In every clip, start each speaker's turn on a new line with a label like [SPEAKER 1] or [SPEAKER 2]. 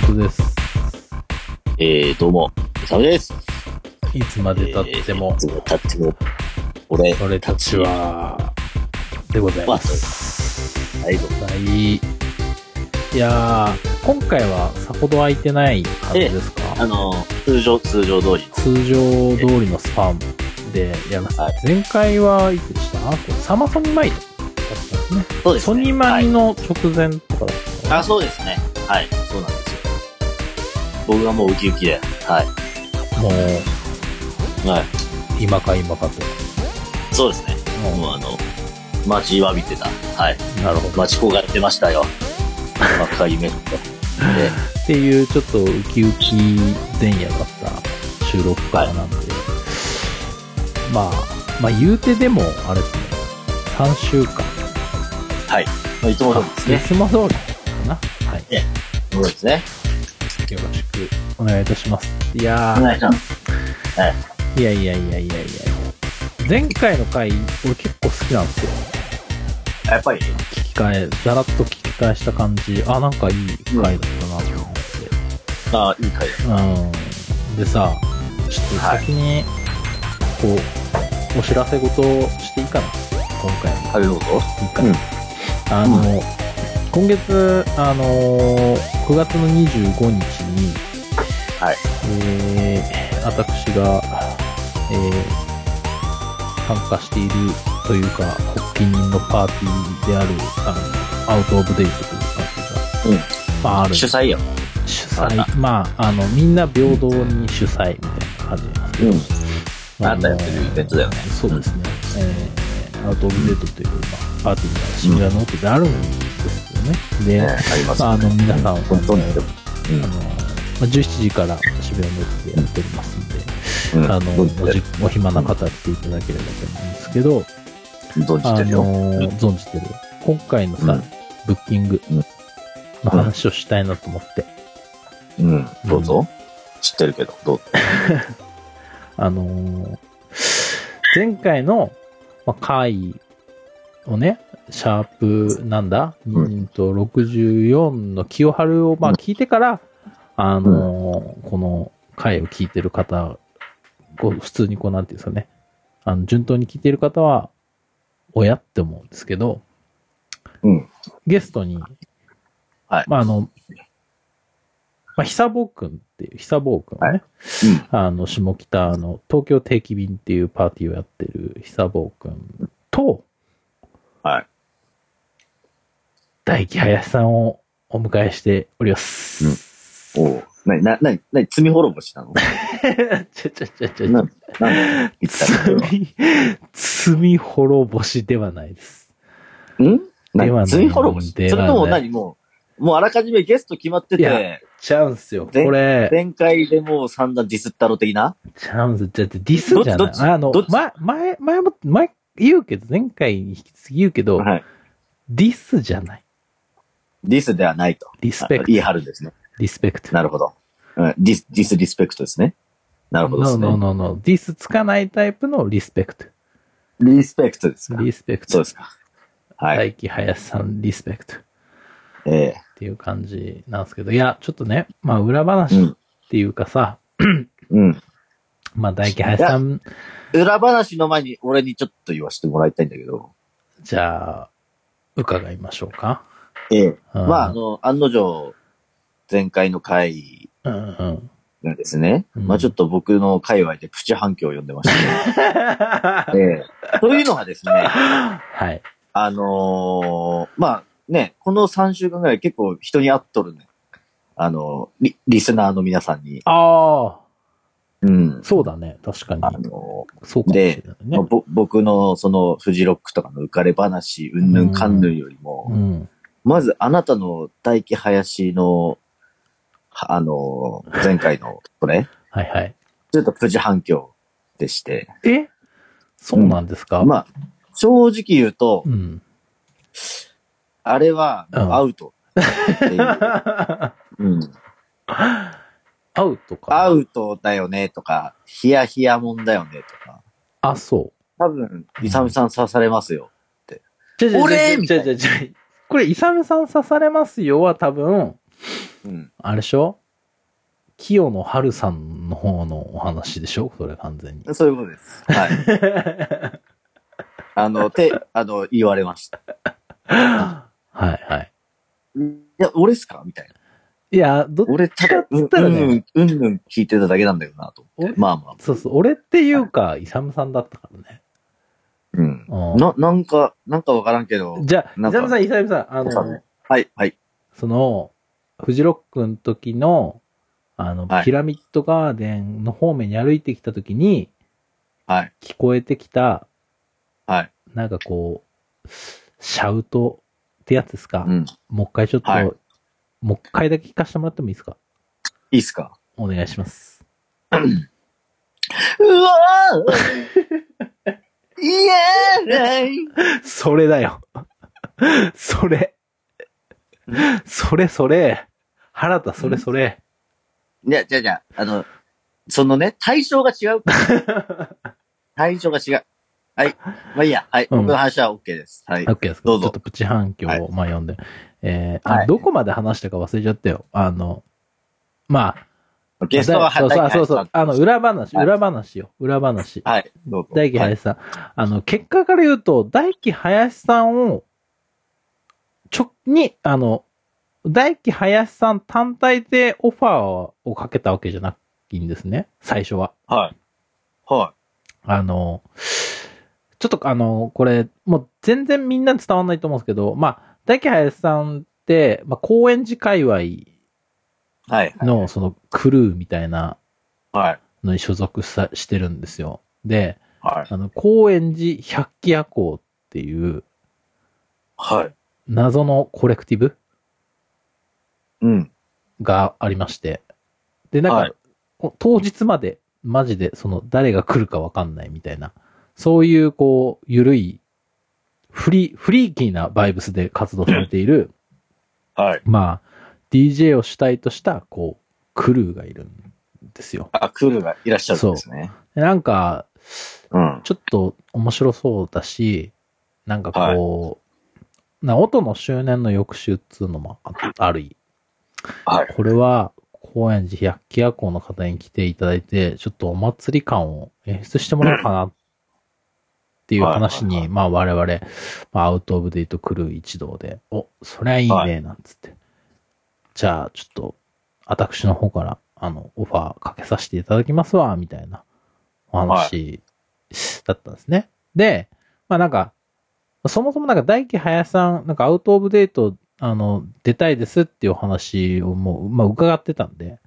[SPEAKER 1] スです。
[SPEAKER 2] えー、どうも、サムです。
[SPEAKER 1] いつまで経っても
[SPEAKER 2] い、つもたっても、俺、
[SPEAKER 1] 俺たちは、でございます。
[SPEAKER 2] はい、どうも
[SPEAKER 1] はい。いやー、今回はさほど空いてない感じですか
[SPEAKER 2] あの、通常、通常通り
[SPEAKER 1] 通常通りのスパンでやります。
[SPEAKER 2] は
[SPEAKER 1] 前回はいつでしたあこれサマソニマイだったんですね。
[SPEAKER 2] の。そうです
[SPEAKER 1] ソ
[SPEAKER 2] ね。
[SPEAKER 1] ニマイ
[SPEAKER 2] はい
[SPEAKER 1] の直前とかだったか
[SPEAKER 2] あ、そうですね。はい、そうなんですよ。僕はもうウキウキで、はい。
[SPEAKER 1] なもう、
[SPEAKER 2] はい。
[SPEAKER 1] 今か今かと。
[SPEAKER 2] そうですね。
[SPEAKER 1] も
[SPEAKER 2] もうあの、待ちわびてた。はい。
[SPEAKER 1] うなるほど。
[SPEAKER 2] 待ち焦がってましたよ。真っ赤夢と。で、
[SPEAKER 1] っていうちょっとウキウキ前夜だった収録会なんで、まあまあ言うてでもあれですね3週間
[SPEAKER 2] はい。まあ、いつも通りですね。
[SPEAKER 1] いつも通りかなはい
[SPEAKER 2] そうですね。
[SPEAKER 1] よろしくお願いいたしますいや
[SPEAKER 2] お願いします。
[SPEAKER 1] ーいやいやいやいやいや前回の回俺結構好きなんですよ
[SPEAKER 2] やっぱり、
[SPEAKER 1] 聞き返ざらっと聞き返した感じあなんかいい回だったなと思って、
[SPEAKER 2] あいい回だ。
[SPEAKER 1] うん。でさ、ちょっと先に、こう、お知らせ事をしていいかな今回も。
[SPEAKER 2] はい、どうぞ。
[SPEAKER 1] いいかな、
[SPEAKER 2] うん
[SPEAKER 1] あの、今月、あのー、9月の25日に、
[SPEAKER 2] はい
[SPEAKER 1] えー、私が、えー、参加しているというか、発起人のパーティーである、あの、アウトオブデイトというパーティーが、まああるんです
[SPEAKER 2] 主催よ。
[SPEAKER 1] 主催、まあ、あの、みんな平等に主催みたいな感じなんですけど。
[SPEAKER 2] うんあんた
[SPEAKER 1] の
[SPEAKER 2] やってるイベントだよね
[SPEAKER 1] そうですね。えー、アウトオブデートという、まあ、パーティーが渋谷の奥であるんですよね。で、
[SPEAKER 2] ね、あります
[SPEAKER 1] まあ、あの、皆さん、
[SPEAKER 2] 本当に
[SPEAKER 1] あの、まあ、17時から渋谷の奥でやっておりますんで、
[SPEAKER 2] うん
[SPEAKER 1] あ
[SPEAKER 2] ど
[SPEAKER 1] の
[SPEAKER 2] んどん
[SPEAKER 1] おじ、お暇な方来ていただければと思うんですけど、
[SPEAKER 2] 存じ
[SPEAKER 1] あ
[SPEAKER 2] てるよ。
[SPEAKER 1] の
[SPEAKER 2] うん
[SPEAKER 1] 存じてる。今回のさ、
[SPEAKER 2] うん
[SPEAKER 1] ブッキングの話をしたいなと思って、
[SPEAKER 2] うん、どうぞ。知ってるけど、どうぞ。
[SPEAKER 1] あのー前回の、まあ、回をね、シャープ、なんだ、う
[SPEAKER 2] うん
[SPEAKER 1] んと、64の清春を、まあ、聞いてから、あのーこの回を聞いてる方、こう、普通にこう、なんていうんですかね、あの、順当に聞いてる方は、おやって思うんですけど、
[SPEAKER 2] うん。
[SPEAKER 1] ゲストに、
[SPEAKER 2] はい
[SPEAKER 1] まあ、あの、まあ、久坊くんっていう、久坊くんね、
[SPEAKER 2] はい
[SPEAKER 1] あの、下北の東京定期便っていうパーティーをやってる久坊くんと、
[SPEAKER 2] はい。
[SPEAKER 1] 大木林さんをお迎えしております。
[SPEAKER 2] うんおう。なに、な、なに、なに、罪滅ぼしなの
[SPEAKER 1] ちょちょちょちょち
[SPEAKER 2] な
[SPEAKER 1] ょ。
[SPEAKER 2] ん、なん、言ったらこれは
[SPEAKER 1] 罪、罪滅ぼしではないです。
[SPEAKER 2] んな
[SPEAKER 1] ではない
[SPEAKER 2] に罪滅ぼしそ
[SPEAKER 1] で
[SPEAKER 2] れ
[SPEAKER 1] はない
[SPEAKER 2] とも何もう、もうあらかじめゲスト決まって
[SPEAKER 1] いや
[SPEAKER 2] て、
[SPEAKER 1] ちゃうんすよ。こ
[SPEAKER 2] で
[SPEAKER 1] れ、
[SPEAKER 2] 前回でもう散々ディスったろ的な
[SPEAKER 1] チャンス、だってディスじゃな
[SPEAKER 2] どっ
[SPEAKER 1] い。
[SPEAKER 2] ち
[SPEAKER 1] あの
[SPEAKER 2] どっ、ち
[SPEAKER 1] 前、前、前も、前言うけど、前回に引き継ぎ言うけど、
[SPEAKER 2] はい。
[SPEAKER 1] ディスじゃない。
[SPEAKER 2] ディスではないと。
[SPEAKER 1] リスペクト。
[SPEAKER 2] 言い張るんですね。
[SPEAKER 1] リスペクト。
[SPEAKER 2] なるほど。うんディス、ディスリスペクトですね。なるほどです
[SPEAKER 1] No,
[SPEAKER 2] ね。
[SPEAKER 1] no, no, no. ディスつかないタイプのリスペクト。
[SPEAKER 2] リスペクトですか
[SPEAKER 1] リスペク
[SPEAKER 2] そう
[SPEAKER 1] ト。
[SPEAKER 2] ですか。はい。
[SPEAKER 1] 大木林さん、リスペクト。っ
[SPEAKER 2] ええ。
[SPEAKER 1] ていう感じなんですけど、いや、ちょっとね、まあ、裏
[SPEAKER 2] う
[SPEAKER 1] 話っ
[SPEAKER 2] ん。
[SPEAKER 1] ていうかさ、
[SPEAKER 2] うん。
[SPEAKER 1] まあ、大木林さん、
[SPEAKER 2] 裏話の前に俺にちょっと言わせてもらいたいんだけど。
[SPEAKER 1] じゃあ、伺いましょうか。
[SPEAKER 2] ええ。
[SPEAKER 1] うん
[SPEAKER 2] まあ、あ、の、案の定、前回の回
[SPEAKER 1] うん うん。
[SPEAKER 2] がですね、
[SPEAKER 1] うん
[SPEAKER 2] まあちょっと僕の界隈でプチ反響を呼んでまして、
[SPEAKER 1] は
[SPEAKER 2] ええというのはですね、
[SPEAKER 1] い。
[SPEAKER 2] あのーまあね、この3週間ぐらい結構人に会っとるね。あの、リリスナーの皆さんに。
[SPEAKER 1] ああ、
[SPEAKER 2] うん。
[SPEAKER 1] そうだね。確かに
[SPEAKER 2] あ。の
[SPEAKER 1] そうかもしれない
[SPEAKER 2] まあ
[SPEAKER 1] ね。
[SPEAKER 2] ぼ僕のそのフジロックとかの浮かれ話、うんぬんかんぬんよりも、
[SPEAKER 1] うん。
[SPEAKER 2] まず、あなたの大木林の、はあの、前回の、これ、
[SPEAKER 1] はいはい。
[SPEAKER 2] ちょっとプチ反響でして、
[SPEAKER 1] えそうなんですか、
[SPEAKER 2] まあ、正直言うと
[SPEAKER 1] う、 ん。
[SPEAKER 2] あれは、
[SPEAKER 1] うん
[SPEAKER 2] アウトっていう。うん
[SPEAKER 1] アウトか。
[SPEAKER 2] ア
[SPEAKER 1] う。
[SPEAKER 2] ウトだよねとか、ヒヤヒヤもんだよねとか、
[SPEAKER 1] あ、そう。
[SPEAKER 2] 多分、イサムさん刺されますよ。
[SPEAKER 1] じゃじゃ
[SPEAKER 2] 俺み
[SPEAKER 1] じ
[SPEAKER 2] たい
[SPEAKER 1] ゃじゃじゃこれ、イサムさん刺されますよは多分、
[SPEAKER 2] うん。
[SPEAKER 1] あれでしょ清野春さんの方のお話でしょそれ完全に。
[SPEAKER 2] そういうことです。はい。あの、て、あの、言われました。
[SPEAKER 1] はいはい
[SPEAKER 2] や、俺っすかみたいな。
[SPEAKER 1] い。いや、ど、
[SPEAKER 2] 俺、た
[SPEAKER 1] ど
[SPEAKER 2] だ、う
[SPEAKER 1] っちかっつ
[SPEAKER 2] ん
[SPEAKER 1] っ、た
[SPEAKER 2] う
[SPEAKER 1] ら
[SPEAKER 2] ん
[SPEAKER 1] ね
[SPEAKER 2] うん、うんうん聞いてただけなんだよな、と思って。
[SPEAKER 1] 俺
[SPEAKER 2] まあまあ。
[SPEAKER 1] そうそう、俺っていうか、イサムさんだったからね。
[SPEAKER 2] うん。
[SPEAKER 1] うん
[SPEAKER 2] な、なんか、なんかわからんけど。
[SPEAKER 1] じゃあ、
[SPEAKER 2] な
[SPEAKER 1] イ
[SPEAKER 2] んか
[SPEAKER 1] サムさん、イサムさん、あ
[SPEAKER 2] そう
[SPEAKER 1] の
[SPEAKER 2] ね、はい、はい。
[SPEAKER 1] その、フジロックの時の、あの、
[SPEAKER 2] はい
[SPEAKER 1] ピラミッドガーデンの方面に歩いてきた時に、
[SPEAKER 2] はい。
[SPEAKER 1] 聞こえてきた、
[SPEAKER 2] はい。
[SPEAKER 1] なんかこう、シャウトってやつですか、
[SPEAKER 2] うん。
[SPEAKER 1] もう一回ちょっと、
[SPEAKER 2] はい
[SPEAKER 1] もう一回だけ聞かせてもらってもいいですか
[SPEAKER 2] いいっすか
[SPEAKER 1] お願いします。
[SPEAKER 2] うわー言えない
[SPEAKER 1] それだよ。 それ。それそれ。原田、それそ れ。
[SPEAKER 2] いや、じゃあじゃあ、あの、そのね、対象が違う。対象が違う。はい。まあいいや。はい。
[SPEAKER 1] うん
[SPEAKER 2] 僕の話は OK です。はい
[SPEAKER 1] オ。ッケーですか
[SPEAKER 2] どうぞ
[SPEAKER 1] ちょっとプチ反響を、
[SPEAKER 2] はい
[SPEAKER 1] まあ読んで。えーあ
[SPEAKER 2] はい
[SPEAKER 1] どこまで話したか忘れちゃったよ。あの、まあ、
[SPEAKER 2] ゲストは、
[SPEAKER 1] そうそう、あ
[SPEAKER 2] 大輝
[SPEAKER 1] そうそう、あの、裏話、
[SPEAKER 2] はい
[SPEAKER 1] 裏話よ。裏話。
[SPEAKER 2] はい。どうぞ。
[SPEAKER 1] 大輝
[SPEAKER 2] はい
[SPEAKER 1] 林さん。あの、結果から言うと、大輝林さんを、ちょ、に、あの、大輝林さん単体でオファーをかけたわけじゃないんですね。最初は。
[SPEAKER 2] はい。は
[SPEAKER 1] あの、ちょっとあの、これ、もう全然みんなに伝わんないと思うんですけど、まあ、大輝林さんって、まあ、高円寺界隈
[SPEAKER 2] い。はい。
[SPEAKER 1] のそのクルーみたいな
[SPEAKER 2] はい。
[SPEAKER 1] のに所属さしてるんですよ。で、
[SPEAKER 2] はい。
[SPEAKER 1] あの、高円寺百鬼夜行っていう
[SPEAKER 2] はい。
[SPEAKER 1] 謎のコレクティブ
[SPEAKER 2] うん。
[SPEAKER 1] がありまして、で、なんか、
[SPEAKER 2] はい
[SPEAKER 1] こ当日まで、マジで、その、誰が来るかわかんないみたいな、そういう、こう、ゆるい、フリー、フリーキーなバイブスで活動されている、
[SPEAKER 2] はい。
[SPEAKER 1] まあ、DJ を主体とした、こう、クルーがいるんですよ。
[SPEAKER 2] あ、クールがいらっしゃるんですね。
[SPEAKER 1] でなんか、
[SPEAKER 2] うん。
[SPEAKER 1] ちょっと面白そうだし、なんかこう、な、音の周年の翌週っつうのもあある
[SPEAKER 2] はい。
[SPEAKER 1] これは、高円寺百鬼夜行の方に来ていただいて、ちょっとお祭り感を演出してもらおうかなっていう話
[SPEAKER 2] はいはい
[SPEAKER 1] に、まあ我々、まあ、アウトオブデートクルー一同で、お、そりゃいい
[SPEAKER 2] は
[SPEAKER 1] ね、なんつって。じゃあ、ちょっと、私の方から、あの、オファーかけさせていただきますわ、みたいなお話だったんですね。で、まあなんか、そもそもなんか大輝林さん、なんかアウトオブデート、あの、出たいですっていうお話をもう、まあ伺ってたんで、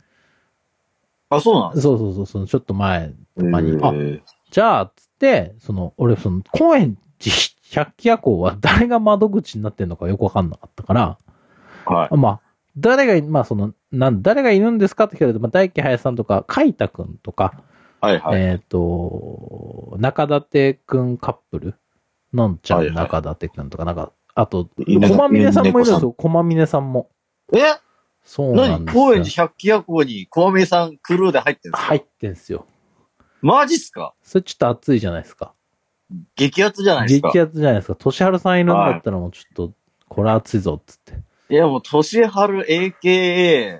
[SPEAKER 2] あ、そうなんで
[SPEAKER 1] そうそうそう、そのちょっと前、
[SPEAKER 2] す
[SPEAKER 1] まにあ
[SPEAKER 2] えー
[SPEAKER 1] じゃあ、つって、その、俺、その、高円寺百鬼夜行は誰が窓口になってんのかよくわかんなかったから、
[SPEAKER 2] はい。
[SPEAKER 1] まあ、誰がい、まあその、なん、誰がいるんですかって聞かれると、まあ大輝林さんとか、海太くんとか、
[SPEAKER 2] はい。はい。
[SPEAKER 1] えっ、と、中舘くんカップル、のんちゃ
[SPEAKER 2] はい
[SPEAKER 1] ん
[SPEAKER 2] はい
[SPEAKER 1] 中舘くんとか、なんか、あと、
[SPEAKER 2] 犬が
[SPEAKER 1] 駒峰さんもいるんです
[SPEAKER 2] 犬
[SPEAKER 1] よ、駒峰さんも。
[SPEAKER 2] え
[SPEAKER 1] そうなん
[SPEAKER 2] 何
[SPEAKER 1] です
[SPEAKER 2] 高円
[SPEAKER 1] よ。
[SPEAKER 2] 寺百鬼夜行に小梅さんクルーで入ってるんですか
[SPEAKER 1] 入ってんすよ。
[SPEAKER 2] マジっすか
[SPEAKER 1] それちょっと熱いじゃないですか。
[SPEAKER 2] 激アツじゃないで
[SPEAKER 1] 激
[SPEAKER 2] すか
[SPEAKER 1] アツじゃないですか。年春さんいるんだったらもうちょっと、これ熱いぞ、つっ て。
[SPEAKER 2] いや、もう、としはる AKA、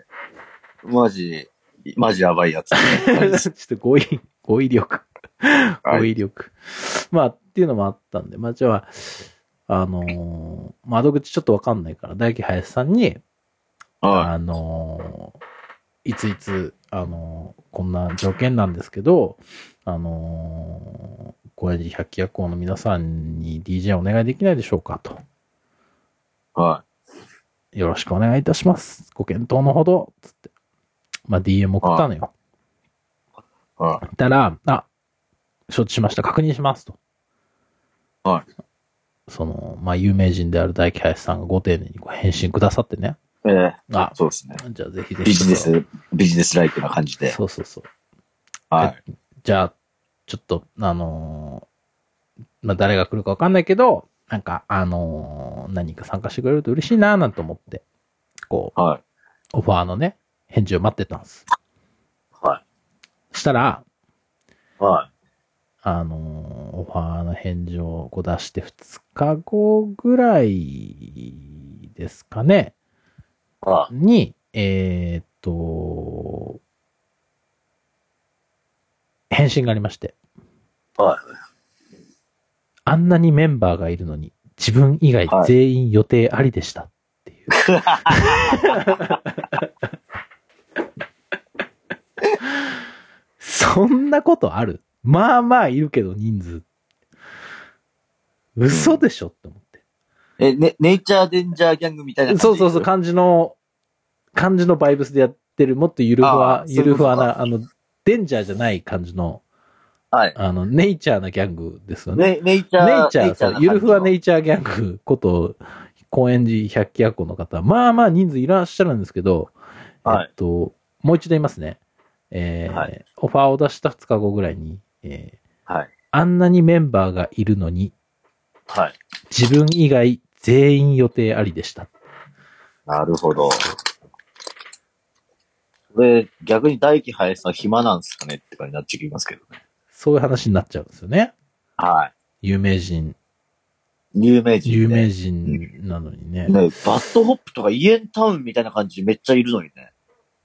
[SPEAKER 2] マジ、マジやばい やつ。
[SPEAKER 1] ちょっと語彙、語彙力。
[SPEAKER 2] はい
[SPEAKER 1] 語彙力。まあ、っていうのもあったんで、まあ、じゃあ、あのー窓口ちょっとわかんないから、大輝林さんに、
[SPEAKER 2] は
[SPEAKER 1] あのーいついつ、あのーこんな条件なんですけど、あのー、高円寺百鬼夜行の皆さんに DJ お願いできないでしょうかと。
[SPEAKER 2] い。は
[SPEAKER 1] よろしくお願いいたします。ご検討のほど、つって。まあ、DM 送ったのよ。
[SPEAKER 2] い。は
[SPEAKER 1] たら、あ、承知しました。確認しますと。。
[SPEAKER 2] はい
[SPEAKER 1] その、まあ、有名人である大木林さんがご丁寧にこう返信くださってね。
[SPEAKER 2] い。えー
[SPEAKER 1] あ、
[SPEAKER 2] そうですね。
[SPEAKER 1] じゃあぜひぜひ。
[SPEAKER 2] ビジネス、ビジネスライクな感じで。
[SPEAKER 1] そうそうそう。
[SPEAKER 2] は
[SPEAKER 1] じゃあ、ちょっと、あのーまあ、誰が来るかわかんないけど、なんか、あのー何人か参加してくれると嬉しいなぁなんて思って、こ
[SPEAKER 2] い。はい。
[SPEAKER 1] う、オファーのね、返事を待ってたんです。
[SPEAKER 2] は
[SPEAKER 1] したら、
[SPEAKER 2] い。は
[SPEAKER 1] あのーオファーの返事をこう出して2日後ぐらいですかね、
[SPEAKER 2] い。は
[SPEAKER 1] に、えーっと、返信がありまして。
[SPEAKER 2] はい
[SPEAKER 1] あんなにメンバーがいるのに、自分以外全員予定ありでしたって いう。そんなことあるまあまあいるけど人数。嘘でしょって思って。
[SPEAKER 2] え、ね、ネイチャーデンジャーギャングみたいな感じ。
[SPEAKER 1] そうそうそう、漢字の、漢字のバイブスでやってる、もっとゆるふわ
[SPEAKER 2] あ、ー
[SPEAKER 1] ゆるふわな、あ
[SPEAKER 2] そういう
[SPEAKER 1] の、デンジャーじゃない感じの、
[SPEAKER 2] はい。
[SPEAKER 1] あの、ネイチャーなギャングですよね。
[SPEAKER 2] ね、ネイチャー。
[SPEAKER 1] ネイチャー、そうゆるふわネ
[SPEAKER 2] イチ
[SPEAKER 1] イチャーギャングこと、高円寺百鬼夜行の方、まあまあ人数いらっしゃるんですけど、
[SPEAKER 2] はい
[SPEAKER 1] えっと、もう一度言いますね。えー
[SPEAKER 2] はい
[SPEAKER 1] オファーを出した2日後ぐらいに、えー
[SPEAKER 2] ャーな感じ
[SPEAKER 1] あんなにメンバーがいるのに、
[SPEAKER 2] の。はい。はい。
[SPEAKER 1] 自分以外全員予定ありでした。
[SPEAKER 2] なるほど。これ、逆に大輝林さん暇なんですかねって感じになってきますけどね。
[SPEAKER 1] そういう話になっちゃうんですよね。
[SPEAKER 2] は
[SPEAKER 1] 有名人、
[SPEAKER 2] い。有名人、ね。
[SPEAKER 1] 有名人なのにね。
[SPEAKER 2] ね、バッドホップとかイエンタウンみたいな感じめっちゃいるのにね。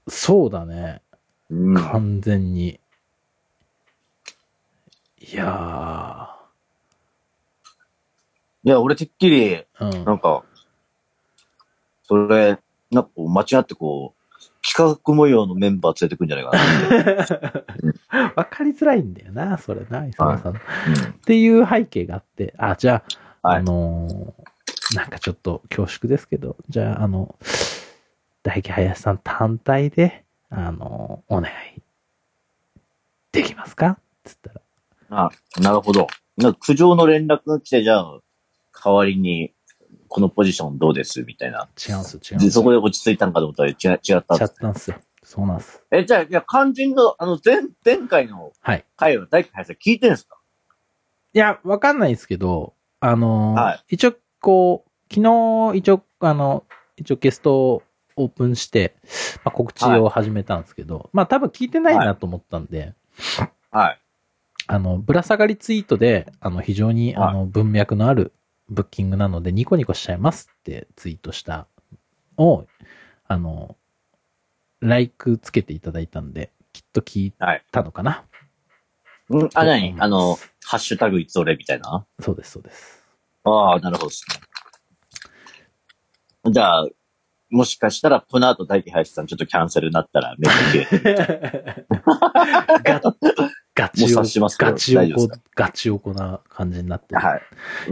[SPEAKER 1] そうだね。
[SPEAKER 2] うん
[SPEAKER 1] 完全に。いや
[SPEAKER 2] いや、俺てっきり、
[SPEAKER 1] ー。うん。
[SPEAKER 2] なんか、それ、なんかこう間違ってこう、企画模様のメンバー連れてくんじゃないか
[SPEAKER 1] わかりづらいんだよな、それな、磯野さん。っ
[SPEAKER 2] な。うん
[SPEAKER 1] ていう背景があって、あ、じゃあ、
[SPEAKER 2] はい
[SPEAKER 1] あのーなんかちょっと恐縮ですけど、じゃあ、あの、大木林さん単体で、あのーお願い、できますかつったら、
[SPEAKER 2] あ、なるほど。なんか苦情の連絡が来て、じゃあ、代わりに、このポジションどうですみたいな。
[SPEAKER 1] 違うんすよ、違うん
[SPEAKER 2] で、
[SPEAKER 1] す
[SPEAKER 2] そ
[SPEAKER 1] よ。
[SPEAKER 2] こで落ち着いたんかと思ったら違違ったん
[SPEAKER 1] ちゃ
[SPEAKER 2] で
[SPEAKER 1] っ
[SPEAKER 2] す。
[SPEAKER 1] たんすよ。そうなんす。
[SPEAKER 2] え、じゃあ、いや、肝心の、あの、前、前回の
[SPEAKER 1] はい。
[SPEAKER 2] 回を大輝林さん聞いてるんですか
[SPEAKER 1] いや、わかんないですけど、あのー
[SPEAKER 2] は
[SPEAKER 1] 一応、こう、昨日、一応、あの、一応ゲストをオープンして、まあ、告知を始めたんですけど、まあ、多分聞いてないなと思ったんで、
[SPEAKER 2] はい。
[SPEAKER 1] あの、ぶら下がりツイートで、あの、非常に、
[SPEAKER 2] はい
[SPEAKER 1] あの、文脈のあるブッキングなので、ニコニコしちゃいますってツイートしたのを、あの、ライクつけていただいたんで、きっと聞い
[SPEAKER 2] はい。
[SPEAKER 1] たのかな。
[SPEAKER 2] うん、
[SPEAKER 1] そう
[SPEAKER 2] あ、
[SPEAKER 1] 思い
[SPEAKER 2] 何
[SPEAKER 1] ます
[SPEAKER 2] あの、ハッシュタグいつ俺みたいな
[SPEAKER 1] そうです、そうです。
[SPEAKER 2] ああ、なるほどですね。じゃあ、もしかしたら、この後、大輝林さん、ちょっとキャンセルになったら、めっちゃ切れ てる。
[SPEAKER 1] ガガチ
[SPEAKER 2] も
[SPEAKER 1] オ
[SPEAKER 2] う察しますけど
[SPEAKER 1] ガチ
[SPEAKER 2] 大丈
[SPEAKER 1] オ
[SPEAKER 2] 夫で
[SPEAKER 1] コ
[SPEAKER 2] す、
[SPEAKER 1] ガチオコな感じになってる。
[SPEAKER 2] はい。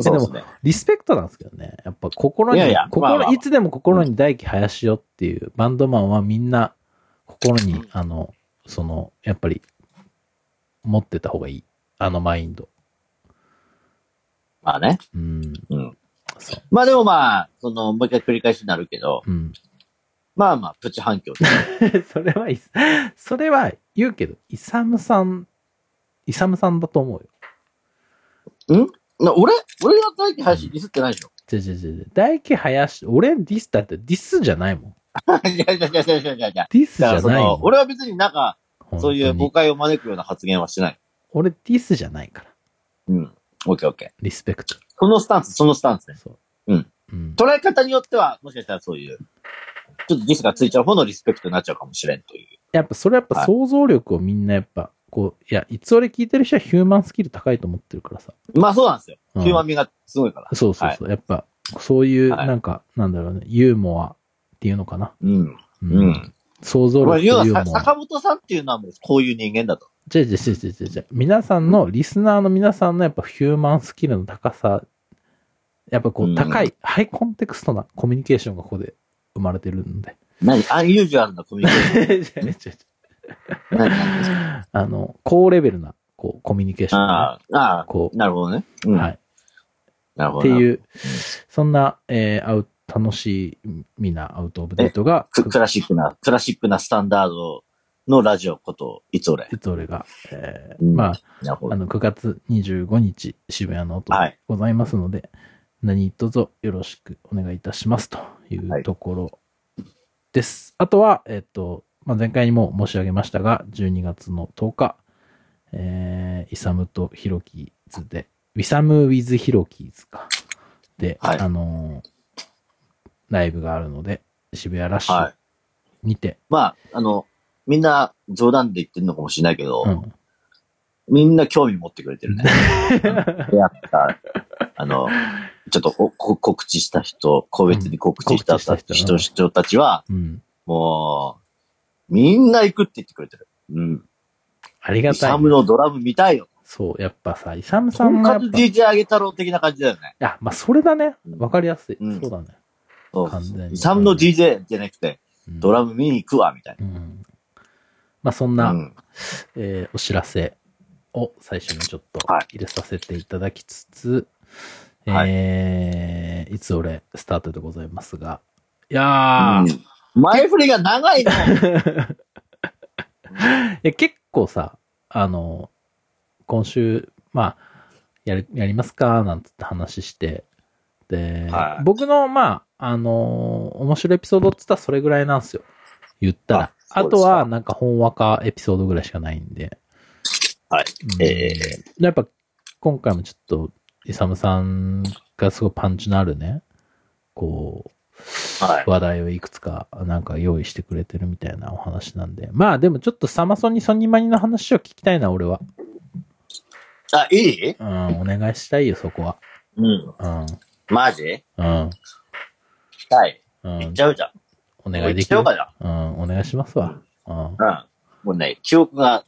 [SPEAKER 2] そうですね。
[SPEAKER 1] リスペクトなんですけどね。やっぱ心に、
[SPEAKER 2] いやいや
[SPEAKER 1] 心、
[SPEAKER 2] まあまあまあ
[SPEAKER 1] いつでも心に大輝林よっていうバンドマンはみんな心に、あの、その、やっぱり、持ってた方がいい。あのマインド。
[SPEAKER 2] まあね。
[SPEAKER 1] うん。
[SPEAKER 2] うん。
[SPEAKER 1] そう。
[SPEAKER 2] まあでもまあ、その、もう一回繰り返しになるけど、
[SPEAKER 1] うん。
[SPEAKER 2] まあまあ、プチ反響。
[SPEAKER 1] それはいいっす、それは言うけど、イサムさん、イサムさんだと思うよ。
[SPEAKER 2] な俺、俺が大輝林ディスってないでしょ。
[SPEAKER 1] じゃじゃじゃじゃ大輝林、俺ディスだってディスじゃないもん。
[SPEAKER 2] いやいやいやいやいやいやいや。
[SPEAKER 1] ディスじ
[SPEAKER 2] だか
[SPEAKER 1] ゃ
[SPEAKER 2] らそ
[SPEAKER 1] ないもん
[SPEAKER 2] の、。俺は別になんか、
[SPEAKER 1] 本当
[SPEAKER 2] そう
[SPEAKER 1] に
[SPEAKER 2] いう誤解を招くような発言はしてない。
[SPEAKER 1] 俺ディスじゃないから。
[SPEAKER 2] うん。オッケーオッケー。
[SPEAKER 1] リスペクト。
[SPEAKER 2] そのスタンス、そのスタンスね。
[SPEAKER 1] そう。
[SPEAKER 2] うん。
[SPEAKER 1] うん。
[SPEAKER 2] 捉え方によっては、もしかしたらそういう、ちょっとディスがついちゃう方のリスペクトになっちゃうかもしれんという。
[SPEAKER 1] やっぱそれやっぱ想像力をみんなやっぱ、こう、いや、いつ俺聞いてる人はヒューマンスキル高いと思ってるからさ。
[SPEAKER 2] まあそうなんですよ。
[SPEAKER 1] うん
[SPEAKER 2] ヒューマン味がすごいから。
[SPEAKER 1] そうそうそう。やっぱ、そういう、
[SPEAKER 2] はい
[SPEAKER 1] なんか、なんだろうね、ユーモアっていうのかな。
[SPEAKER 2] うん。
[SPEAKER 1] う
[SPEAKER 2] うん。
[SPEAKER 1] 想像
[SPEAKER 2] まあ
[SPEAKER 1] 力とユ
[SPEAKER 2] 要は
[SPEAKER 1] ー
[SPEAKER 2] さ、
[SPEAKER 1] モア。
[SPEAKER 2] 坂本さんっていうのはもうこういう人間だと。
[SPEAKER 1] じゃあじゃあじゃあじゃあじゃあじゃあ皆さんの、リスナーの皆さんのやっぱヒューマンスキルの高さ、やっぱこ
[SPEAKER 2] うん
[SPEAKER 1] う、高い、ハイコンテクストなコミュニケーションがここで生まれてるんで。
[SPEAKER 2] 何アンユージュアルなコミュニケーシ
[SPEAKER 1] じゃあじゃあじゃあ
[SPEAKER 2] ョン。何何 ですか
[SPEAKER 1] あの、高レベルな、こう、コミュニケーションがね、
[SPEAKER 2] ああ、ああ、
[SPEAKER 1] こう、
[SPEAKER 2] なるほどね。うん。
[SPEAKER 1] はい。
[SPEAKER 2] なるほ
[SPEAKER 1] っ
[SPEAKER 2] ど
[SPEAKER 1] て
[SPEAKER 2] な。
[SPEAKER 1] いう、そんな、えーアウ楽しみなアウトオブデートが、
[SPEAKER 2] ククラシックな、クラシックなスタンダードのラジオこと、いつ俺。
[SPEAKER 1] えっと、俺が、えー
[SPEAKER 2] うん
[SPEAKER 1] ま
[SPEAKER 2] なるほ
[SPEAKER 1] あ、あ
[SPEAKER 2] ど。
[SPEAKER 1] の、9月25日、渋谷の音
[SPEAKER 2] はい
[SPEAKER 1] でございますので、何卒ぞよろしくお願いいたしますとい
[SPEAKER 2] はいう
[SPEAKER 1] ところです。あとは、えっと、まあ、前回にも申し上げましたが、12月の10日、えー、イサムとヒロキーズで、ウィサム・ウィズ・ヒロキーズか。で、
[SPEAKER 2] はい
[SPEAKER 1] あのーライブがあるので、渋谷ラッシ
[SPEAKER 2] は
[SPEAKER 1] ュ
[SPEAKER 2] い。
[SPEAKER 1] にて、
[SPEAKER 2] まあ、あの、みんな冗談で言ってるのかもしれないけど、
[SPEAKER 1] うん、
[SPEAKER 2] みんな興味持ってくれ てるね。出会った、あの、ちょっとおこ告知した人、個別に告知し
[SPEAKER 1] う
[SPEAKER 2] た
[SPEAKER 1] ん告知した人
[SPEAKER 2] 人人たちは、
[SPEAKER 1] うん。
[SPEAKER 2] もう、みんな行くって言ってくれてる。うん。
[SPEAKER 1] ありが
[SPEAKER 2] イ
[SPEAKER 1] た
[SPEAKER 2] サ
[SPEAKER 1] い
[SPEAKER 2] ム。のドラム見たいよ。
[SPEAKER 1] そう、やっぱさ、イサムさ
[SPEAKER 2] と
[SPEAKER 1] ん
[SPEAKER 2] ん
[SPEAKER 1] がや
[SPEAKER 2] か
[SPEAKER 1] っ
[SPEAKER 2] つ
[SPEAKER 1] ぱ、
[SPEAKER 2] DJ あげ太郎的な感じだよね。
[SPEAKER 1] あ、まあ、それだね
[SPEAKER 2] う。ん
[SPEAKER 1] わかりやすい。
[SPEAKER 2] うん
[SPEAKER 1] そうだね。
[SPEAKER 2] そう
[SPEAKER 1] 完全に
[SPEAKER 2] イサムの DJ じゃなくて、
[SPEAKER 1] うん
[SPEAKER 2] ドラム見に行くわ、みたい
[SPEAKER 1] うん。まあ、そんな、
[SPEAKER 2] な。うん
[SPEAKER 1] えーお知らせを最初にちょっと
[SPEAKER 2] はい
[SPEAKER 1] 入れさせていただきつつ、
[SPEAKER 2] はい
[SPEAKER 1] えーいつ俺スタートでございますが、いやー、い
[SPEAKER 2] うん前振りが長いね。
[SPEAKER 1] や結構さ、あの、今週、まあ、やり、やりますか、なんつって話して、で、
[SPEAKER 2] はい
[SPEAKER 1] 僕の、まあ、あのー面白いエピソードって言ったらそれぐらいなんですよ。言ったら。あ
[SPEAKER 2] あそうで
[SPEAKER 1] と
[SPEAKER 2] すか
[SPEAKER 1] は、なんか、本話かエピソードぐらいしかないんで。
[SPEAKER 2] はい。
[SPEAKER 1] うん
[SPEAKER 2] え
[SPEAKER 1] やっぱ今回もちょっと、イサムさんがすごいパンチのあるね、こう、
[SPEAKER 2] はい
[SPEAKER 1] 話題をいくつかなんか用意してくれてるみたいなお話なんで。まあでもちょっとサマソニソニマニの話を聞きたいな、俺は。
[SPEAKER 2] あ、いい
[SPEAKER 1] うん、お願いしたいよ、そこは。
[SPEAKER 2] うん。
[SPEAKER 1] うん、
[SPEAKER 2] マジ
[SPEAKER 1] うん、
[SPEAKER 2] はい。
[SPEAKER 1] う
[SPEAKER 2] 行っ
[SPEAKER 1] ん
[SPEAKER 2] ち。ゃうじゃん。
[SPEAKER 1] お願いでき
[SPEAKER 2] 行
[SPEAKER 1] る
[SPEAKER 2] っちゃおう。か
[SPEAKER 1] うん、お願いしますわ。うん。
[SPEAKER 2] じゃん。うん。もうね、記憶が、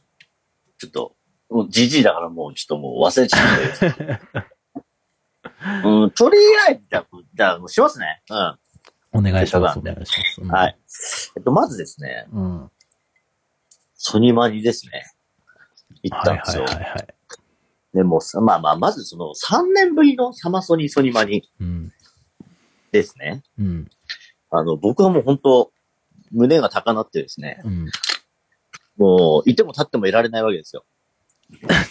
[SPEAKER 2] ちょっと、もうじじいだからもうちょっともう忘れちゃって。 うん、とりあえず、じゃあ、じゃあもうしますね。うん。
[SPEAKER 1] お願いします、
[SPEAKER 2] せ
[SPEAKER 1] お
[SPEAKER 2] っかくな
[SPEAKER 1] 願いします。うん
[SPEAKER 2] はい。。えっと、まずですね、
[SPEAKER 1] うん。は
[SPEAKER 2] ソニマニですね。
[SPEAKER 1] い
[SPEAKER 2] 行っ
[SPEAKER 1] は
[SPEAKER 2] たん
[SPEAKER 1] い
[SPEAKER 2] です
[SPEAKER 1] はい
[SPEAKER 2] よ。
[SPEAKER 1] はい。
[SPEAKER 2] でもさ、まあまあ、まずその3年ぶりのサマソニソニマニ
[SPEAKER 1] うん。
[SPEAKER 2] ですね。
[SPEAKER 1] うん。
[SPEAKER 2] あの、僕はもう本当胸が高鳴ってですね、
[SPEAKER 1] うん。
[SPEAKER 2] もう、いても立ってもいられないわけですよ。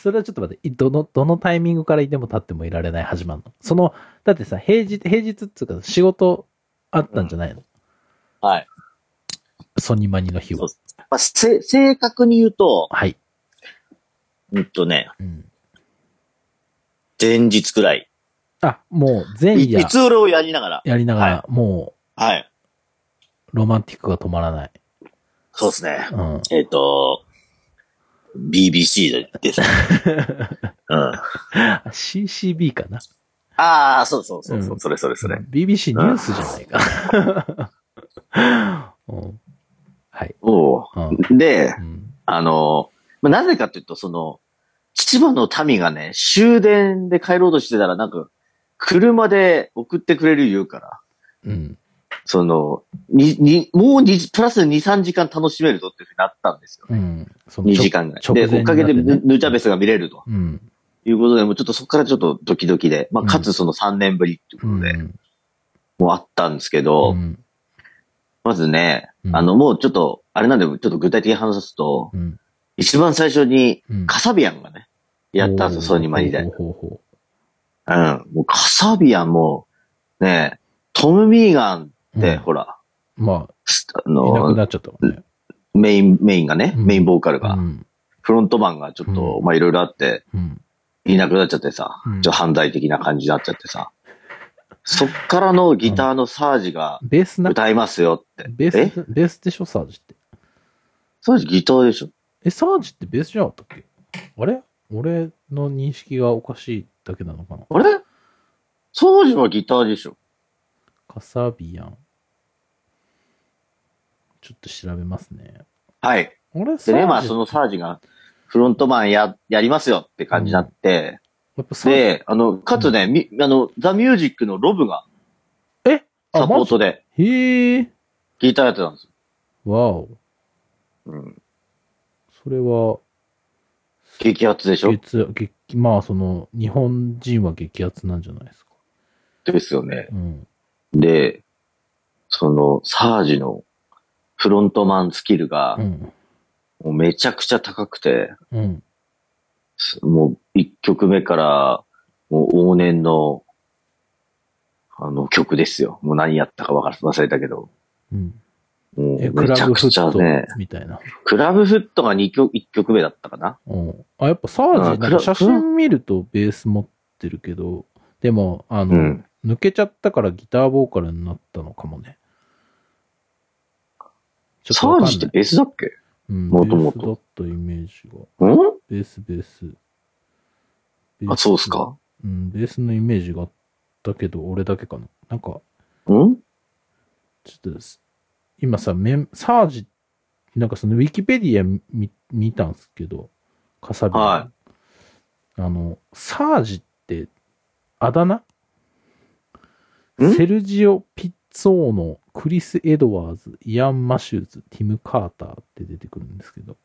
[SPEAKER 1] それはちょっと待って、いどの、どのタイミングからいても立ってもいられない始まるのその、だってさ、平日、平日っつうか仕事あったんじゃないの、
[SPEAKER 2] はい。
[SPEAKER 1] ソニマニの日
[SPEAKER 2] そ
[SPEAKER 1] は
[SPEAKER 2] うっ。すまあ、せ正確に言うと、
[SPEAKER 1] はい。
[SPEAKER 2] うんとね、
[SPEAKER 1] うん。
[SPEAKER 2] 前日くらい。
[SPEAKER 1] あ、もう前
[SPEAKER 2] い
[SPEAKER 1] 夜
[SPEAKER 2] いつ俺をやりながら。
[SPEAKER 1] やりながら、も
[SPEAKER 2] はい。
[SPEAKER 1] うロマンティックが止まらない。
[SPEAKER 2] そうですね。
[SPEAKER 1] うん。
[SPEAKER 2] えっ、と、BBC で ですね。うん。
[SPEAKER 1] CCB かな
[SPEAKER 2] ああ、そうそうそうそう、
[SPEAKER 1] うん
[SPEAKER 2] それそれそれ。
[SPEAKER 1] ?BBC ニュースじゃないか。 うん、はい。
[SPEAKER 2] お
[SPEAKER 1] うん。
[SPEAKER 2] うで
[SPEAKER 1] う、ん。
[SPEAKER 2] あの、まあなぜかというと、その、千葉の民がね、終電で帰ろうとしてたら、なんか、車で送ってくれる言うから、
[SPEAKER 1] うん。
[SPEAKER 2] その、に、に、もうに、プラス2、3時間楽しめるぞっていうふうになったんですよ
[SPEAKER 1] う
[SPEAKER 2] ね。
[SPEAKER 1] ん。その
[SPEAKER 2] 2時間ぐら
[SPEAKER 1] 直
[SPEAKER 2] い。
[SPEAKER 1] 前
[SPEAKER 2] で、おかげで
[SPEAKER 1] になってね
[SPEAKER 2] ヌヌチャベスが見れると。
[SPEAKER 1] うん。
[SPEAKER 2] いうことで、もうちょっとそこからちょっとドキドキで、まあ、
[SPEAKER 1] うん
[SPEAKER 2] かつその3年ぶりっていう
[SPEAKER 1] う
[SPEAKER 2] ことで、
[SPEAKER 1] ん。
[SPEAKER 2] もうあったんですけど、
[SPEAKER 1] うん。
[SPEAKER 2] まずね、
[SPEAKER 1] うん
[SPEAKER 2] あの、もうちょっと、あれなんで、ちょっと具体的に話すと、
[SPEAKER 1] うん。
[SPEAKER 2] 一番最初に
[SPEAKER 1] うん
[SPEAKER 2] カサビアンがね、やったんですよ、ソニーマニで。
[SPEAKER 1] ほ
[SPEAKER 2] う
[SPEAKER 1] うほうほうほ
[SPEAKER 2] ん。もうカサビアンも、ね、トム・ミーガン
[SPEAKER 1] う。
[SPEAKER 2] って、
[SPEAKER 1] うん
[SPEAKER 2] ほら、
[SPEAKER 1] ま
[SPEAKER 2] すあ
[SPEAKER 1] あ、いなく
[SPEAKER 2] の、
[SPEAKER 1] なっちゃったもんね。
[SPEAKER 2] メイン、メインがね、
[SPEAKER 1] うん
[SPEAKER 2] メインボーカル
[SPEAKER 1] う
[SPEAKER 2] が、
[SPEAKER 1] ん。
[SPEAKER 2] フロントマンがちょっと、
[SPEAKER 1] うん
[SPEAKER 2] まあ、いろいろあって、
[SPEAKER 1] うん。
[SPEAKER 2] いなくなっちゃってさ、
[SPEAKER 1] うん
[SPEAKER 2] ちょっと犯罪的な感じになっちゃってさ、そっからのギターのサージが
[SPEAKER 1] ベースな、
[SPEAKER 2] 歌いますよって。
[SPEAKER 1] ベ
[SPEAKER 2] え
[SPEAKER 1] ース、ベースでしょ、サージって。
[SPEAKER 2] サージギターでしょ
[SPEAKER 1] え、サージってベースじゃなかったっけあれ俺の認識がおかしいだけなのかな
[SPEAKER 2] あれサージはギターでしょ
[SPEAKER 1] カサビアン。ちょっと調べますね。
[SPEAKER 2] はい。
[SPEAKER 1] 俺、サー
[SPEAKER 2] でね、
[SPEAKER 1] ジ。
[SPEAKER 2] まあそのサージがフロントマンや、やりますよって感じになって、
[SPEAKER 1] やっぱサージ、
[SPEAKER 2] で、あの、かつね、みあの、ザ・ミュージックのロブが
[SPEAKER 1] あ、
[SPEAKER 2] サポ
[SPEAKER 1] マ
[SPEAKER 2] ートで
[SPEAKER 1] ジへえ。
[SPEAKER 2] ギターやってたんですよ。
[SPEAKER 1] わお。
[SPEAKER 2] うん。
[SPEAKER 1] それは、
[SPEAKER 2] 激アツでしょ
[SPEAKER 1] 激、激、まあ、その、日本人は激アツなんじゃないですか。
[SPEAKER 2] ですよね。
[SPEAKER 1] うん。
[SPEAKER 2] で、その、サージのフロントマンスキルが
[SPEAKER 1] う、ん。
[SPEAKER 2] もうめちゃくちゃ高くて、
[SPEAKER 1] うん。
[SPEAKER 2] すもう一曲目から、もう往年の、あの曲ですよ。もう何やったかわから忘れたけど。
[SPEAKER 1] うん。
[SPEAKER 2] も
[SPEAKER 1] え、
[SPEAKER 2] う
[SPEAKER 1] ク
[SPEAKER 2] め
[SPEAKER 1] ラ
[SPEAKER 2] ちゃ
[SPEAKER 1] ブ
[SPEAKER 2] く
[SPEAKER 1] フ
[SPEAKER 2] ちゃ
[SPEAKER 1] ット
[SPEAKER 2] ね。
[SPEAKER 1] みたいな。
[SPEAKER 2] クラブフットが2曲、1曲目だったかな
[SPEAKER 1] うん。あ、やっぱサー
[SPEAKER 2] あ
[SPEAKER 1] ジ、なんか写
[SPEAKER 2] クラ
[SPEAKER 1] 真見るとベース持ってるけど、でも、あの、
[SPEAKER 2] うん
[SPEAKER 1] 抜けちゃったからギターボーカルになったのかもね。ち
[SPEAKER 2] サ
[SPEAKER 1] ょっとわ
[SPEAKER 2] ー
[SPEAKER 1] かん
[SPEAKER 2] ジ
[SPEAKER 1] な
[SPEAKER 2] って
[SPEAKER 1] い。
[SPEAKER 2] ベースだっけ
[SPEAKER 1] うん、
[SPEAKER 2] もともと
[SPEAKER 1] ベースだったイメージが。
[SPEAKER 2] ん
[SPEAKER 1] ベベース、ベース。ベース
[SPEAKER 2] あ、そうっすか
[SPEAKER 1] うん、ベースのイメージがあったけど、俺だけかな。なんか、
[SPEAKER 2] ん
[SPEAKER 1] ちょっとす、今さ、メン、サージ、なんかそのウィキペディア見見見たんすけど、カサビ。
[SPEAKER 2] は
[SPEAKER 1] あの、サージって、あだ名
[SPEAKER 2] ん
[SPEAKER 1] セルジオ・ピッツォーノ、クリス・エドワーズ、イアン・マシューズ、ティム・カーターって出てくるんですけど。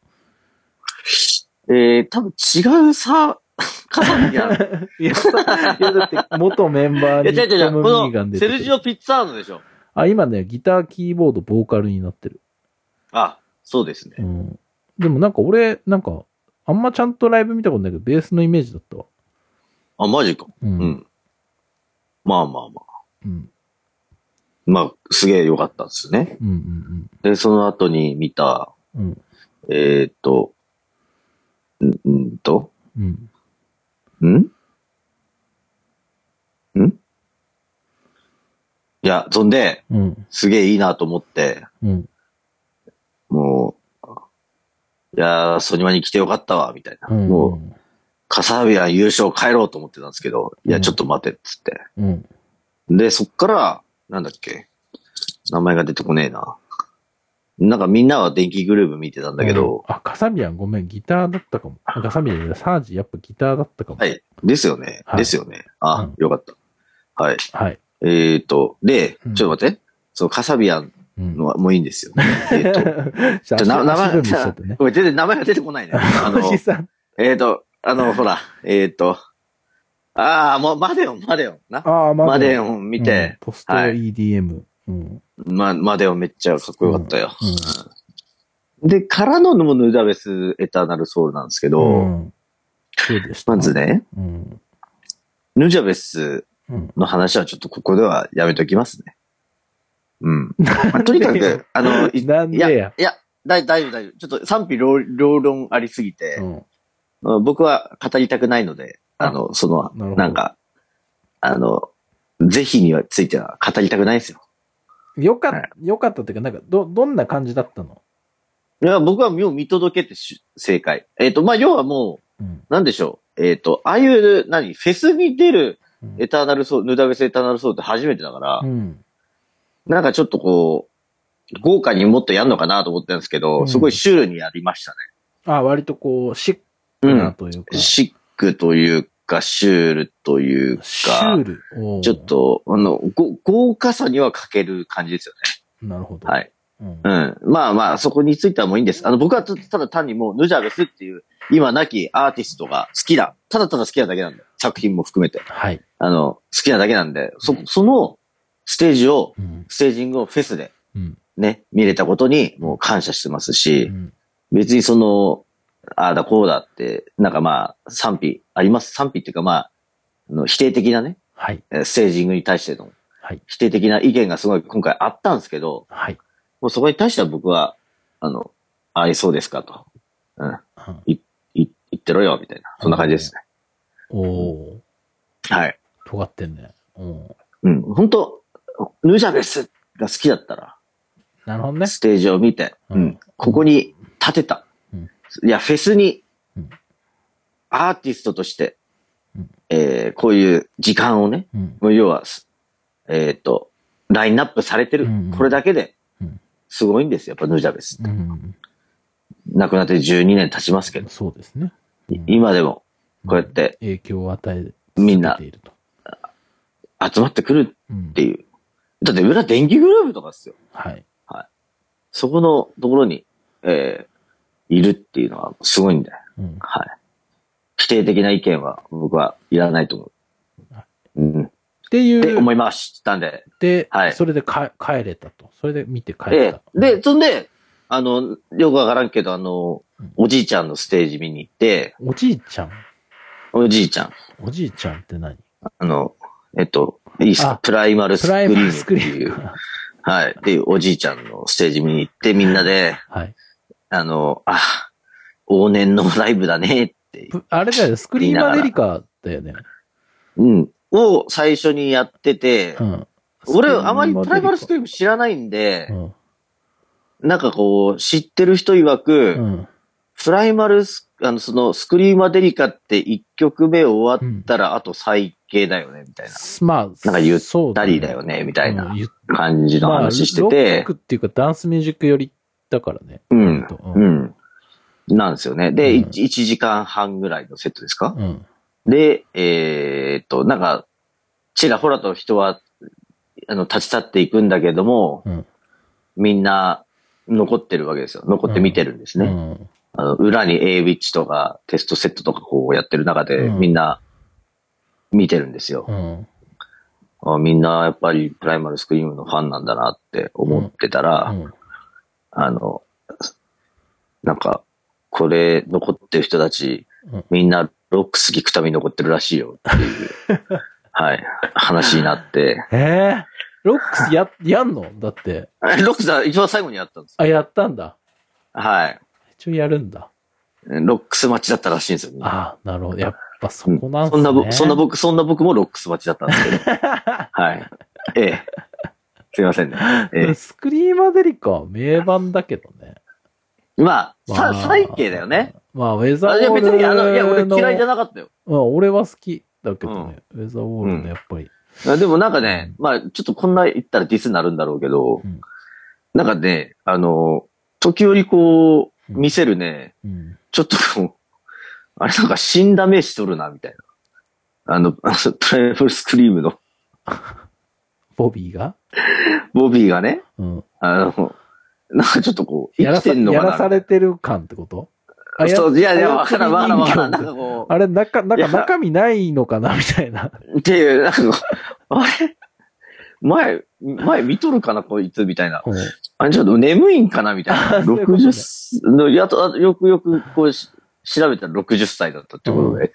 [SPEAKER 2] えー、多分違うさ、
[SPEAKER 3] カサビアン。
[SPEAKER 1] いや、だって元メンバ
[SPEAKER 3] いや、違う違う違う。こ
[SPEAKER 1] ン
[SPEAKER 3] の、セルジオ・ピッツァーノでしょ。
[SPEAKER 1] あ、今ね、ギター、キーボード、ボーカルになってる。
[SPEAKER 3] あ、そうですね
[SPEAKER 1] う。ん。でもなんか俺、なんか、あんまちゃんとライブ見たことないけど、ベースのイメージだったわ。
[SPEAKER 2] あ、マジか。
[SPEAKER 1] うん。
[SPEAKER 2] うん。まあまあまあ。
[SPEAKER 1] うん。
[SPEAKER 2] まあ、すげえ良かったんですね。
[SPEAKER 1] うん。うん。
[SPEAKER 2] で、その後に見た、
[SPEAKER 1] うん。
[SPEAKER 2] えーっと、んんーと、
[SPEAKER 1] うん。
[SPEAKER 2] んんいや、そんで、
[SPEAKER 1] うん。
[SPEAKER 2] すげえいいなと思って、
[SPEAKER 1] うん。
[SPEAKER 2] もう、いやー、ソニマに来てよかったわ、みたいな。
[SPEAKER 1] うん。
[SPEAKER 2] もう、カサビアン優勝帰ろうと思ってたんですけど、いうや、
[SPEAKER 1] ん
[SPEAKER 2] ちょっと待て、っつって。
[SPEAKER 1] うん。うん。
[SPEAKER 2] で、そっから、なんだっけ、名前が出てこねえな。なんかみんなは電気グルーブ見てたんだけど、
[SPEAKER 1] あ、カサビアンごめん、ギターだったかも。あカサビアンじゃない、サージやっぱギターだったかも。
[SPEAKER 2] はい。ですよね。
[SPEAKER 1] はい
[SPEAKER 2] ですよね。あ、
[SPEAKER 1] うん
[SPEAKER 2] よかった。はい。
[SPEAKER 1] はい。
[SPEAKER 2] えっ、と、で、
[SPEAKER 1] うん
[SPEAKER 2] ちょっと待って。そのカサビアン
[SPEAKER 1] うん。
[SPEAKER 2] のはもういいんですよ。 えっと、
[SPEAKER 1] じゃ
[SPEAKER 2] じゃあな名前
[SPEAKER 1] 足踏みしちゃってね。
[SPEAKER 2] ごめん、全然名前が出て こないね。あの、
[SPEAKER 1] おじさん。
[SPEAKER 2] えっ、と、あの、ほら、えっ、と、ああ、もう、マデオン、マデオンな。
[SPEAKER 1] ああ、ま
[SPEAKER 2] マデ
[SPEAKER 1] ン
[SPEAKER 2] オン見て、
[SPEAKER 1] ポスト EDM。うん。
[SPEAKER 2] ま、マデオンめっちゃかっこよかったよ。で、からのもヌダベスエターナルソウルなんですけど、
[SPEAKER 1] うん。そうでした。
[SPEAKER 2] まず。ね、
[SPEAKER 1] うん。
[SPEAKER 2] ヌジャベス
[SPEAKER 1] うん。
[SPEAKER 2] の話はちょっとここではやめときますね。うん。まあとにかく、あの、い
[SPEAKER 1] なんでや。
[SPEAKER 2] いや、だい大丈夫、大丈夫。ちょっと賛否両両論ありすぎて
[SPEAKER 1] う、ん。
[SPEAKER 2] 僕は語りたくないので、あの、その、
[SPEAKER 1] なるほど
[SPEAKER 2] なんか、あの、是非にはついては語りたくないですよ。
[SPEAKER 1] よか
[SPEAKER 2] は
[SPEAKER 1] った、よかったっていうか、なんか、ど、どんな感じだったの
[SPEAKER 2] いや、僕はもう見届けてし正解。えっ、と、まあ、要はも
[SPEAKER 1] うん。
[SPEAKER 2] う、なんでしょう。えっ、と、ああいう、何、フェスに出る
[SPEAKER 1] うん
[SPEAKER 2] エターナルソウル、ヌダベスエターナルソウルって初めてだから、
[SPEAKER 1] うん。
[SPEAKER 2] なんかちょっとこう、豪華にもっとやんのかなと思ったんですけど、
[SPEAKER 1] うん
[SPEAKER 2] すごいシュールにやりましたね。
[SPEAKER 1] あ、割とこう、シックなというか。
[SPEAKER 2] シックというか、シュールというか、
[SPEAKER 1] シュール。おー
[SPEAKER 2] ちょっ。と、あの、ご豪華さには欠ける感じですよ
[SPEAKER 1] なるほど。
[SPEAKER 2] ね。はい。
[SPEAKER 1] うん。
[SPEAKER 2] うん。まあまあ、そこについてはもういいんです。あの、僕はたただ単にもう、ヌジャベスっていう、今なきアーティストが好きだ。ただただ好きなだけなんだよ。作品も含めて。
[SPEAKER 1] はい。
[SPEAKER 2] あの、好きなだけなんで、そ、その、ステージを、
[SPEAKER 1] うん。
[SPEAKER 2] ステージングをフェスで、
[SPEAKER 1] うん。
[SPEAKER 2] ね、見れたことに、もう感謝してます
[SPEAKER 1] う
[SPEAKER 2] し、
[SPEAKER 1] ん。
[SPEAKER 2] 別にその、ああだこうだって、なんかまあ、賛否あります。賛否っていうかまあ、あの否定的なね、
[SPEAKER 1] はい。
[SPEAKER 2] えーステージングに対しての
[SPEAKER 1] はい。
[SPEAKER 2] 否定的な意見がすごい今回あったんですけど、
[SPEAKER 1] はい。
[SPEAKER 2] もうそこに対しては僕は、あの、ああ、そうですかと。うん。
[SPEAKER 1] うん
[SPEAKER 2] い言ってろよ、みたいな。そんな感じですね。
[SPEAKER 1] おー。
[SPEAKER 2] はい。
[SPEAKER 1] 尖ってんね。うん。
[SPEAKER 2] うん。本当ヌジャベスが好きだったら、
[SPEAKER 1] なるほどね。
[SPEAKER 2] ステージを見て、
[SPEAKER 1] う
[SPEAKER 2] うんん。ここに立てた。
[SPEAKER 1] うん
[SPEAKER 2] いや、フェスに
[SPEAKER 1] うん、
[SPEAKER 2] アーティストとして、
[SPEAKER 1] うん
[SPEAKER 2] えー、こういう時間をね、
[SPEAKER 1] うん。
[SPEAKER 2] もう要は、すえっ、と、ラインナップされてる。
[SPEAKER 1] うん
[SPEAKER 2] これだけで
[SPEAKER 1] うん、
[SPEAKER 2] すごいんですよ。やっぱヌジャベス。
[SPEAKER 1] うん。
[SPEAKER 2] 亡くなって12年経ちますけど、
[SPEAKER 1] そうですね。うん
[SPEAKER 2] 今でもこうやっ
[SPEAKER 1] ん
[SPEAKER 2] て
[SPEAKER 1] 影響を与え、
[SPEAKER 2] みんな
[SPEAKER 1] 続けていると。
[SPEAKER 2] 集まってくる
[SPEAKER 1] う
[SPEAKER 2] っ
[SPEAKER 1] ん
[SPEAKER 2] て。いう。だって裏電気グループとかっすよ。
[SPEAKER 1] はい。
[SPEAKER 2] そこのところに、えー、いるっていうのはすごいんだよ。
[SPEAKER 1] うん。
[SPEAKER 2] はい。否定的な意見は僕はいらないと思
[SPEAKER 1] は
[SPEAKER 2] う。うん。っ
[SPEAKER 1] ってい
[SPEAKER 2] て
[SPEAKER 1] う。
[SPEAKER 2] 思いましたんで。
[SPEAKER 1] で、
[SPEAKER 2] はい
[SPEAKER 1] それでか帰れたと。それで見て帰れ
[SPEAKER 2] で
[SPEAKER 1] た。、
[SPEAKER 2] で、そんで、あの、よくわからんけど、あの
[SPEAKER 1] うん、
[SPEAKER 2] おじいちゃんのステージ見に行って、
[SPEAKER 1] おじいちゃん
[SPEAKER 2] おじいちゃん、
[SPEAKER 1] おじいちゃんって何
[SPEAKER 2] あの、えっと、いいっす
[SPEAKER 1] あ
[SPEAKER 2] かプライマルス
[SPEAKER 1] プ
[SPEAKER 2] ク
[SPEAKER 1] ラ
[SPEAKER 2] リ
[SPEAKER 1] イ
[SPEAKER 2] ー
[SPEAKER 1] マ
[SPEAKER 2] ム
[SPEAKER 1] ル
[SPEAKER 2] っ
[SPEAKER 1] ス
[SPEAKER 2] て
[SPEAKER 1] クリー
[SPEAKER 2] いう
[SPEAKER 1] ン。。
[SPEAKER 2] はい。っていうおじいちゃんのステージ見に行って、みんなで、
[SPEAKER 1] はい。
[SPEAKER 2] あの、あ、往年のライブだねって、
[SPEAKER 1] ぷあれだよね、スクリーマーデリカだよね。
[SPEAKER 2] うん、を最初にやってて、
[SPEAKER 1] うん。
[SPEAKER 2] 俺、あまりプライバルス
[SPEAKER 1] ク
[SPEAKER 2] クリーム知らないんで
[SPEAKER 1] リー、マーデリ
[SPEAKER 2] なんかこう、知ってる人曰
[SPEAKER 1] カう
[SPEAKER 2] く、
[SPEAKER 1] ん。うん。
[SPEAKER 2] プライマルスあの、その、スクリーマデリカって1曲目終わったら、あと最軽だよね、みたいな。
[SPEAKER 1] まあ、
[SPEAKER 2] なんかゆっ
[SPEAKER 1] そう
[SPEAKER 2] ダリーだよね、みたい
[SPEAKER 1] うん
[SPEAKER 2] な
[SPEAKER 1] ゆっ
[SPEAKER 2] 感じの話して
[SPEAKER 1] まあロッ
[SPEAKER 2] て
[SPEAKER 1] ク、っていうかダンスミュージック寄りだからね。
[SPEAKER 2] うん、
[SPEAKER 1] ほと
[SPEAKER 2] う
[SPEAKER 1] うん
[SPEAKER 2] ん。なんですよね。で、
[SPEAKER 1] うん
[SPEAKER 2] 1時間半ぐらいのセットですか
[SPEAKER 1] うん。
[SPEAKER 2] で、えーっと、なんか、ちらほらと人は、あの、立ち去っていくんだけども、
[SPEAKER 1] うん
[SPEAKER 2] みんな残ってるわけですよ。残って見てるんです
[SPEAKER 1] う
[SPEAKER 2] ね。
[SPEAKER 1] ん。
[SPEAKER 2] あの裏に A ウィッチとかテストセットとかこうやってる中で、
[SPEAKER 1] うん
[SPEAKER 2] みんな見てるんですよ。
[SPEAKER 1] うん。
[SPEAKER 2] あみんなやっぱりプライマルスクリームのファンなんだなって思ってたら、
[SPEAKER 1] うん
[SPEAKER 2] あの、なんか、これ残ってる人たち
[SPEAKER 1] うん、
[SPEAKER 2] みんなロックス聞くために残ってるらしいよっていう、 はい、話になって。
[SPEAKER 1] ええロックスや、やんのだって。
[SPEAKER 2] えロックスは一番最後にやったんですよ
[SPEAKER 1] あ、やったんだ。
[SPEAKER 2] はい。
[SPEAKER 1] 一応やるんだ。
[SPEAKER 2] ロックス待ちだったらしいんですよ、みんな
[SPEAKER 1] ああ、なるほど。やっぱそこなんす
[SPEAKER 2] そ
[SPEAKER 1] ね。
[SPEAKER 2] んな僕、そんな僕、そんな僕もロックス待ちだったんです けど。はい。ええ。すいませんね。ええ
[SPEAKER 1] スクリーマデリカは名盤だけどね。
[SPEAKER 2] まあ、
[SPEAKER 1] ま
[SPEAKER 2] さ、
[SPEAKER 1] あ
[SPEAKER 2] サイケだよね。。
[SPEAKER 1] まあ、ウェザーウォ
[SPEAKER 2] あ
[SPEAKER 1] ー
[SPEAKER 2] いや、別
[SPEAKER 1] ルの。
[SPEAKER 2] に、あの、いや、俺嫌いじゃなかったよ。
[SPEAKER 1] まあ、俺は好きだけどね。ウェザーウォールのやっぱり。
[SPEAKER 2] でもなんかね、まあ、ちょっとこんな言ったらディスになるんだろうけ
[SPEAKER 1] う
[SPEAKER 2] ど、
[SPEAKER 1] ん
[SPEAKER 2] なんかね、あの、時折こう、
[SPEAKER 1] うん
[SPEAKER 2] 見せるね、
[SPEAKER 1] うん。
[SPEAKER 2] ちょっとこう、あれなんか死んだ目しとるな、みたいな。あの、 あのプライマルスクリームの
[SPEAKER 1] ボビーが
[SPEAKER 2] ボビーがね、
[SPEAKER 1] うん。
[SPEAKER 2] あの、なんかちょっとこう、
[SPEAKER 1] や
[SPEAKER 2] 生
[SPEAKER 1] ら
[SPEAKER 2] き
[SPEAKER 1] さ
[SPEAKER 2] てんの
[SPEAKER 1] や
[SPEAKER 2] かな。
[SPEAKER 1] らされてる感ってことあや
[SPEAKER 2] そう、いやいや、
[SPEAKER 1] 操り
[SPEAKER 2] わからんわからんわからん。
[SPEAKER 1] 人
[SPEAKER 2] な
[SPEAKER 1] 形
[SPEAKER 2] んかこ
[SPEAKER 1] あれ、中、なん
[SPEAKER 2] い
[SPEAKER 1] か
[SPEAKER 2] や
[SPEAKER 1] 中身ないのかな みたいな。
[SPEAKER 2] う、っていう、なんかこう、あれ 前、前見とるかな、こいつ、みたいな。
[SPEAKER 1] うん
[SPEAKER 2] あれ、ちょっと眠いんかな、みたいな。
[SPEAKER 1] あそういうことね
[SPEAKER 2] 60すの、やっと、あよくよく、こうし、調べたら60歳だったってことで、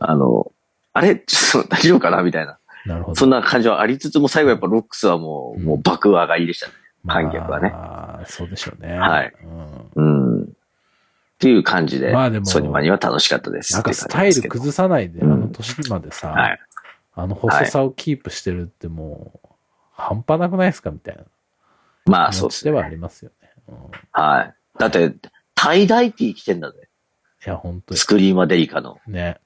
[SPEAKER 2] あの、あれ ちょっと大丈夫かなみたいな。
[SPEAKER 1] なるほど。
[SPEAKER 2] そんな感じはありつつも、最後やっぱロックスはもう、
[SPEAKER 1] うん
[SPEAKER 2] もう爆上がりでしたね。観客はね
[SPEAKER 1] ああ、そうでしょうね。
[SPEAKER 2] はい
[SPEAKER 1] うん
[SPEAKER 2] うん。っていう感じで、
[SPEAKER 1] まあでも
[SPEAKER 2] ソニマには楽しかったです。
[SPEAKER 1] なんかスタイル崩さないで、あ
[SPEAKER 2] うん
[SPEAKER 1] の年までさ、
[SPEAKER 2] はい
[SPEAKER 1] あの細さをキープしてるってもう、半端なくないですかみたいな。
[SPEAKER 2] まあ、
[SPEAKER 1] 気
[SPEAKER 2] そ
[SPEAKER 1] 持
[SPEAKER 2] うで
[SPEAKER 1] ち
[SPEAKER 2] す
[SPEAKER 1] で
[SPEAKER 2] ね。
[SPEAKER 1] はありますよね。うんい
[SPEAKER 2] はい。だって、タイダイティー着てんだぜ。
[SPEAKER 1] や、本当に
[SPEAKER 2] ス。クリーマデリカの、
[SPEAKER 1] ね。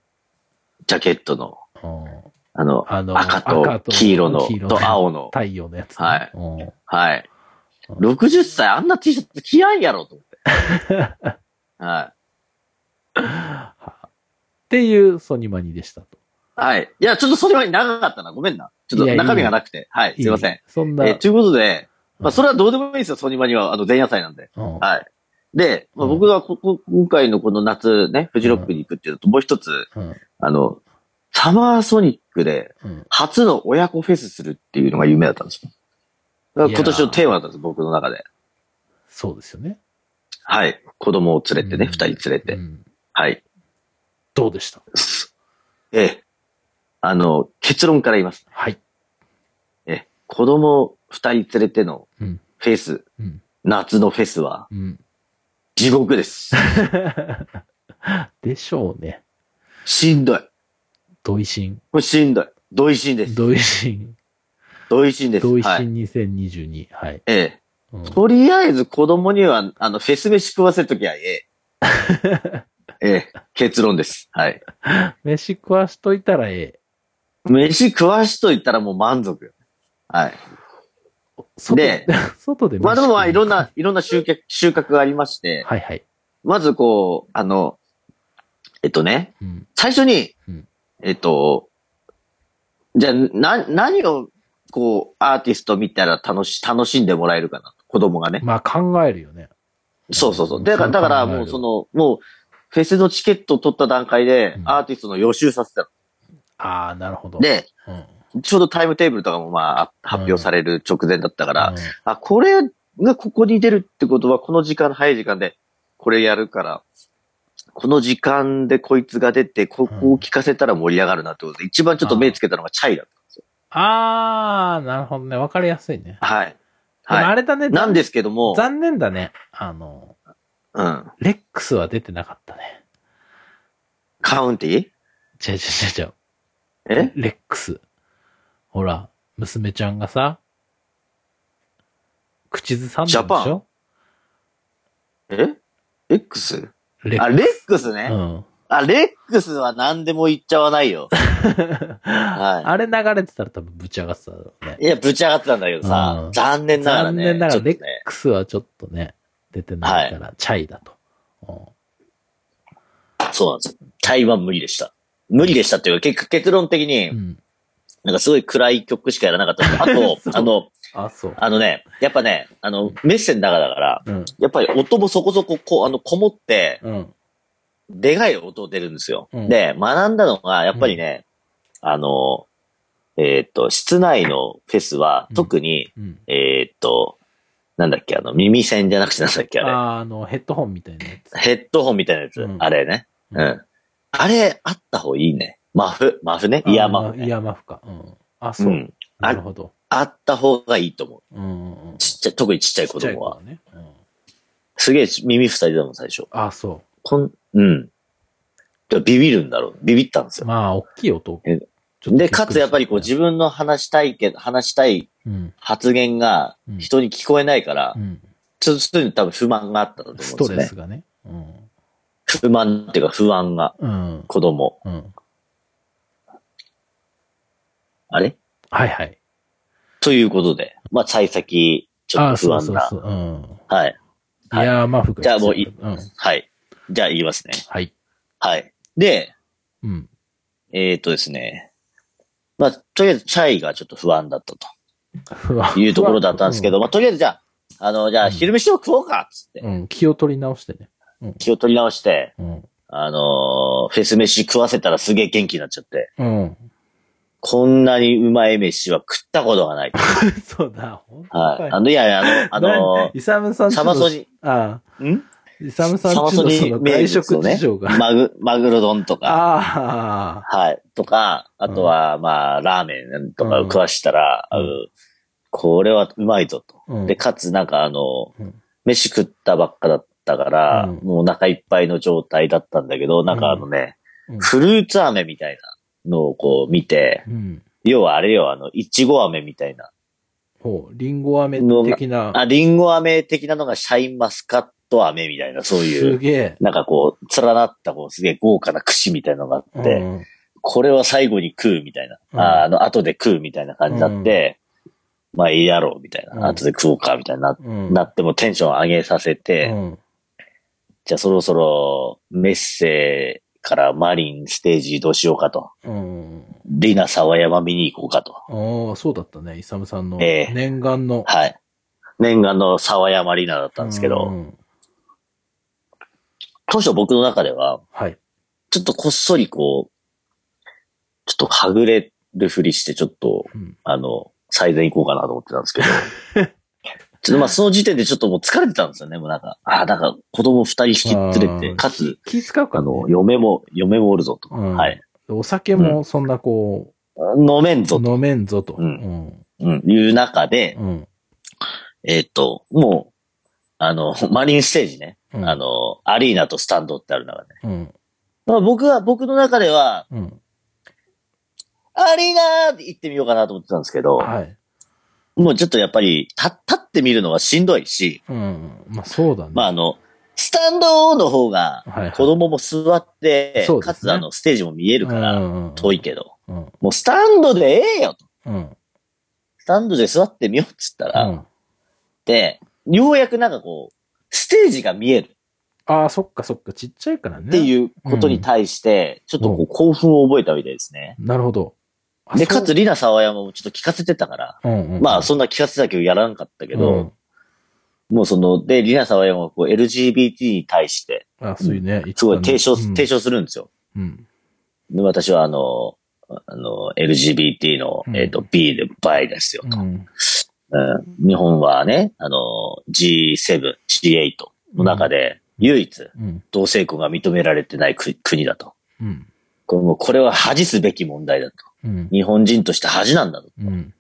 [SPEAKER 2] ジャケットの、
[SPEAKER 1] うん
[SPEAKER 2] あの、
[SPEAKER 1] あの
[SPEAKER 2] 赤と黄色の、と青 の、
[SPEAKER 1] 太陽のやつね。
[SPEAKER 2] はい
[SPEAKER 1] うん
[SPEAKER 2] はい。60歳あんな T シャツ着やんやろと思 って。はい。
[SPEAKER 1] っていうソニマニでしたと。
[SPEAKER 2] はい。いや、ちょっとそれは長かったな。ごめんな。ちょっ
[SPEAKER 1] いや
[SPEAKER 2] と
[SPEAKER 1] いい
[SPEAKER 2] 中身がなくて。はい。すいません。
[SPEAKER 1] い。そんな。
[SPEAKER 2] えーということで、ま
[SPEAKER 1] う
[SPEAKER 2] あ、
[SPEAKER 1] ん
[SPEAKER 2] それはどうでもいいですよ、ソニマには。あの、前夜祭なんで。
[SPEAKER 1] うん
[SPEAKER 2] はい。で、まあ、
[SPEAKER 1] うん
[SPEAKER 2] 僕はここ、今回のこの夏ね、フジロックに行くっていうのと、もう一つ、
[SPEAKER 1] うん
[SPEAKER 2] あの、サマーソニックで、
[SPEAKER 1] うん
[SPEAKER 2] 初の親子フェスするっていうのが夢だったんですよ。だから今年のテーマだったんです、僕の中で。
[SPEAKER 1] そうですよね。
[SPEAKER 2] はい。子供を連れてね、
[SPEAKER 1] うん
[SPEAKER 2] 二、人連れて。
[SPEAKER 1] うん
[SPEAKER 2] はい。
[SPEAKER 1] どうでした
[SPEAKER 2] ええ。あの、結論から言います。
[SPEAKER 1] はい。
[SPEAKER 2] ええ。子供二人連れての
[SPEAKER 1] うん。
[SPEAKER 2] フェス、
[SPEAKER 1] うん。
[SPEAKER 2] 夏のフェスは
[SPEAKER 1] うん。
[SPEAKER 2] 地獄です。
[SPEAKER 1] でしょうね。
[SPEAKER 2] しんどい。
[SPEAKER 1] 土井新。
[SPEAKER 2] これしんどい。同意心です。
[SPEAKER 1] 土井新。
[SPEAKER 2] 同意心です。
[SPEAKER 1] 土井
[SPEAKER 2] はい。
[SPEAKER 1] 新2022。はい。
[SPEAKER 2] ええ。
[SPEAKER 1] うん
[SPEAKER 2] とりあえず子供には、あの、フェス飯食わせときゃ ええ。ええ。結論です。はい。
[SPEAKER 1] 飯食わしといたらええ。
[SPEAKER 2] 飯食わしといたらもう満足よ。はい。
[SPEAKER 1] 外
[SPEAKER 2] で、
[SPEAKER 1] 外で飯食う
[SPEAKER 2] まあでもまあいろん。な、いろんな収穫、収穫がありまして、
[SPEAKER 1] はいはい。
[SPEAKER 2] まずこう、あの、えっとね、
[SPEAKER 1] うん。
[SPEAKER 2] 最初に、
[SPEAKER 1] うん
[SPEAKER 2] えっと、じゃあ、な、何を、こう、アーティスト見たら楽し、楽しんでもらえるかな。子供がね。
[SPEAKER 1] まあ考えるよね。
[SPEAKER 2] そうそうそう。
[SPEAKER 1] うん
[SPEAKER 2] だから、だから
[SPEAKER 1] そう考える
[SPEAKER 2] もうその、もう、フェスのチケットを取った段階で
[SPEAKER 1] う、ん
[SPEAKER 2] アーティストの予習させたの。
[SPEAKER 1] ああ、なるほど。
[SPEAKER 2] で、
[SPEAKER 1] うん、
[SPEAKER 2] ちょうどタイムテーブルとかもまあ、発表される直前だったから、
[SPEAKER 1] うん
[SPEAKER 2] あ、これがここに出るってことは、この時間、早い時間で、これやるから、この時間でこいつが出て、ここを聞かせたら盛り上がるなってことで、一番ちょっと目つけたのがチャイだったんですよ。
[SPEAKER 1] ああ、なるほどね。わかりやすいね。
[SPEAKER 2] はい。
[SPEAKER 1] でも
[SPEAKER 2] は
[SPEAKER 1] あれだね。
[SPEAKER 2] い。なんですけども、
[SPEAKER 1] 残念だね。あの、
[SPEAKER 2] うん。
[SPEAKER 1] レックスは出てなかったね。
[SPEAKER 2] カウンティ
[SPEAKER 1] 違う違う違う違う。
[SPEAKER 2] え
[SPEAKER 1] レックス。ほら、娘ちゃんがさ、口ずさんだんでしょ
[SPEAKER 2] え ?X?
[SPEAKER 1] レ
[SPEAKER 2] あ、レックスね。
[SPEAKER 1] うん。
[SPEAKER 2] あ、レックスは何でも言っちゃわな いよ。 は
[SPEAKER 1] あれ流れてたら多分ぶち上がってただろうね
[SPEAKER 2] い。。いや、ぶち上がってたんだけど
[SPEAKER 1] う
[SPEAKER 2] さ
[SPEAKER 1] ん、
[SPEAKER 2] 残念ながら
[SPEAKER 1] 残
[SPEAKER 2] ね。
[SPEAKER 1] 念なが
[SPEAKER 2] ちょ
[SPEAKER 1] ら、
[SPEAKER 2] っ
[SPEAKER 1] レ
[SPEAKER 2] と
[SPEAKER 1] ッ
[SPEAKER 2] ね
[SPEAKER 1] クスはちょっとね、出てないから、チャイだと。
[SPEAKER 2] そうなんですよ。台湾無理でした。無理でしたっていうか、結果結論的に
[SPEAKER 1] う、ん。
[SPEAKER 2] なんかすごい暗い曲しかやらなかったんですよ。あ
[SPEAKER 1] そう
[SPEAKER 2] と、あの、
[SPEAKER 1] あ、そう。
[SPEAKER 2] あのね、やっぱね、あの、メッセの中だから、
[SPEAKER 1] うん。
[SPEAKER 2] やっぱり音もそこそこ、こう、あの、こもって、
[SPEAKER 1] うん。
[SPEAKER 2] でかい音出るんですよ。
[SPEAKER 1] うん
[SPEAKER 2] で、学んだのが、やっぱりね、あの、えーっと、室内のフェスは
[SPEAKER 1] う、ん
[SPEAKER 2] 特に、
[SPEAKER 1] うん。
[SPEAKER 2] えーっと、なんだっけ、あの、耳栓じゃなくてなんだっけ、あれ。
[SPEAKER 1] あーあの、ヘッドホンみたいなやつ。
[SPEAKER 2] ヘッドホンみたいなやつ、
[SPEAKER 1] うん
[SPEAKER 2] あれね。う
[SPEAKER 1] うん
[SPEAKER 2] ん。あれ、あった方がいいね。マフ、マフね。
[SPEAKER 1] あ
[SPEAKER 2] イヤーマフ、
[SPEAKER 1] イ
[SPEAKER 2] ね。
[SPEAKER 1] ヤーマフか。うん。あ、
[SPEAKER 2] う
[SPEAKER 1] そう。
[SPEAKER 2] ん。
[SPEAKER 1] なるほど。
[SPEAKER 2] あった方がいいと思う。
[SPEAKER 1] うんうんうん。
[SPEAKER 2] ちっちゃい、特にちっちゃい子
[SPEAKER 1] ちっちゃい
[SPEAKER 2] 供は。
[SPEAKER 1] 子ね。うん
[SPEAKER 2] すげえ耳塞いでたもん、最初。
[SPEAKER 1] あ、そ
[SPEAKER 2] こん、うん。でビビるんだろう。ビビったんで
[SPEAKER 1] う。
[SPEAKER 2] すよ。
[SPEAKER 1] まあ、大きい音。
[SPEAKER 2] え
[SPEAKER 1] ちょっとびくり
[SPEAKER 2] で、
[SPEAKER 1] した
[SPEAKER 2] かつやっぱりこう自分の話したいけど、話したい
[SPEAKER 1] うん。
[SPEAKER 2] 発言が
[SPEAKER 1] うん
[SPEAKER 2] 人に聞こえないから
[SPEAKER 1] う、ん。
[SPEAKER 2] ちょっとに多分不満があったんだと
[SPEAKER 1] ス
[SPEAKER 2] 思
[SPEAKER 1] ト
[SPEAKER 2] うん
[SPEAKER 1] レ
[SPEAKER 2] です
[SPEAKER 1] ス
[SPEAKER 2] よ
[SPEAKER 1] がね。うん。
[SPEAKER 2] ね。不満っていうか不安が、
[SPEAKER 1] うん。
[SPEAKER 2] 子供。
[SPEAKER 1] うん。
[SPEAKER 2] あれ
[SPEAKER 1] はいはい。
[SPEAKER 2] ということで、まあ、幸先、ちょっ
[SPEAKER 1] あ
[SPEAKER 2] と
[SPEAKER 1] そう
[SPEAKER 2] 不安
[SPEAKER 1] そう
[SPEAKER 2] な。
[SPEAKER 1] そう。うん。
[SPEAKER 2] はい。
[SPEAKER 1] イ
[SPEAKER 2] はい
[SPEAKER 1] ヤーマフが必要。
[SPEAKER 2] じゃあもうい
[SPEAKER 1] うん。
[SPEAKER 2] はい。じゃあ言いますね。
[SPEAKER 1] はい。
[SPEAKER 2] はい。で、
[SPEAKER 1] うん。
[SPEAKER 2] えっ、とですね。まあ、とりあえず、チャイがちょっと不安だった
[SPEAKER 1] 不安
[SPEAKER 2] というところだったんですけど、まあ、とりあえずじゃあ、あの、じゃ
[SPEAKER 1] う
[SPEAKER 2] あ、
[SPEAKER 1] ん
[SPEAKER 2] 昼飯を食おうかっつって、
[SPEAKER 1] うん。気を取り直してね。
[SPEAKER 2] 気を取り直して、
[SPEAKER 1] うん。
[SPEAKER 2] あのーフェス飯食わせたらすげえ元気になっちゃって、
[SPEAKER 1] うん。
[SPEAKER 2] こんなにうまい飯は食ったことがない。
[SPEAKER 1] そう だ。ほんとか
[SPEAKER 2] はい。あの、いやいや、あの、あの
[SPEAKER 1] イサムさん
[SPEAKER 2] ー、
[SPEAKER 1] ち
[SPEAKER 2] サ
[SPEAKER 1] の
[SPEAKER 2] マソニ、
[SPEAKER 1] あ
[SPEAKER 2] ん
[SPEAKER 1] あ、イサムさんちの
[SPEAKER 2] サ
[SPEAKER 1] そ
[SPEAKER 2] マソニ
[SPEAKER 1] の
[SPEAKER 2] 名
[SPEAKER 1] 外
[SPEAKER 2] 物
[SPEAKER 1] 食
[SPEAKER 2] のね
[SPEAKER 1] 事情が。
[SPEAKER 2] マグ、マグロ丼とか、
[SPEAKER 1] ああ。
[SPEAKER 2] はい。とか、あとは、まあ、ラーメンとか
[SPEAKER 1] うん
[SPEAKER 2] 食わしたら、
[SPEAKER 1] うん
[SPEAKER 2] うんこれはうまいぞと。
[SPEAKER 1] うん
[SPEAKER 2] で、かつ、なんかあの、
[SPEAKER 1] うん
[SPEAKER 2] 飯食ったばっかだったから、
[SPEAKER 1] うん
[SPEAKER 2] もうお腹いっぱいの状態だったんだけど、なんかあのね、
[SPEAKER 1] うん
[SPEAKER 2] フルーツ飴みたいなのをこう見て、
[SPEAKER 1] うん。
[SPEAKER 2] 要はあれよ、あの、いちご飴みたいな。
[SPEAKER 1] ほう、リンゴ飴的な。
[SPEAKER 2] あ、リンゴ飴的なのがシャインマスカット飴みたいな、そうい
[SPEAKER 1] す
[SPEAKER 2] う、
[SPEAKER 1] げえ。
[SPEAKER 2] なんかこう、連なったこう、すげえ豪華な串みたいなのがあって、
[SPEAKER 1] うん
[SPEAKER 2] これは最後に食うみたいな。
[SPEAKER 1] うん
[SPEAKER 2] ああの、後で食うみたいな感じになって、まあいいやろうみたいな。
[SPEAKER 1] うん
[SPEAKER 2] 後で食おうかみたいにな,、
[SPEAKER 1] うん。
[SPEAKER 2] なってもテンション上げさせて、
[SPEAKER 1] うん
[SPEAKER 2] じゃあそろそろメッセからマリンステージ移動しようかと。
[SPEAKER 1] うん。
[SPEAKER 2] リナ沢山見に行こうかと。
[SPEAKER 1] ああ、そうだったね。イサムさんの
[SPEAKER 2] ええ
[SPEAKER 1] 念願の。
[SPEAKER 2] はい。念願の沢山リナだったんですけ
[SPEAKER 1] う
[SPEAKER 2] ど、
[SPEAKER 1] ん
[SPEAKER 2] 当初僕の中では、
[SPEAKER 1] はい。
[SPEAKER 2] ちょっとこっそりこう、ちょっとはぐれるふりして、ちょっと
[SPEAKER 1] うん
[SPEAKER 2] あの、最善行こうかなと思ってたんですけど。 ちょっとまあその時点でちょっともう疲れてたんですよね、もうなんか。ああ、なんか子供二人引き
[SPEAKER 1] あ
[SPEAKER 2] 連れ
[SPEAKER 1] ー
[SPEAKER 2] て、かつ、
[SPEAKER 1] 気使う
[SPEAKER 2] あ
[SPEAKER 1] かね
[SPEAKER 2] の、嫁も、嫁もおるぞと。
[SPEAKER 1] うん
[SPEAKER 2] はい。
[SPEAKER 1] お酒もそんなこ
[SPEAKER 2] 飲めん
[SPEAKER 1] う、
[SPEAKER 2] ぞと、
[SPEAKER 1] 飲めんぞと。
[SPEAKER 2] う
[SPEAKER 1] うん。
[SPEAKER 2] うん、いう中で、
[SPEAKER 1] うん。
[SPEAKER 2] えーっと、もう、あの、マリンステージね。
[SPEAKER 1] うん
[SPEAKER 2] あ、の、アリーナとスタンドってある中で。
[SPEAKER 1] うん。
[SPEAKER 2] まあ僕は、僕の中では、
[SPEAKER 1] うん。
[SPEAKER 2] アリーナーって行ってみようかなと思ってたんですけど、
[SPEAKER 1] はい。
[SPEAKER 2] もうちょっとやっぱり、立立ってみるのはしんどいし、
[SPEAKER 1] うん。まあ、そうだね。
[SPEAKER 2] まああの、スタンドの方が、
[SPEAKER 1] はいはい
[SPEAKER 2] 子供も座って、
[SPEAKER 1] そうですね
[SPEAKER 2] かつあの、ステージも見えるから、
[SPEAKER 1] ら
[SPEAKER 2] 遠い。けど、
[SPEAKER 1] うん。
[SPEAKER 2] もうスタンドでええよと
[SPEAKER 1] うん。
[SPEAKER 2] スタンドで座ってみようっつったら、
[SPEAKER 1] うん
[SPEAKER 2] で、ようやくなんかこう、ステージが見える
[SPEAKER 1] ああ、そっかそっか。ちっちゃいからね。
[SPEAKER 2] って
[SPEAKER 1] う。
[SPEAKER 2] いうことに対して、ちょっとこ
[SPEAKER 1] う
[SPEAKER 2] う、興奮を覚えたみたいですね。
[SPEAKER 1] なるほど。あ
[SPEAKER 2] で、
[SPEAKER 1] そう
[SPEAKER 2] かつ、リナ沢山もちょっと聞かせてたから、
[SPEAKER 1] うんうん。
[SPEAKER 2] まあ、そんな聞かせてたけど、やらんかったけど、もうその、で、リナ沢山はこう、LGBT に対して、
[SPEAKER 1] うん、あそういうね。
[SPEAKER 2] すごい提唱、
[SPEAKER 1] うん
[SPEAKER 2] 提唱するんですよ。
[SPEAKER 1] うん。
[SPEAKER 2] で私はあの、あの、LGBT の
[SPEAKER 1] う、ん
[SPEAKER 2] えっ、と、B で、バイですよ
[SPEAKER 1] う
[SPEAKER 2] と、
[SPEAKER 1] ん。
[SPEAKER 2] うん日本はね、あの、G7、G8 の中で、唯一、
[SPEAKER 1] うん。
[SPEAKER 2] 同性婚が認められてない国国だと。
[SPEAKER 1] うん。
[SPEAKER 2] これもうこれは恥すべき問題だと。
[SPEAKER 1] うん。
[SPEAKER 2] 日本人として恥なんだと
[SPEAKER 1] うん。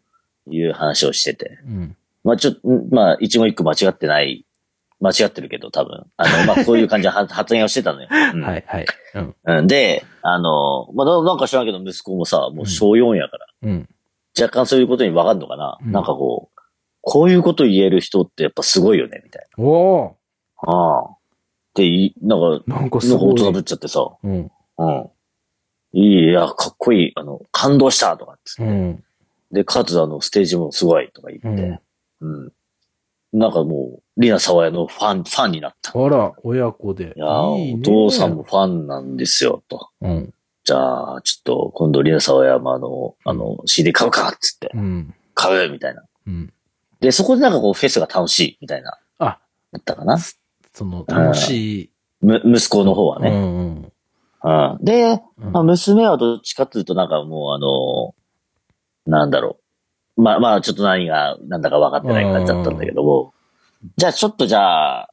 [SPEAKER 2] いう話をしてて。
[SPEAKER 1] うん。
[SPEAKER 2] まあちょっと、んまあ一言一句間違ってない、間違ってるけど多分。あの、まあそういう感じの発 発言をしてたのよ。うん
[SPEAKER 1] はいはい。うん。
[SPEAKER 2] うんで、あの、まあななんか知らんけど息子もさ、もう小4やから。
[SPEAKER 1] うん。
[SPEAKER 2] 若干そういうことに分かんのかな、
[SPEAKER 1] うん
[SPEAKER 2] なんかこう、こういうこと言える人ってやっぱすごいよね、みたい
[SPEAKER 1] おお
[SPEAKER 2] な。ああ。っていい、なんか、
[SPEAKER 1] なんかす
[SPEAKER 2] なんか
[SPEAKER 1] ご
[SPEAKER 2] 大人ぶ
[SPEAKER 1] い。
[SPEAKER 2] っちゃってさ、
[SPEAKER 1] うん。
[SPEAKER 2] うん。いい、いや、かっこいい、あの、感動したとかっつって
[SPEAKER 1] うん。
[SPEAKER 2] で、かつ、あの、ステージもすごいとか
[SPEAKER 1] う
[SPEAKER 2] 言って
[SPEAKER 1] ん。、
[SPEAKER 2] うん。なんかもう、リナ・サワヤのファン、ファンになった。
[SPEAKER 1] あら、親子で。
[SPEAKER 2] いやー
[SPEAKER 1] いいね
[SPEAKER 2] お父さんも。ファンなんですよ、と。
[SPEAKER 1] うん。
[SPEAKER 2] じゃあ、ちょっと、今度、リナ・サワヤもあの、あの、CD 買うかっつって、
[SPEAKER 1] うん。
[SPEAKER 2] 買うみたいな。
[SPEAKER 1] うん。
[SPEAKER 2] で、そこでなんかこう、フェスが楽しい、みたいな、
[SPEAKER 1] あ、
[SPEAKER 2] だったかな。
[SPEAKER 1] その、楽しい。
[SPEAKER 2] む、息子の方は
[SPEAKER 1] う
[SPEAKER 2] ね。
[SPEAKER 1] んうん。
[SPEAKER 2] うん。で、
[SPEAKER 1] うん
[SPEAKER 2] まあ、娘はどっちかっていうと、なんかもう、あのなんだろう。まあまあ、ちょっと何が、なんだか分かってない感じだったんだけども、じゃあちょっとじゃあ、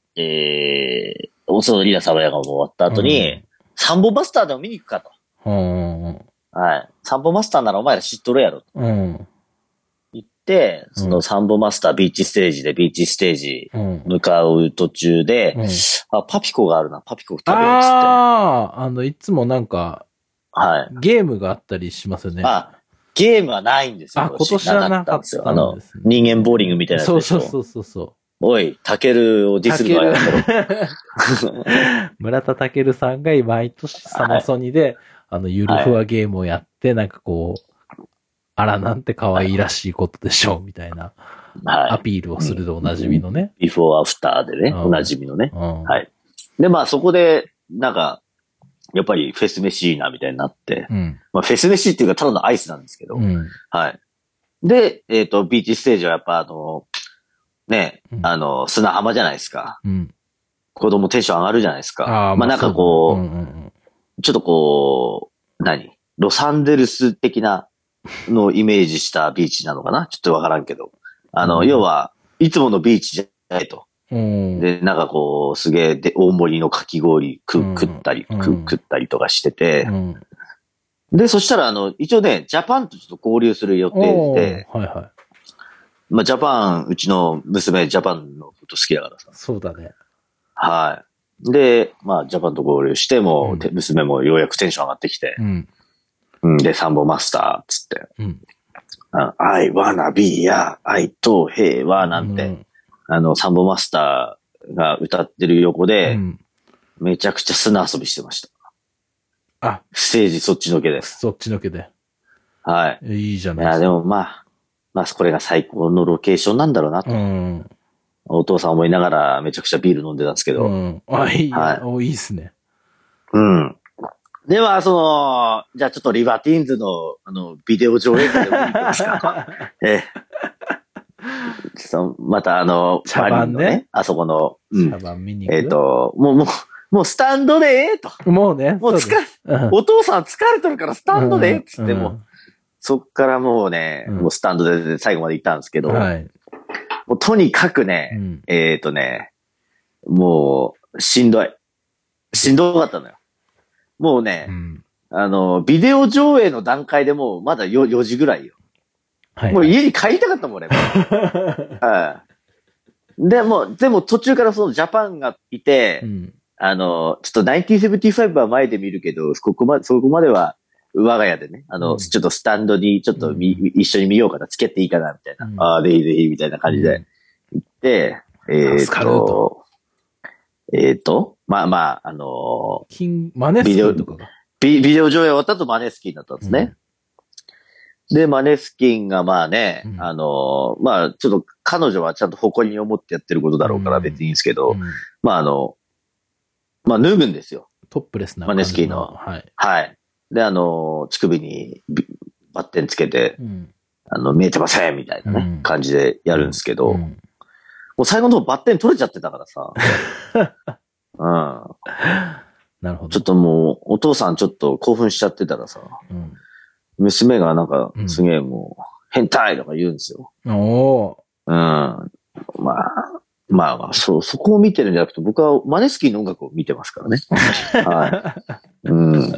[SPEAKER 2] えー、オスのリーダーサバヤがもう終わった後
[SPEAKER 1] う
[SPEAKER 2] に、サンボマスターでも見に行くかと。
[SPEAKER 1] うん
[SPEAKER 2] はい。サンボマスターならお前ら知っとるやろと
[SPEAKER 1] うんうん。
[SPEAKER 2] 言って、
[SPEAKER 1] うん
[SPEAKER 2] そのサンボマスタービーチステージでビーチステージ
[SPEAKER 1] うん。
[SPEAKER 2] 向かう途中で、
[SPEAKER 1] うん
[SPEAKER 2] あ、パピコがあるな、パピコ食べようっつって。
[SPEAKER 1] ああ、あの、いつもなんか、
[SPEAKER 2] はい。
[SPEAKER 1] ゲームがあったりしますよね。
[SPEAKER 2] あ、ゲームはないんですよ。
[SPEAKER 1] あ、今年はなかったんです
[SPEAKER 2] あの
[SPEAKER 1] よ。、
[SPEAKER 2] 人間ボーリングみたいなやつ
[SPEAKER 1] そう
[SPEAKER 2] でし
[SPEAKER 1] そ
[SPEAKER 2] ょ。
[SPEAKER 1] うそうそうそ
[SPEAKER 2] おい、タケルをディスるのはやめろ。
[SPEAKER 1] う。村田健さんが毎年サマソニで、あの、ゆるふわゲームをやって、なんかこう、あらなんて可愛らしいことでしょう、みたいなア
[SPEAKER 2] は
[SPEAKER 1] ピールをするでおなじみのね。
[SPEAKER 2] い。ビフォーアフターでね、
[SPEAKER 1] うん
[SPEAKER 2] おなじみのね。
[SPEAKER 1] うん。
[SPEAKER 2] はいで、まあそこで、なんか、やっぱりフェス飯いいなみたいになって、
[SPEAKER 1] うん。
[SPEAKER 2] まあフェス飯っていうかただのアイスなんですけど、
[SPEAKER 1] うん。
[SPEAKER 2] はい。で、えっ、と、ビーチステージはやっぱあの、ね
[SPEAKER 1] う、ん
[SPEAKER 2] あの、砂浜じゃないですか。
[SPEAKER 1] うん。
[SPEAKER 2] 子供テンション上がるじゃないですか。
[SPEAKER 1] ー
[SPEAKER 2] まあなんか
[SPEAKER 1] そう
[SPEAKER 2] こ
[SPEAKER 1] うんうん
[SPEAKER 2] う、ちょっとこう、何ロサンゼルス的なのをイメージしたビーチなのかなちょっとわからんけど。あ
[SPEAKER 1] う
[SPEAKER 2] の、
[SPEAKER 1] ん
[SPEAKER 2] 要は、いつものビーチじゃないと。
[SPEAKER 1] うん。うん。
[SPEAKER 2] で、なんかこう、すげえで、大盛りのかき氷く
[SPEAKER 1] うん
[SPEAKER 2] 食ったり、
[SPEAKER 1] うん
[SPEAKER 2] く食ったりとかしてて
[SPEAKER 1] う、ん。
[SPEAKER 2] で、そしたら、あの、一応ね、ジャパンとちょっと合流する予定
[SPEAKER 1] おー
[SPEAKER 2] で、
[SPEAKER 1] はいはい。
[SPEAKER 2] まあ、ジャパン、うちの娘、ジャパンのこと好きだからさ。
[SPEAKER 1] そうだね。
[SPEAKER 2] はい。で、まあ、ジャパンと合流しても、
[SPEAKER 1] うん
[SPEAKER 2] て娘もようやくテンション上がってきて
[SPEAKER 1] う、ん。
[SPEAKER 2] うん、で、サンボマスター、つって、
[SPEAKER 1] うん。
[SPEAKER 2] あ I wanna be や、I と平和なんて、
[SPEAKER 1] うん
[SPEAKER 2] あの、サンボマスターが歌ってる横
[SPEAKER 1] う
[SPEAKER 2] で、
[SPEAKER 1] ん。
[SPEAKER 2] めちゃくちゃ砂遊びしてました。
[SPEAKER 1] あ、
[SPEAKER 2] ステージそっちのけで。
[SPEAKER 1] そっちのけで。
[SPEAKER 2] はい。
[SPEAKER 1] いいじゃ
[SPEAKER 2] い
[SPEAKER 1] ない
[SPEAKER 2] や、でもまあ、まあ、これが最高のロケーションなんだろうなと、
[SPEAKER 1] うん。
[SPEAKER 2] お父さん思いながらめちゃくちゃビール飲んでたんですけ
[SPEAKER 1] う
[SPEAKER 2] ど。
[SPEAKER 1] ん。あ、いい、
[SPEAKER 2] はい
[SPEAKER 1] おいいっすね。
[SPEAKER 2] うん。では、その、じゃあちょっとリバティーンズの、あの、ビデオ上映会でも見てます かええ。ちょっとまた、あの、
[SPEAKER 1] 茶番ね
[SPEAKER 2] パリのあそこの、う
[SPEAKER 1] 茶
[SPEAKER 2] ん。
[SPEAKER 1] 番見に行く。
[SPEAKER 2] えっ、、と、もう、もう、もうスタンドでええと。
[SPEAKER 1] もうね。
[SPEAKER 2] もう疲
[SPEAKER 1] そだ
[SPEAKER 2] れ、
[SPEAKER 1] うん
[SPEAKER 2] お父さん疲れとるからスタンドでええっつって
[SPEAKER 1] うん
[SPEAKER 2] もう、そっからもうね、
[SPEAKER 1] うん
[SPEAKER 2] もうスタンドで最後まで行ったんですけど、
[SPEAKER 1] はい。
[SPEAKER 2] もうとにかくね
[SPEAKER 1] う、ん。
[SPEAKER 2] えっ、とね、もう、しんどい。しんどかったのよ。もう
[SPEAKER 1] う
[SPEAKER 2] ね、
[SPEAKER 1] ん
[SPEAKER 2] あの、ビデオ上映の段階でもう、まだ 4, 時ぐらいよ。
[SPEAKER 1] はい。
[SPEAKER 2] もう家に帰りたかった もん、俺。はい。で、もう、でも途中からそのジャパンがいて、
[SPEAKER 1] うん。
[SPEAKER 2] あの、ちょっと1975は前で見るけど、ここまで、そこまでは、我が家でね、あの、
[SPEAKER 1] うん
[SPEAKER 2] ちょっとスタンドに、ちょっとみ、
[SPEAKER 1] うん
[SPEAKER 2] 一緒に見ようかな、つけていいかな、みたいな。
[SPEAKER 1] うん
[SPEAKER 2] ああ、でいいでいい、みたいな感じで。で、えー、っ
[SPEAKER 1] 助かると
[SPEAKER 2] と、えー、っと、まあまあ、あの
[SPEAKER 1] 金、マネスキンとかが。
[SPEAKER 2] ビ、ビデオ上映終わった後マネスキンだったんですね。で、マネスキンがまあね、
[SPEAKER 1] うん
[SPEAKER 2] あのまあ、ちょっと彼女はちゃんと誇りに思ってやってることだろうから
[SPEAKER 1] うん
[SPEAKER 2] 別にいいんですけど、
[SPEAKER 1] うん
[SPEAKER 2] まああの、まあ脱ぐんですよ。
[SPEAKER 1] トップレスな
[SPEAKER 2] マ
[SPEAKER 1] 感じ
[SPEAKER 2] ネスキーの
[SPEAKER 1] はい。
[SPEAKER 2] はい。で、あの乳首にビバッテンつけて、
[SPEAKER 1] うん。
[SPEAKER 2] あの、見えてませんみたいなね、
[SPEAKER 1] うん
[SPEAKER 2] 感じでやるんですけど、
[SPEAKER 1] うん
[SPEAKER 2] もう最後の方バッテン取れちゃってたからさ。 うん。
[SPEAKER 1] なるほ
[SPEAKER 2] ち
[SPEAKER 1] ど
[SPEAKER 2] ょっ。ともう、お父さんちょっと興奮しちゃってたらさ、
[SPEAKER 1] うん
[SPEAKER 2] 娘がなんか
[SPEAKER 1] う、ん
[SPEAKER 2] すげえもう、変態とか言うんですよ。
[SPEAKER 1] お
[SPEAKER 2] うん。まあ、まあまあ、そう、そこを見てるんじゃなくて、僕はマネスキーの音楽を見てま すからね。はい。うん。そ
[SPEAKER 1] ー
[SPEAKER 2] う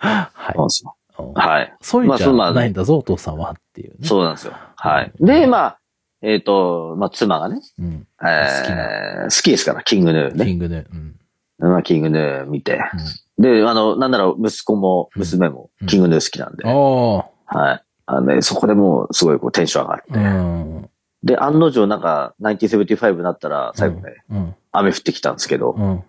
[SPEAKER 1] はい
[SPEAKER 2] なんですよ。
[SPEAKER 1] おー。
[SPEAKER 2] はい。
[SPEAKER 1] そういうんじ
[SPEAKER 2] まあ
[SPEAKER 1] ゃ
[SPEAKER 2] そうまあ
[SPEAKER 1] ないんだぞ、お父さんはっていうね。
[SPEAKER 2] そうなんですよ。はい。で、まあ、えっ、と、まあ、妻がね、
[SPEAKER 1] うん。
[SPEAKER 2] えー
[SPEAKER 1] 好き
[SPEAKER 2] 好きですから、キングヌーね
[SPEAKER 1] キ。ングで。うん。
[SPEAKER 2] まあ、キングヌー見て。で、あの、なんなら息子も娘も
[SPEAKER 1] うん
[SPEAKER 2] キングヌー好きなんで。
[SPEAKER 1] おー。
[SPEAKER 2] はい。あのね、そこでもうすごいこうテンション上がって。
[SPEAKER 1] うん。
[SPEAKER 2] で、案の定なんか、1975になったら最後ね、
[SPEAKER 1] うん。
[SPEAKER 2] 雨降ってきたんですけど、
[SPEAKER 1] うん。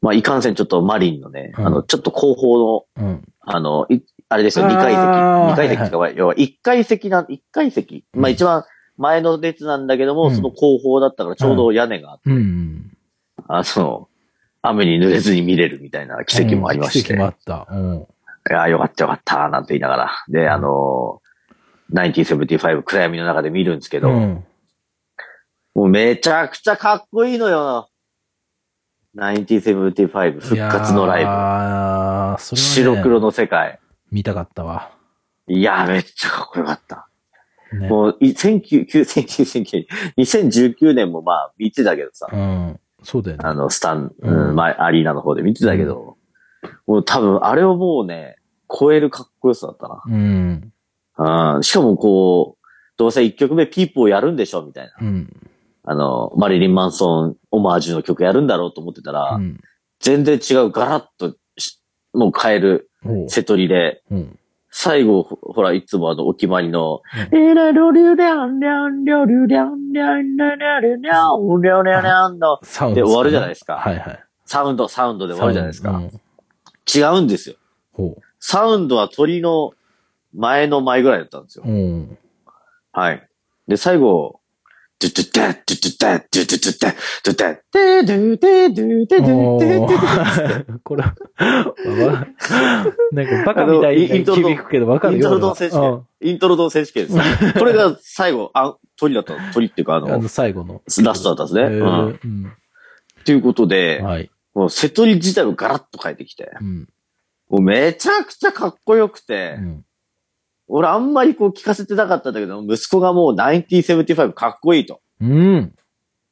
[SPEAKER 2] まあ、いかんせんちょっとマリンのね、
[SPEAKER 1] うん
[SPEAKER 2] あの、ちょっと後方の、
[SPEAKER 1] うん。
[SPEAKER 2] あの、いあれですよ、
[SPEAKER 1] あー
[SPEAKER 2] 2階席。2階席
[SPEAKER 1] は
[SPEAKER 2] とかは、要は1階席な、一階席。ま
[SPEAKER 1] う
[SPEAKER 2] あ、
[SPEAKER 1] ん
[SPEAKER 2] 一番前の列なんだけども、
[SPEAKER 1] うん
[SPEAKER 2] その後方だったからちょうど屋根があって、
[SPEAKER 1] うん。
[SPEAKER 2] あの、雨に濡れずに見れるみたいな奇跡もありまして。
[SPEAKER 1] うん奇跡もあった。うん。
[SPEAKER 2] いやー、よかったよかった、なんて言いながら。で、あのー、1975暗闇の中で見るんですけど、
[SPEAKER 1] うん。
[SPEAKER 2] もうめちゃくちゃかっこいいのよ。1975復活のライブ。
[SPEAKER 1] ああ、それは、ね、
[SPEAKER 2] 白黒の世界。
[SPEAKER 1] 見たかったわ。
[SPEAKER 2] いやー、めっちゃかっこよかった。
[SPEAKER 1] ね。
[SPEAKER 2] もう、い19 19 2019年もまあ、見てたけどさ、
[SPEAKER 1] うん。そうだよね。
[SPEAKER 2] あの、スタン、
[SPEAKER 1] うん
[SPEAKER 2] うん、前、アリーナの方で見てたけど、もう多分、あれをもうね、超えるかっこよさだったな。
[SPEAKER 1] うん。
[SPEAKER 2] うんしかもこう、どうせ一曲目ピープをやるんでしょみたいな。
[SPEAKER 1] うん。
[SPEAKER 2] あの、マリリン・マンソンオマージュの曲やるんだろうと思ってたら、
[SPEAKER 1] うん。
[SPEAKER 2] 全然違うガラッとしもう変える
[SPEAKER 1] おう
[SPEAKER 2] セトリで、
[SPEAKER 1] うん。
[SPEAKER 2] 最後、ほほら、いつもあの、お決まりの、
[SPEAKER 1] う
[SPEAKER 2] えらろりゅりゃんりゃんりょりゅりゃんりゃんりゃんりゃんりゃんりゃんりゃんりゃんりゃんの
[SPEAKER 1] サウンド
[SPEAKER 2] で終わるじ
[SPEAKER 1] ね
[SPEAKER 2] ゃないですか
[SPEAKER 1] はいはい。
[SPEAKER 2] サウンド、サウンドで終わるじゃないです
[SPEAKER 1] サウ
[SPEAKER 2] か
[SPEAKER 1] ン。ド。うん
[SPEAKER 2] 違うんですよ。
[SPEAKER 1] ほ
[SPEAKER 2] サウンドは鳥の前の前ぐらいだったんですよ
[SPEAKER 1] う。。うん。
[SPEAKER 2] はい。で、最後、ドゥドゥダッドゥドゥダッドゥドゥダッドゥダッドゥドゥドゥドゥドゥドゥ
[SPEAKER 1] お
[SPEAKER 2] ドゥドゥ
[SPEAKER 1] ーこれ、わかなんかバカみたいに
[SPEAKER 2] あのイントロの
[SPEAKER 1] 響くけどわかるよ。
[SPEAKER 2] イントロの選手権
[SPEAKER 1] うん
[SPEAKER 2] イントロの選手権です。これが最後、あ、鳥だったの鳥っていうか、あの、
[SPEAKER 1] あ
[SPEAKER 2] ラ
[SPEAKER 1] の、最後の。
[SPEAKER 2] ストだったんですね。
[SPEAKER 1] え
[SPEAKER 2] う
[SPEAKER 1] ー
[SPEAKER 2] ん。ということで
[SPEAKER 1] うん。、はい。
[SPEAKER 2] もう瀬戸り自体をガラッと変えてきて、
[SPEAKER 1] うん。
[SPEAKER 2] もうめちゃくちゃかっこよくて
[SPEAKER 1] う、ん
[SPEAKER 2] 俺あんまりこう聞かせてなかったんだけど、息子がもう1975かっこいいと。
[SPEAKER 1] うん。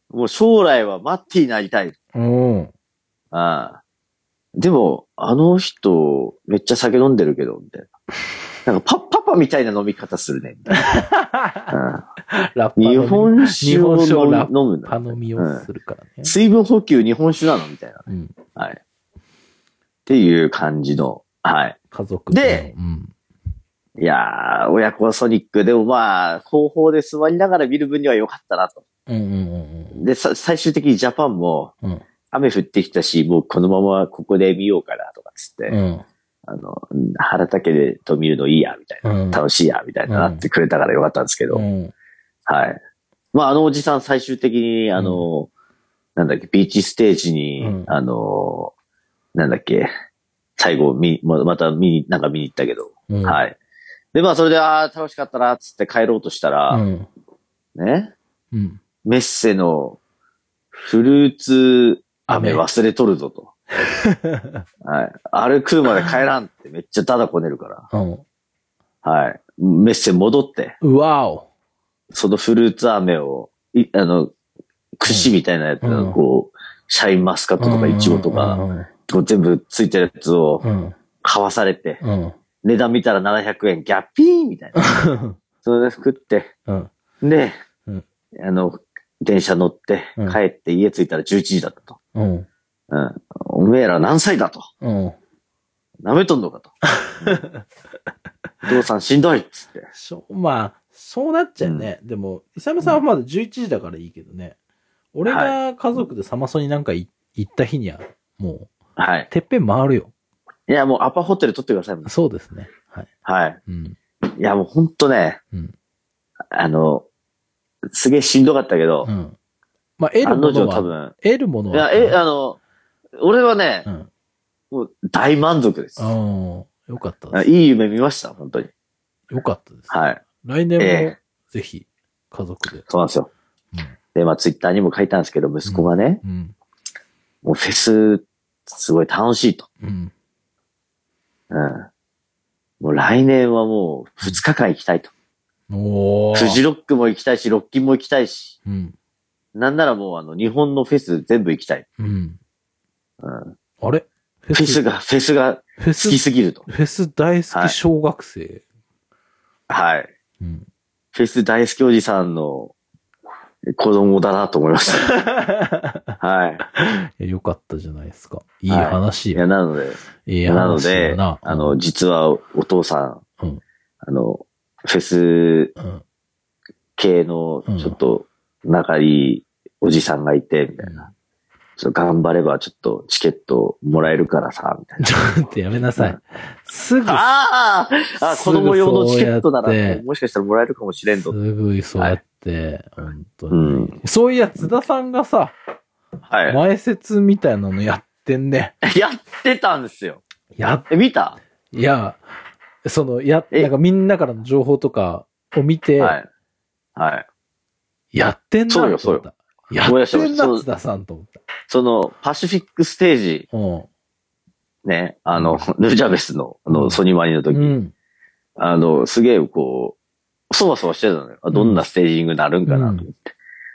[SPEAKER 2] もう将来はマッティになりたい。
[SPEAKER 1] うん。
[SPEAKER 2] ああ。でも、あの人、めっちゃ酒飲んでるけど、みたいな。なんかパ、パパみたいな飲み方するね。みたいな
[SPEAKER 1] ラッパ
[SPEAKER 2] うん日
[SPEAKER 1] の
[SPEAKER 2] 本酒を
[SPEAKER 1] 日本酒を
[SPEAKER 2] 飲む
[SPEAKER 1] ラッ
[SPEAKER 2] 飲むんだ
[SPEAKER 1] パ飲みをするからね。
[SPEAKER 2] 水分補給日本酒なのみたいな。
[SPEAKER 1] うん。
[SPEAKER 2] はい。っていう感じの。はい。
[SPEAKER 1] 家族
[SPEAKER 2] で
[SPEAKER 1] のうん。
[SPEAKER 2] いやー、親子ソニック。でもまあ、後方で座りながら見る分には良かったなと。
[SPEAKER 1] うんうんうん
[SPEAKER 2] で、さ最終的にジャパンも、
[SPEAKER 1] うん。うん
[SPEAKER 2] 雨降ってきたし、もうこのままここで見ようかなとかっつって、
[SPEAKER 1] うん。
[SPEAKER 2] あの、うん原武でと見るのいいや、みたいな。
[SPEAKER 1] うん。
[SPEAKER 2] 楽しいや、みたいななってくれたからよかったんですけど、
[SPEAKER 1] うん
[SPEAKER 2] はい。まあ、あのおじさん最終的に、あの、なんだっけ、ビーチステージに、
[SPEAKER 1] うん
[SPEAKER 2] あの、なんだっけ、最後、見、ままた見に、なんか見に行ったけど、
[SPEAKER 1] うん。。
[SPEAKER 2] はいい。で、まあ、それで、ああ、楽しかったな、つって帰ろうとした
[SPEAKER 1] う
[SPEAKER 2] ら、
[SPEAKER 1] ん。
[SPEAKER 2] ね、
[SPEAKER 1] うん。
[SPEAKER 2] メッセのフルーツ飴忘れとる ぞと。はい。あれ食うまで帰らんって、めっちゃダダこねるか
[SPEAKER 1] うん。
[SPEAKER 2] ら、はい。メッセ戻って、
[SPEAKER 1] うわお。
[SPEAKER 2] そのフルーツ飴を、いあの、串みたいなやつ
[SPEAKER 1] う
[SPEAKER 2] を
[SPEAKER 1] ん
[SPEAKER 2] こう、シャインマスカットとかイチゴと
[SPEAKER 1] う
[SPEAKER 2] か、
[SPEAKER 1] ん
[SPEAKER 2] こう全部ついてるやつを
[SPEAKER 1] うん。
[SPEAKER 2] 買わされて、
[SPEAKER 1] うん。
[SPEAKER 2] 値段見たら700円、ギャッピーみたいな。それで食って、
[SPEAKER 1] うん。
[SPEAKER 2] で
[SPEAKER 1] うん、
[SPEAKER 2] あの、電車乗って
[SPEAKER 1] うん、
[SPEAKER 2] 帰って家着いたら11時だったと。
[SPEAKER 1] うん。
[SPEAKER 2] うん。おめえら何歳だと。
[SPEAKER 1] うん。
[SPEAKER 2] 舐めとんの かと。お父さんしんどいっつって。
[SPEAKER 1] そう、まあ、そうなっちゃうね。でも、イサムさんはまだ11時だからいいけどね。俺が家族でサマソになんかい行った日には、もう、
[SPEAKER 2] はい。
[SPEAKER 1] てっぺん回るよ。
[SPEAKER 2] いや、もうアパホテル取ってください。もう
[SPEAKER 1] そうですね。はい。
[SPEAKER 2] はい。
[SPEAKER 1] うん。
[SPEAKER 2] いや、もうほんとね、
[SPEAKER 1] うん
[SPEAKER 2] あの、すげえしんどかったけど
[SPEAKER 1] う、ん。まあ、得る
[SPEAKER 2] 案
[SPEAKER 1] も
[SPEAKER 2] の
[SPEAKER 1] の
[SPEAKER 2] 定多
[SPEAKER 1] は、
[SPEAKER 2] 分、
[SPEAKER 1] 得るもの
[SPEAKER 2] い
[SPEAKER 1] は
[SPEAKER 2] や、。え、あの、俺はね
[SPEAKER 1] う、ん。
[SPEAKER 2] もう大満足です。
[SPEAKER 1] ああ、よかったです。
[SPEAKER 2] いい夢見ました、本当に。
[SPEAKER 1] よかったです。
[SPEAKER 2] はい。
[SPEAKER 1] 来年も、
[SPEAKER 2] え
[SPEAKER 1] ぜひ、家族で。
[SPEAKER 2] そうなんですよ。で、まあ、ツイッターにも書いたんですけど、息子がね、
[SPEAKER 1] うん。
[SPEAKER 2] もうフェス、すごい楽しいと。
[SPEAKER 1] うん。
[SPEAKER 2] うん。もう来年はもう二日間行きたいと。
[SPEAKER 1] うん。おー。
[SPEAKER 2] フジロックも行きたいし、ロッキンも行きたいし、
[SPEAKER 1] うん。
[SPEAKER 2] なんならもうあの、日本のフェス全部行きたい。
[SPEAKER 1] うん。
[SPEAKER 2] うん。
[SPEAKER 1] あれフ
[SPEAKER 2] フェス、が、フェスが
[SPEAKER 1] フェ
[SPEAKER 2] 好き
[SPEAKER 1] ス、
[SPEAKER 2] すぎると。
[SPEAKER 1] フェス大好
[SPEAKER 2] はい
[SPEAKER 1] き小学生。
[SPEAKER 2] はい。
[SPEAKER 1] うん。
[SPEAKER 2] フェス大好きおじさんの子供だなと思いました。 はい。
[SPEAKER 1] いやよかったじゃないですか。いい話
[SPEAKER 2] いや、
[SPEAKER 1] よ。
[SPEAKER 2] なので、
[SPEAKER 1] いい
[SPEAKER 2] なの
[SPEAKER 1] 話だ
[SPEAKER 2] で、
[SPEAKER 1] な。
[SPEAKER 2] あの、実はお父さん、
[SPEAKER 1] うん
[SPEAKER 2] あの、フェス
[SPEAKER 1] うん、
[SPEAKER 2] 系の
[SPEAKER 1] うん
[SPEAKER 2] ちょっと仲いいおじさんがいて、みたいな。ちょっと頑張ればちょっとチケットもらえるからさ、みたいな。
[SPEAKER 1] ちょっとやめなさい。すぐ、
[SPEAKER 2] あああ、
[SPEAKER 1] す
[SPEAKER 2] 子
[SPEAKER 1] ぐ
[SPEAKER 2] 供用のチケットな
[SPEAKER 1] そうやっ
[SPEAKER 2] ら、
[SPEAKER 1] て
[SPEAKER 2] もしかしたらもらえるかもしれんと。
[SPEAKER 1] すぐそうやって、本当
[SPEAKER 2] う
[SPEAKER 1] に。
[SPEAKER 2] ん。
[SPEAKER 1] そういや、津田さんがさ、
[SPEAKER 2] はい。
[SPEAKER 1] 前説みたいなのやってんね。
[SPEAKER 2] やってたんですよ。
[SPEAKER 1] や、
[SPEAKER 2] え、見た
[SPEAKER 1] いや、その、や、
[SPEAKER 2] え
[SPEAKER 1] なんかみんなからの情報とかを見て、
[SPEAKER 2] はい。はい。
[SPEAKER 1] やってんなと思った。
[SPEAKER 2] そうよ
[SPEAKER 1] や
[SPEAKER 2] 思い出
[SPEAKER 1] っ
[SPEAKER 2] した
[SPEAKER 1] てんな、
[SPEAKER 2] そう
[SPEAKER 1] 津田さんと思っ
[SPEAKER 2] その、パシフィックステージ、ね、あの、ヌルジャベスの、あ
[SPEAKER 1] う
[SPEAKER 2] の、
[SPEAKER 1] ん
[SPEAKER 2] ソニマニの
[SPEAKER 1] た。う
[SPEAKER 2] 時、
[SPEAKER 1] ん。うん。
[SPEAKER 2] あの、すげえ、こう、そわそわしてたのよ。あどんなステージングになるんかなと思って。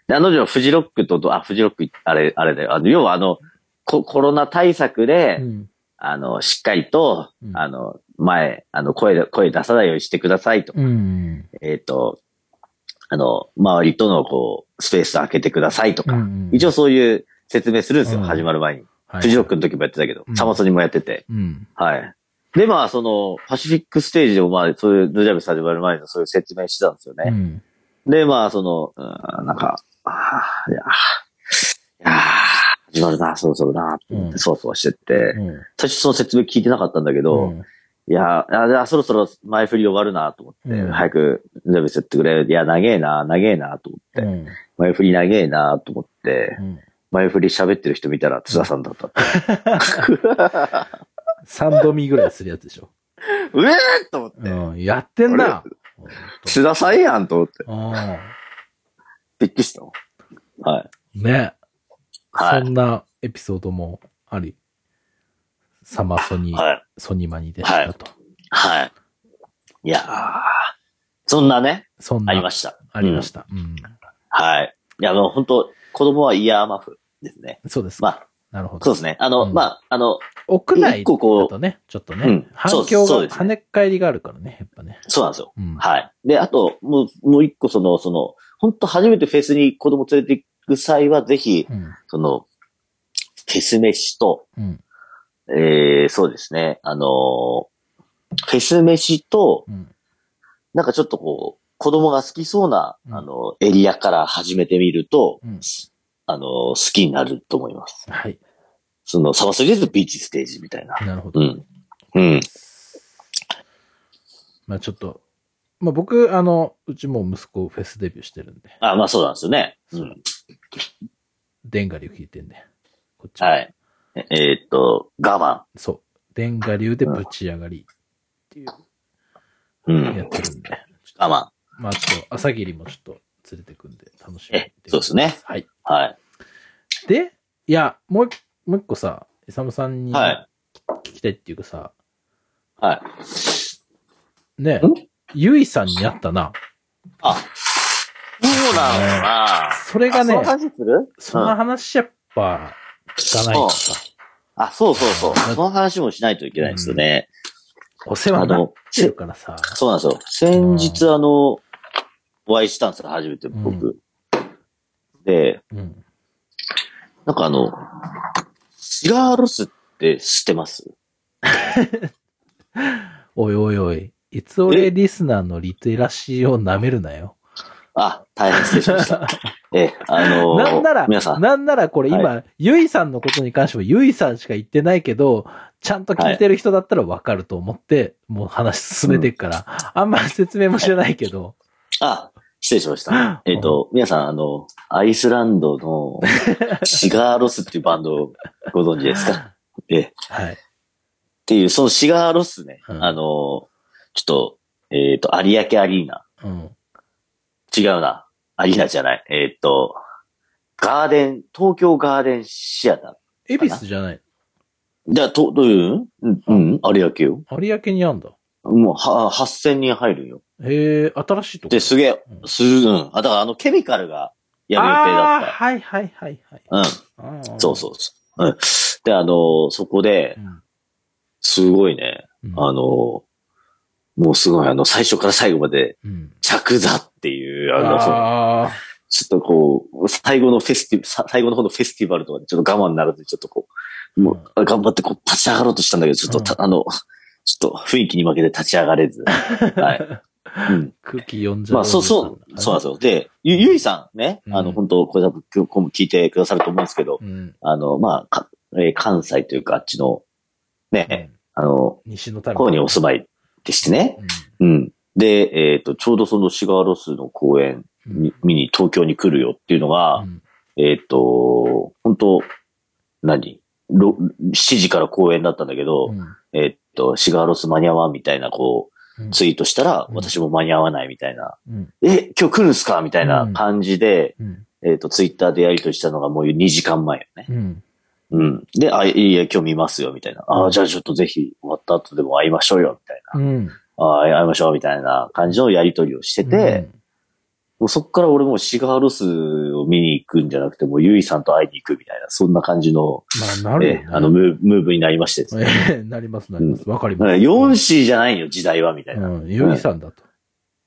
[SPEAKER 2] で、あの女、フジロックとど、あ、フジロック、あれ、あれだよ。あの、要はあの、ココロナ対策で、
[SPEAKER 1] うん。
[SPEAKER 2] あの、しっかりと、
[SPEAKER 1] うん
[SPEAKER 2] あの、前、あの、声で、声出さないようにしてくださいと。
[SPEAKER 1] うん。
[SPEAKER 2] えっ、と、あの、周りとの、こう、スペース開けてくださいとか。
[SPEAKER 1] うん
[SPEAKER 2] 一応、そういう説明するんですよ、
[SPEAKER 1] うん
[SPEAKER 2] 始まる前に。
[SPEAKER 1] はい
[SPEAKER 2] フジロックの時もやってたけど、
[SPEAKER 1] うん
[SPEAKER 2] サマソニもやってて。
[SPEAKER 1] うん。
[SPEAKER 2] はい。で、まあ、その、パシフィックステージでも、まあ、そういう、ヌジャベス始まる前のそういう説明してたんですよ
[SPEAKER 1] う
[SPEAKER 2] ね。
[SPEAKER 1] ん。
[SPEAKER 2] で、まあ、その、うん、なんか、ああ、いやー、いやー始まるな、そろそろな、と思っ
[SPEAKER 1] うん
[SPEAKER 2] て、そわそわしてって、
[SPEAKER 1] うん
[SPEAKER 2] 最初その説明聞いてなかったんだけど、いやー、あじゃあそろそろ前振り終わるな、と思って、
[SPEAKER 1] うん
[SPEAKER 2] 早くヌジャベスやってくれ。いや、長えな、長えな、と思って、
[SPEAKER 1] うん。
[SPEAKER 2] 前振り長えな、と思って
[SPEAKER 1] う、ん。
[SPEAKER 2] 前振り喋ってる人見たら津田さんだったって。
[SPEAKER 1] 3度見ぐらいするやつでしょ。
[SPEAKER 2] うえーと思って、
[SPEAKER 1] うん。やってんな。
[SPEAKER 2] 津田さんやんと思って、
[SPEAKER 1] うん。
[SPEAKER 2] びっくりしたもん。はい。
[SPEAKER 1] ね。
[SPEAKER 2] はい
[SPEAKER 1] そんなエピソードもあり、サマソニ、
[SPEAKER 2] はい。
[SPEAKER 1] ソニマニでしたと。
[SPEAKER 2] はい。いやーそんなね、
[SPEAKER 1] そんな、
[SPEAKER 2] ありました。
[SPEAKER 1] ありました。うん。
[SPEAKER 2] はい。いや、もう本当子供はイヤーマフですね。
[SPEAKER 1] そうです。
[SPEAKER 2] まあ、
[SPEAKER 1] なるほ
[SPEAKER 2] そう
[SPEAKER 1] ど。
[SPEAKER 2] ですね。あ
[SPEAKER 1] う
[SPEAKER 2] の、
[SPEAKER 1] ん
[SPEAKER 2] まあ、あの、
[SPEAKER 1] 屋内
[SPEAKER 2] 一個こ
[SPEAKER 1] だ
[SPEAKER 2] う
[SPEAKER 1] とね、ちょっと
[SPEAKER 2] う
[SPEAKER 1] ね
[SPEAKER 2] ん、
[SPEAKER 1] 反響
[SPEAKER 2] そうそう
[SPEAKER 1] が
[SPEAKER 2] です
[SPEAKER 1] 跳ね返りがあるからね、やっぱね。
[SPEAKER 2] そうなんですよ。
[SPEAKER 1] うん。
[SPEAKER 2] はい。で、あと、もう、もう一個その、その、本当初めてフェスに子供連れて行く際は、ぜひ、
[SPEAKER 1] うん。
[SPEAKER 2] その、フェス飯と、
[SPEAKER 1] うん。
[SPEAKER 2] えー、そうですね。あのーフェス飯と、
[SPEAKER 1] うん。
[SPEAKER 2] なんかちょっとこう、子供が好きそうな、
[SPEAKER 1] うん
[SPEAKER 2] あの、エリアから始めてみると、
[SPEAKER 1] うん
[SPEAKER 2] あの、好きになると思います。
[SPEAKER 1] はい。
[SPEAKER 2] その、サマソリーズビーチステージみたいな。
[SPEAKER 1] なるほど
[SPEAKER 2] う。ん。うん。
[SPEAKER 1] まあちょっと、まあ僕、あの、うちも息子フェスデビューしてるんで、
[SPEAKER 2] あ、まあそうなんですよね。うん。
[SPEAKER 1] でんがりを聞いてんで、こっちは
[SPEAKER 2] はい。ええーっと、我
[SPEAKER 1] そう。でんがりゅうでぶち上がりっていう
[SPEAKER 2] 慢。う
[SPEAKER 1] やっ
[SPEAKER 2] ん。
[SPEAKER 1] てるんで、
[SPEAKER 2] 我
[SPEAKER 1] まあちょっと、朝霧もちょっと連れてくんで、楽しみに
[SPEAKER 2] えそうですね。
[SPEAKER 1] はい。
[SPEAKER 2] 慢。はい。
[SPEAKER 1] で、いや、もう一、もう一個さ、イサムさんに
[SPEAKER 2] はい
[SPEAKER 1] 聞きたいっていうかさ、
[SPEAKER 2] はい。
[SPEAKER 1] ね
[SPEAKER 2] ん、
[SPEAKER 1] ゆいさんに会ったな。
[SPEAKER 2] あ、そうなのよな。
[SPEAKER 1] それがね
[SPEAKER 2] あ、その話する
[SPEAKER 1] そんな話やっぱ聞かないとさ、
[SPEAKER 2] あ、そうそうそう。その話もしないといけないんですよね。
[SPEAKER 1] お世話になってるからさ、
[SPEAKER 2] そうなんですよ。先日、あの、お会いしたんですよ、初めて僕。で、
[SPEAKER 1] うん。
[SPEAKER 2] なんかあの、シガーロスって知ってます
[SPEAKER 1] おいおいおい、いつ俺リスナーのリテラシーを舐めるなよ。
[SPEAKER 2] あ、大変失礼し ました。ええ、あのー
[SPEAKER 1] なんなら、
[SPEAKER 2] 皆さん、
[SPEAKER 1] なんならこれ今、ゆいさんのことに関してはゆいさんしか言ってないけど、ちゃんと聞いてる人だったらわかると思って、もう話進めていくから、あんまり説明もしてないけど、
[SPEAKER 2] あ、失礼し ました。えっ、と、皆さん、あの、アイスランドのシガーロスっていうバンドをご存知です かええ、っ
[SPEAKER 1] はい。
[SPEAKER 2] ていう、そのシガーロスね、
[SPEAKER 1] うん
[SPEAKER 2] あのー、ちょっと、えっ、と、有明アリーナ。
[SPEAKER 1] うん。
[SPEAKER 2] 違うな。アリーナじゃない。えっ、と、ガーデン、東京ガーデンシアター。
[SPEAKER 1] 恵比寿じゃない。
[SPEAKER 2] じゃあ、と、どういううん、うん、有明よ。
[SPEAKER 1] 有明にあんだ。
[SPEAKER 2] もう、は、8000人入るよ。
[SPEAKER 1] へえ、新しいとこ。
[SPEAKER 2] で、すげえ
[SPEAKER 1] う、ん
[SPEAKER 2] する、うん。あ、だからあの、ケミカルがやる予定
[SPEAKER 1] ああー、
[SPEAKER 2] だっ
[SPEAKER 1] はいはいはいはい。
[SPEAKER 2] た。うん。
[SPEAKER 1] あー
[SPEAKER 2] そうそうそう。うん。で、あのーそこで
[SPEAKER 1] う、ん。
[SPEAKER 2] すごいね、
[SPEAKER 1] うん。
[SPEAKER 2] あのーもうすごい、あの、最初から最後まで、
[SPEAKER 1] うん。
[SPEAKER 2] 着座っていう、あの、
[SPEAKER 1] あー
[SPEAKER 2] ちょっとこう、最後のフェスティ、さ最後の方のフェスティバルとかでちょっと我慢ならず、ちょっとこう、もう、頑張ってこう、立 ち上がろうとしたんだけど、ちょっとた、あの、ちょっと雰囲気に負けて立ち上がれず、はい。うん。
[SPEAKER 1] 空気読んじゃう。
[SPEAKER 2] まあ、そうそう、そうなんですよ。で、ゆ、ゆいさんね、あ
[SPEAKER 1] う
[SPEAKER 2] の、
[SPEAKER 1] ん
[SPEAKER 2] 本当これ多分今日今日も聞いてくださると思うんですけど、
[SPEAKER 1] うん。
[SPEAKER 2] あの、まあ、かえー関西というかあっちの、
[SPEAKER 1] う
[SPEAKER 2] ね、
[SPEAKER 1] ん。
[SPEAKER 2] あの、
[SPEAKER 1] 西の民。
[SPEAKER 2] 頃にお住まいでしてね。
[SPEAKER 1] う
[SPEAKER 2] うん。で、えっ、と、ちょうどそのシガーロスの公演
[SPEAKER 1] ん。
[SPEAKER 2] に、見に東京に来るよっていうのが、
[SPEAKER 1] うん
[SPEAKER 2] えっ、と、本当何ろ ?7 時から公演だったんだけど、えっ、と、シガーロス間に合わんみたいな、こ
[SPEAKER 1] うん
[SPEAKER 2] う、ツイートしたら、
[SPEAKER 1] うん
[SPEAKER 2] 私も間に合わないみたいな、
[SPEAKER 1] うん。
[SPEAKER 2] え、今日来るんすかみたいな感じで、
[SPEAKER 1] うん。
[SPEAKER 2] えっ、と、ツイッターでやりとりしたのがもう2時間前よね。
[SPEAKER 1] うん。
[SPEAKER 2] うん。で、あ、いいや、今日見ますよ、みたいな。あ
[SPEAKER 1] う
[SPEAKER 2] あ、
[SPEAKER 1] ん
[SPEAKER 2] じゃあちょっとぜひ終わった後でも会いましょうよ、みたいな。
[SPEAKER 1] うん。
[SPEAKER 2] ああ、会いましょう、みたいな感じのやりとりをしてて、もうそっから俺もうシガーロスを見に行くんじゃなくて、もうユイさんと会いに行くみたいな、そんな感じの、
[SPEAKER 1] まあ、なるよ
[SPEAKER 2] え
[SPEAKER 1] ね
[SPEAKER 2] ーあの、ムー、ムーブになりましてですね。
[SPEAKER 1] ええなります、なります。わかり
[SPEAKER 2] だ
[SPEAKER 1] ま
[SPEAKER 2] か
[SPEAKER 1] す。
[SPEAKER 2] ら4子じゃないよ、時代は、みたいな。
[SPEAKER 1] うん。ゆいさんだと。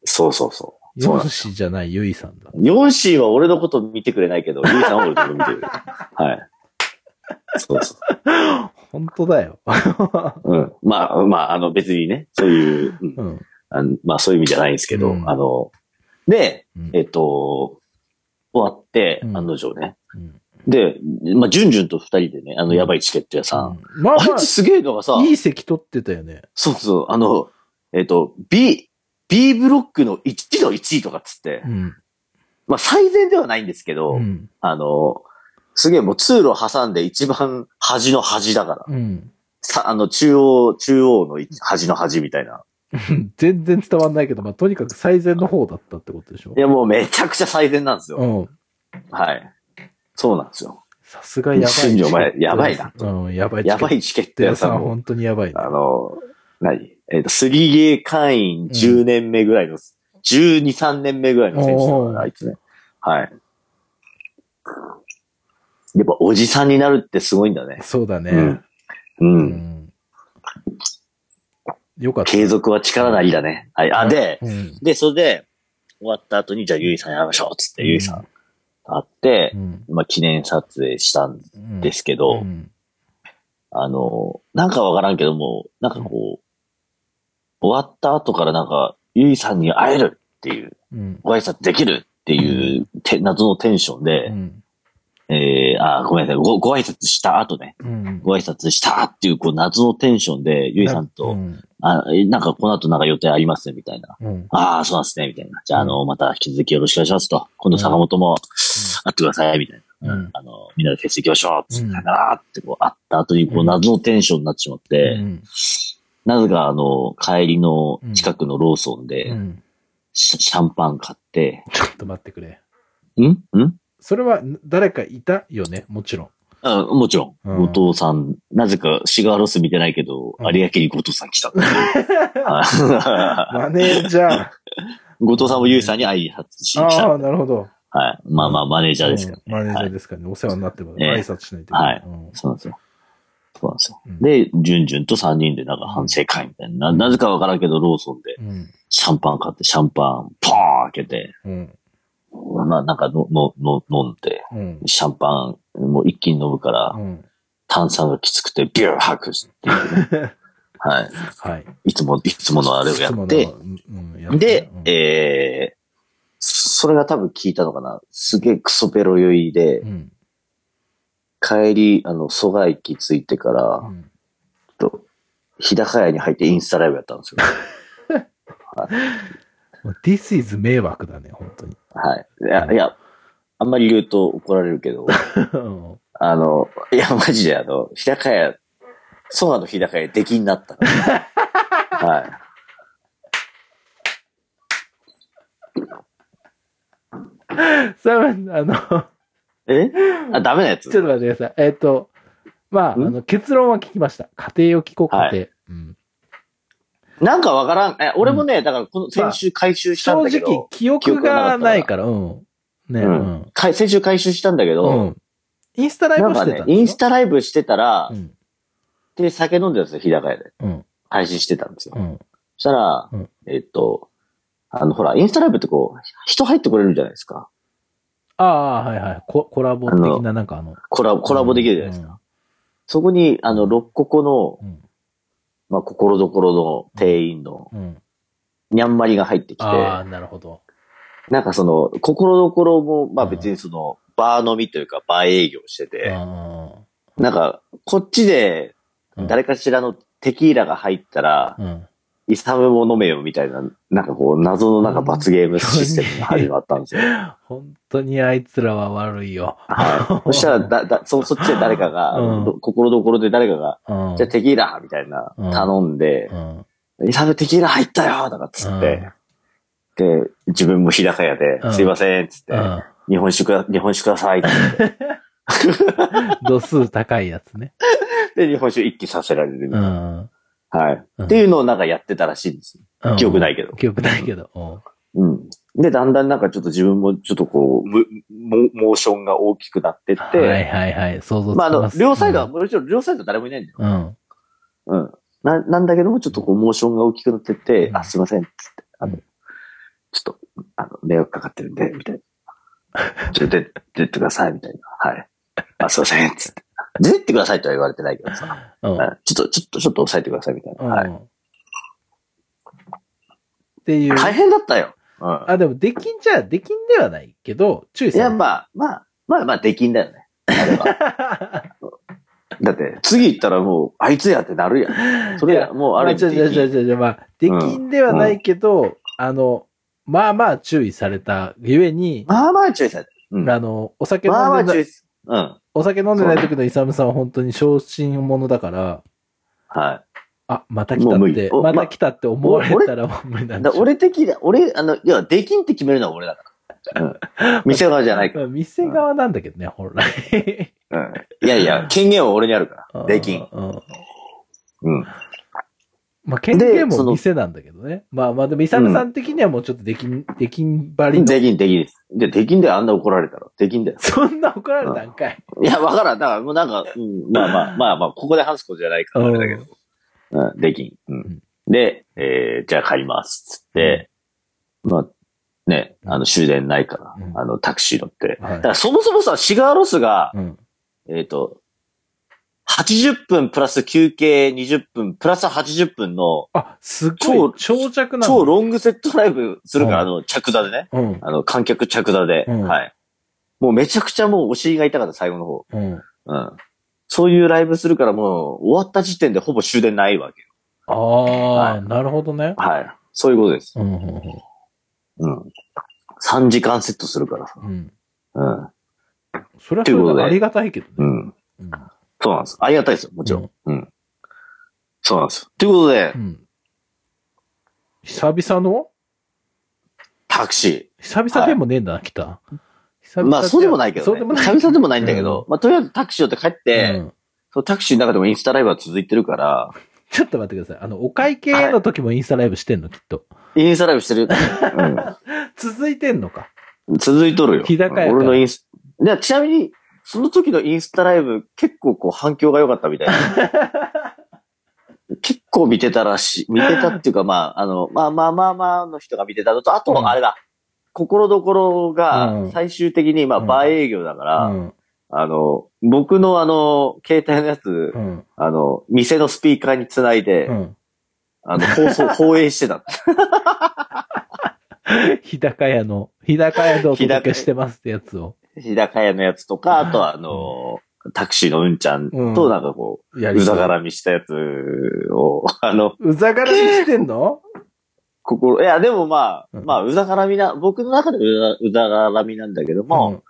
[SPEAKER 2] そうそうそそうなん
[SPEAKER 1] ヨシじゃないゆいさんだ。
[SPEAKER 2] う。4子は俺のこと見てくれないけど、ユイさんは俺のこと見てくれる。はい。そうそ
[SPEAKER 1] 本当だよ。
[SPEAKER 2] う。うん。まあ、まあ、あの別にね、そういう、うん
[SPEAKER 1] うん。
[SPEAKER 2] あのまあそういう意味じゃないんですけど、
[SPEAKER 1] うん
[SPEAKER 2] あの、で、
[SPEAKER 1] うん
[SPEAKER 2] えっと、終わって、
[SPEAKER 1] うん
[SPEAKER 2] 案の定ね。
[SPEAKER 1] うん
[SPEAKER 2] で、まあ、ジュンジュンと二人でね、あの、やばいチケット屋さん。
[SPEAKER 1] まあ
[SPEAKER 2] あい
[SPEAKER 1] ま
[SPEAKER 2] つすげえのがさ
[SPEAKER 1] あ、、いい席取ってたよね。
[SPEAKER 2] そうそう、あの、えっ、と、B、B ブロックの1の1位とかっつって
[SPEAKER 1] う、ん。
[SPEAKER 2] まあ最善ではないんですけ
[SPEAKER 1] う
[SPEAKER 2] ど、
[SPEAKER 1] ん。
[SPEAKER 2] あの、すげえもう通路挟んで一番端の端だから、
[SPEAKER 1] うん。
[SPEAKER 2] さ、あの中央、中央の一端の端みたいな。
[SPEAKER 1] 全然伝わんないけど、まあ、とにかく最善の方だったってことでしょ
[SPEAKER 2] いやもうめちゃくちゃ最善なんですよ。
[SPEAKER 1] うん。
[SPEAKER 2] はい。そうなんですよ。
[SPEAKER 1] さすがやばいチケット。
[SPEAKER 2] 一瞬お前やばいな
[SPEAKER 1] うん、やばいチケッ
[SPEAKER 2] や
[SPEAKER 1] ト。
[SPEAKER 2] ばいチケット
[SPEAKER 1] 屋
[SPEAKER 2] 屋
[SPEAKER 1] さ
[SPEAKER 2] さ
[SPEAKER 1] ん、
[SPEAKER 2] んも、
[SPEAKER 1] 本当にやばいね。
[SPEAKER 2] あの、何えっ、と、すりゲー会員10年目ぐらいの、12、3年目ぐらいの選手だか
[SPEAKER 1] おー
[SPEAKER 2] ら、あいつね。はい。やっぱおじさんになるってすごいんだね。
[SPEAKER 1] そうだね。
[SPEAKER 2] うん。
[SPEAKER 1] う
[SPEAKER 2] うん。
[SPEAKER 1] ん。よかった。
[SPEAKER 2] 継続は力なりだね。はい。あ、で、
[SPEAKER 1] うん。
[SPEAKER 2] で、それで、終わった後に、じゃあ、ゆいさんやりましょう、つって、ゆいさん会って
[SPEAKER 1] う、ん。
[SPEAKER 2] まあ、記念撮影したん
[SPEAKER 1] うん。
[SPEAKER 2] ですけど、
[SPEAKER 1] うん
[SPEAKER 2] あの、なんかわからんけども、なんかこう、終わった後からなんか、ゆいさんに会えるっていう、
[SPEAKER 1] うん。
[SPEAKER 2] ご挨拶できるっていう、て謎のテンション
[SPEAKER 1] う
[SPEAKER 2] で、
[SPEAKER 1] ん。
[SPEAKER 2] えー、あー、ごめんなさい、ご、ご挨拶した後ね、
[SPEAKER 1] うん。
[SPEAKER 2] ご挨拶したっていう、こう、謎のテンションで、ゆいさん
[SPEAKER 1] う
[SPEAKER 2] と、
[SPEAKER 1] ん。
[SPEAKER 2] あ、えなんかこの後なんか予定ありますね、みたいな。
[SPEAKER 1] うん。
[SPEAKER 2] ああ、そうなんですね、みたいな。じゃあ、あの、また引き続きよろしくお願いしますと。今度坂本も会ってください、みたいな。
[SPEAKER 1] うん
[SPEAKER 2] あの、みんなでフェス行きましょう、つっ
[SPEAKER 1] うん
[SPEAKER 2] て、さよならってこう、会った後に、こ
[SPEAKER 1] う
[SPEAKER 2] う、
[SPEAKER 1] ん
[SPEAKER 2] 謎のテンションになってしまって、
[SPEAKER 1] うん
[SPEAKER 2] なぜか、あの、帰りの近くのローソンで、
[SPEAKER 1] うん。
[SPEAKER 2] シャシャンパン買って、
[SPEAKER 1] ちょっと待ってくれ。
[SPEAKER 2] んん
[SPEAKER 1] それは誰かいたよね、もちろん。
[SPEAKER 2] あもちろん、
[SPEAKER 1] うん
[SPEAKER 2] お父さん、なぜかシガーロス見てないけど、
[SPEAKER 1] うん
[SPEAKER 2] 有明に後藤さん来たって いう。はい
[SPEAKER 1] マネージャー。
[SPEAKER 2] 後藤さんもユイさんに挨拶しに来
[SPEAKER 1] あ
[SPEAKER 2] た。
[SPEAKER 1] あ、なるほど。
[SPEAKER 2] はい。まあまあ、マネージャーですからね。
[SPEAKER 1] うんマネージャーですからね。お世話になってます。
[SPEAKER 2] ね
[SPEAKER 1] 挨拶しないといけない。
[SPEAKER 2] はい
[SPEAKER 1] うん
[SPEAKER 2] そうなんですよ。そうなんですよ。
[SPEAKER 1] うん
[SPEAKER 2] で、ジュンジュンと3人でなんか反省会みたいな。ななぜかわからんけど、ローソンで
[SPEAKER 1] うん。
[SPEAKER 2] シャンパン買って、シャンパン、ポーン開けて、
[SPEAKER 1] うん。
[SPEAKER 2] まあなんかの、の、の、飲んで、
[SPEAKER 1] うん。
[SPEAKER 2] シャンパンもう一気に飲むから、
[SPEAKER 1] うん。
[SPEAKER 2] 炭酸がきつくてビュー吐くってい うね。はい。
[SPEAKER 1] はい。
[SPEAKER 2] いつも、いつものあれをやっ
[SPEAKER 1] いつ
[SPEAKER 2] て、
[SPEAKER 1] もの、うんやって
[SPEAKER 2] で、
[SPEAKER 1] うん
[SPEAKER 2] えー、それが多分聞いたのかな。すげえクソベロ酔いで
[SPEAKER 1] う、ん。
[SPEAKER 2] 帰り、あの、蘇我駅着いてから、
[SPEAKER 1] うん
[SPEAKER 2] ちょっと、日高屋に入ってインスタライブやったん ですよ。
[SPEAKER 1] もう This is 迷惑だね、本当 に。
[SPEAKER 2] はい。いや、いや、あんまり言うと怒られる けど、
[SPEAKER 1] うん
[SPEAKER 2] あの、いや、マジであの、日高屋、蘇我の日高屋出禁になっ たから。はい。
[SPEAKER 1] それは、 あの、
[SPEAKER 2] えあ、ダメなやつ
[SPEAKER 1] ちょっと待ってください。えっと、まあ、あ
[SPEAKER 2] ん
[SPEAKER 1] の、結論は聞きました。家庭を聞こう、家
[SPEAKER 2] は
[SPEAKER 1] 庭。うん
[SPEAKER 2] なんかわからん。え、俺もね、だからこの先週回収したん
[SPEAKER 1] 正
[SPEAKER 2] だけど、
[SPEAKER 1] 直、記憶がないから、うん。ね、う
[SPEAKER 2] うん
[SPEAKER 1] ん。
[SPEAKER 2] か先週回収したんだけど、
[SPEAKER 1] うん。インスタライブ
[SPEAKER 2] なん
[SPEAKER 1] をし
[SPEAKER 2] か
[SPEAKER 1] て
[SPEAKER 2] ね
[SPEAKER 1] た、んでしょ
[SPEAKER 2] インスタライブしてたら、
[SPEAKER 1] うん。
[SPEAKER 2] で、酒飲んでたんですよ、日高屋で。
[SPEAKER 1] うん。
[SPEAKER 2] 配信してたんですよ。
[SPEAKER 1] うん。
[SPEAKER 2] そしたら、
[SPEAKER 1] うん
[SPEAKER 2] えっと、あの、ほら、インスタライブってこう、人入ってこれるじゃないですか。
[SPEAKER 1] ああ、はいはい。ココラボ的な、なんかあの。
[SPEAKER 2] コラボ、コラボできるじゃないですか。そこに、あの、六個
[SPEAKER 1] う
[SPEAKER 2] の、
[SPEAKER 1] ん。
[SPEAKER 2] まあ、心どころの店員の
[SPEAKER 1] うん。
[SPEAKER 2] にゃんまりが入ってきて、
[SPEAKER 1] ああ、なるほど。
[SPEAKER 2] なんかその、心どころも、まあ別にその、バー飲みというか、バー営業してて、
[SPEAKER 1] あ
[SPEAKER 2] なんか、こっちで、
[SPEAKER 1] うん
[SPEAKER 2] 誰かしらのテキーラが入ったら、
[SPEAKER 1] ーうん。
[SPEAKER 2] イサムも飲めよみたいな、なんかこう、謎のなんか罰ゲームシステムが始まったんですよ。
[SPEAKER 1] 本当にあいつらは悪いよ。
[SPEAKER 2] はい。そしたらだ、だ、そ、そっちで誰かが、
[SPEAKER 1] うん
[SPEAKER 2] ど心どころで誰かが、
[SPEAKER 1] うん。
[SPEAKER 2] じゃあテキーラみたいな、
[SPEAKER 1] うん
[SPEAKER 2] 頼んで
[SPEAKER 1] う、ん。
[SPEAKER 2] イサムテキーラ入ったよとかっつって、で、自分も日高屋で
[SPEAKER 1] う、ん
[SPEAKER 2] すいませんっつって
[SPEAKER 1] う、ん。
[SPEAKER 2] 日本酒くだ、日本酒くださいっつっ
[SPEAKER 1] 度数高いやつね。
[SPEAKER 2] て、で、日本酒一気させられるみ
[SPEAKER 1] う
[SPEAKER 2] たいな。
[SPEAKER 1] ん。
[SPEAKER 2] はい。
[SPEAKER 1] っ
[SPEAKER 2] っていうのをなんかやってたらしいんです。
[SPEAKER 1] うん
[SPEAKER 2] 記憶ないけど
[SPEAKER 1] 記憶ないけど。うん
[SPEAKER 2] うん。で、だんだんなんかちょっと自分もちょっとこう、むモモーションが大きくなってって、
[SPEAKER 1] はいはいはい。想像つき
[SPEAKER 2] まあ、あ
[SPEAKER 1] ま
[SPEAKER 2] の、
[SPEAKER 1] す。
[SPEAKER 2] 両サイドは、もちろん両サイドは誰もいないんだよ。
[SPEAKER 1] うん。うん。
[SPEAKER 2] うん。な、なんだけども、ちょっとこう、モーションが大きくなってって、
[SPEAKER 1] うん
[SPEAKER 2] あ、すいません、つって、あの、
[SPEAKER 1] う
[SPEAKER 2] ちょっと、あの、迷惑かかってるんで、みたいな。ちょっと出、出てください、みたいな。はい。あ、すいません、つって。出てってくださいとは言われてないけどさ。
[SPEAKER 1] うん
[SPEAKER 2] うんちょっと、ちょっと、ちょっと抑えてください、みたいな。はい。
[SPEAKER 1] っていう。
[SPEAKER 2] 大変だったよ。うん。
[SPEAKER 1] あ、でも、できんじゃ、できんではないけど、注意
[SPEAKER 2] い
[SPEAKER 1] され
[SPEAKER 2] や、
[SPEAKER 1] る
[SPEAKER 2] まあ、まあ、まあ、まあ、できんだよね。あれはだって、次行ったらもう、あいつやってなるやん。そ れ
[SPEAKER 1] い
[SPEAKER 2] や、もうあ
[SPEAKER 1] ま
[SPEAKER 2] れ
[SPEAKER 1] あ、じゃあじゃあじゃあじゃあじゃあまあ、できんではないけど、あの、まあまあ注意されたゆえに、
[SPEAKER 2] まあまあ注意されてうん
[SPEAKER 1] あの、お酒飲ん
[SPEAKER 2] まあまあ
[SPEAKER 1] でな
[SPEAKER 2] 注
[SPEAKER 1] い、
[SPEAKER 2] 意すうん。
[SPEAKER 1] お酒飲んでない時のイサムさんは本当に昇進者だから、
[SPEAKER 2] は
[SPEAKER 1] あ、また来た
[SPEAKER 2] もう無
[SPEAKER 1] っ
[SPEAKER 2] 理
[SPEAKER 1] て、
[SPEAKER 2] お
[SPEAKER 1] ま
[SPEAKER 2] ま。
[SPEAKER 1] た来たって思われたらもう無理ないん
[SPEAKER 2] だ
[SPEAKER 1] でしょ
[SPEAKER 2] 俺的だ、俺、あの、いや、できんって決めるのは俺だから。うん。店側じ ゃないか
[SPEAKER 1] まあ店側なんだけどね、本来。
[SPEAKER 2] ら。うん。いやいや、権限は俺にあるから。できん。
[SPEAKER 1] う。うん
[SPEAKER 2] うん。
[SPEAKER 1] まあ、権限
[SPEAKER 2] でそ
[SPEAKER 1] も
[SPEAKER 2] の
[SPEAKER 1] 店なんだけどね。まあまあ、でも、イサムさん的にはもうちょっとできん、できんばりの。
[SPEAKER 2] できん、できんです。で、できんだよ、あんな怒られたら。できんだよ。
[SPEAKER 1] そんな怒られたんかい。
[SPEAKER 2] いや、わからん。だから、もうなんか、うん、まあまあ、まあまあ、ここで話すことじゃないから、あれだけど。うん、できん。うん。で、えー、じゃあ帰ります。つって、まあ、ね、あの、終電ないから
[SPEAKER 1] う、ん
[SPEAKER 2] あの、タクシー乗って。
[SPEAKER 1] は
[SPEAKER 2] だから、そもそもさ、シガーロスが
[SPEAKER 1] い。、うん。
[SPEAKER 2] えっ、と、80分プラス休憩20分、プラス80分の
[SPEAKER 1] あ、すっごい長尺な
[SPEAKER 2] 超
[SPEAKER 1] の。
[SPEAKER 2] ロングセットライブするから、
[SPEAKER 1] うん
[SPEAKER 2] あの、着座でね。
[SPEAKER 1] うん。
[SPEAKER 2] あの、観客着座で、
[SPEAKER 1] うん
[SPEAKER 2] はい。もうめちゃくちゃもうお尻が痛かった、最後の方。
[SPEAKER 1] うん。
[SPEAKER 2] うん。そういうライブするからもう終わった時点でほぼ終電ないわけよ。
[SPEAKER 1] あ
[SPEAKER 2] は
[SPEAKER 1] あ、
[SPEAKER 2] い
[SPEAKER 1] なるほどね。
[SPEAKER 2] はい。そういうことです。
[SPEAKER 1] うんうん
[SPEAKER 2] うん。3時間セットするからさ。
[SPEAKER 1] うん。うん。
[SPEAKER 2] うん。
[SPEAKER 1] それはそ
[SPEAKER 2] という
[SPEAKER 1] れ
[SPEAKER 2] こ
[SPEAKER 1] で
[SPEAKER 2] とで
[SPEAKER 1] ありがたいけど
[SPEAKER 2] う
[SPEAKER 1] ね。
[SPEAKER 2] ん。
[SPEAKER 1] うん。
[SPEAKER 2] そうなんです。ありがたいですよ、もちろん。
[SPEAKER 1] う
[SPEAKER 2] うん。そうなんです。ということで
[SPEAKER 1] う、ん。久々の
[SPEAKER 2] タクシー。
[SPEAKER 1] 久々でもねえんだな、来た。久々
[SPEAKER 2] まあ、そうでもないけど、ね。
[SPEAKER 1] そうでもない。
[SPEAKER 2] 久々でもないんだけど、
[SPEAKER 1] う
[SPEAKER 2] まあ、とりあえずタクシー寄って帰って、
[SPEAKER 1] うん
[SPEAKER 2] そのタクシーの中でもインスタライブは続いてるから、
[SPEAKER 1] ちょっと待ってください。あの、お会計の時もインスタライブしてんの、きっと。
[SPEAKER 2] インスタライブしてる。
[SPEAKER 1] 続いてんのか。
[SPEAKER 2] うん、続いとるよ。
[SPEAKER 1] 日高屋から
[SPEAKER 2] 俺のインスでちなみに、その時のインスタライブ、結構こう反響が良かったみたいな。 結構見てたらしい。見てたっていうか、まあ、あの、まあまあまあまあの人が見てたのと、あ
[SPEAKER 1] うん
[SPEAKER 2] と、あれだ。心どころ
[SPEAKER 1] う
[SPEAKER 2] が
[SPEAKER 1] ん
[SPEAKER 2] 最終的に、まあ、
[SPEAKER 1] うん
[SPEAKER 2] バー営業だか
[SPEAKER 1] う
[SPEAKER 2] ら、
[SPEAKER 1] ん。
[SPEAKER 2] あの、僕のあの、携帯のやつ
[SPEAKER 1] う、ん。
[SPEAKER 2] あの、店のスピーカーにつないで、
[SPEAKER 1] うん。
[SPEAKER 2] あの、放送、放映してた。
[SPEAKER 1] 日高屋の、日高屋でお届けしてますってやつを
[SPEAKER 2] 日高屋のやつとか、あとはあの、タクシーのうんちゃん
[SPEAKER 1] うん
[SPEAKER 2] となんかこ
[SPEAKER 1] や
[SPEAKER 2] う、
[SPEAKER 1] り
[SPEAKER 2] う
[SPEAKER 1] そ
[SPEAKER 2] ざ
[SPEAKER 1] う。
[SPEAKER 2] がらみしたやつを、 あの、
[SPEAKER 1] うざがらみしてんの
[SPEAKER 2] 心、いや、でもまあ、
[SPEAKER 1] うん
[SPEAKER 2] まあ、うざがらみな、僕の中でうざうざがらみなんだけども、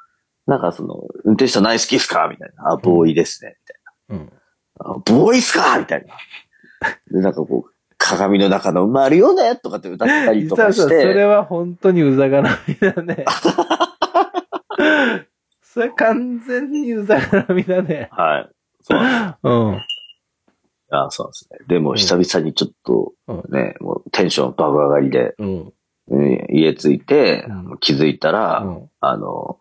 [SPEAKER 2] なんかその、運転手さんナイスキスかみたいな。あ、ボーイですね。
[SPEAKER 1] うん。うん。
[SPEAKER 2] あボーイっすかみたいな。で、なんかこう、鏡の中のマリオネとかって歌ったり
[SPEAKER 1] 実
[SPEAKER 2] と
[SPEAKER 1] はさ、
[SPEAKER 2] かし
[SPEAKER 1] それ
[SPEAKER 2] て、
[SPEAKER 1] は本当にうざがらみだ ね。それ完全にうざがらみだね。
[SPEAKER 2] はい。そうなんです。
[SPEAKER 1] うん。
[SPEAKER 2] あそうなんですね。でも、久々にちょっと、ね、もうテンション爆上がりで、
[SPEAKER 1] うん。
[SPEAKER 2] うん家着いて
[SPEAKER 1] う、
[SPEAKER 2] 気づいた
[SPEAKER 1] う
[SPEAKER 2] ら、
[SPEAKER 1] ん。
[SPEAKER 2] あの、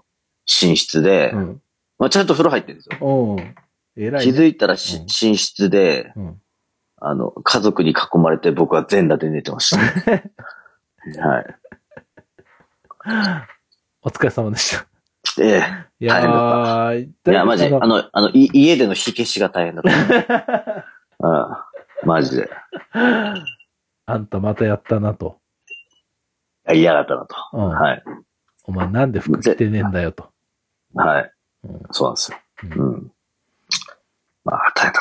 [SPEAKER 2] 寝室で、
[SPEAKER 1] うん。
[SPEAKER 2] まあ、ちゃんと風呂入ってるんですよ。
[SPEAKER 1] うん。偉い
[SPEAKER 2] 気
[SPEAKER 1] ね。
[SPEAKER 2] づいたらし、
[SPEAKER 1] うん
[SPEAKER 2] 寝室で、
[SPEAKER 1] うん。
[SPEAKER 2] あの、家族に囲まれて僕は全裸で寝てま した。はい。
[SPEAKER 1] お疲れ様で した。
[SPEAKER 2] ええ
[SPEAKER 1] いやー、
[SPEAKER 2] いや、マジ、あ
[SPEAKER 1] あの
[SPEAKER 2] の、あの、い家での火消しが大 変だった。うん。マジで。
[SPEAKER 1] あんたまたやったなと。
[SPEAKER 2] やりやがったなと。
[SPEAKER 1] うん。
[SPEAKER 2] はい。
[SPEAKER 1] お前なんで服着てねえんだよ と。
[SPEAKER 2] はい
[SPEAKER 1] うん。
[SPEAKER 2] そうなんですよ。
[SPEAKER 1] う
[SPEAKER 2] うんん。まあ、大変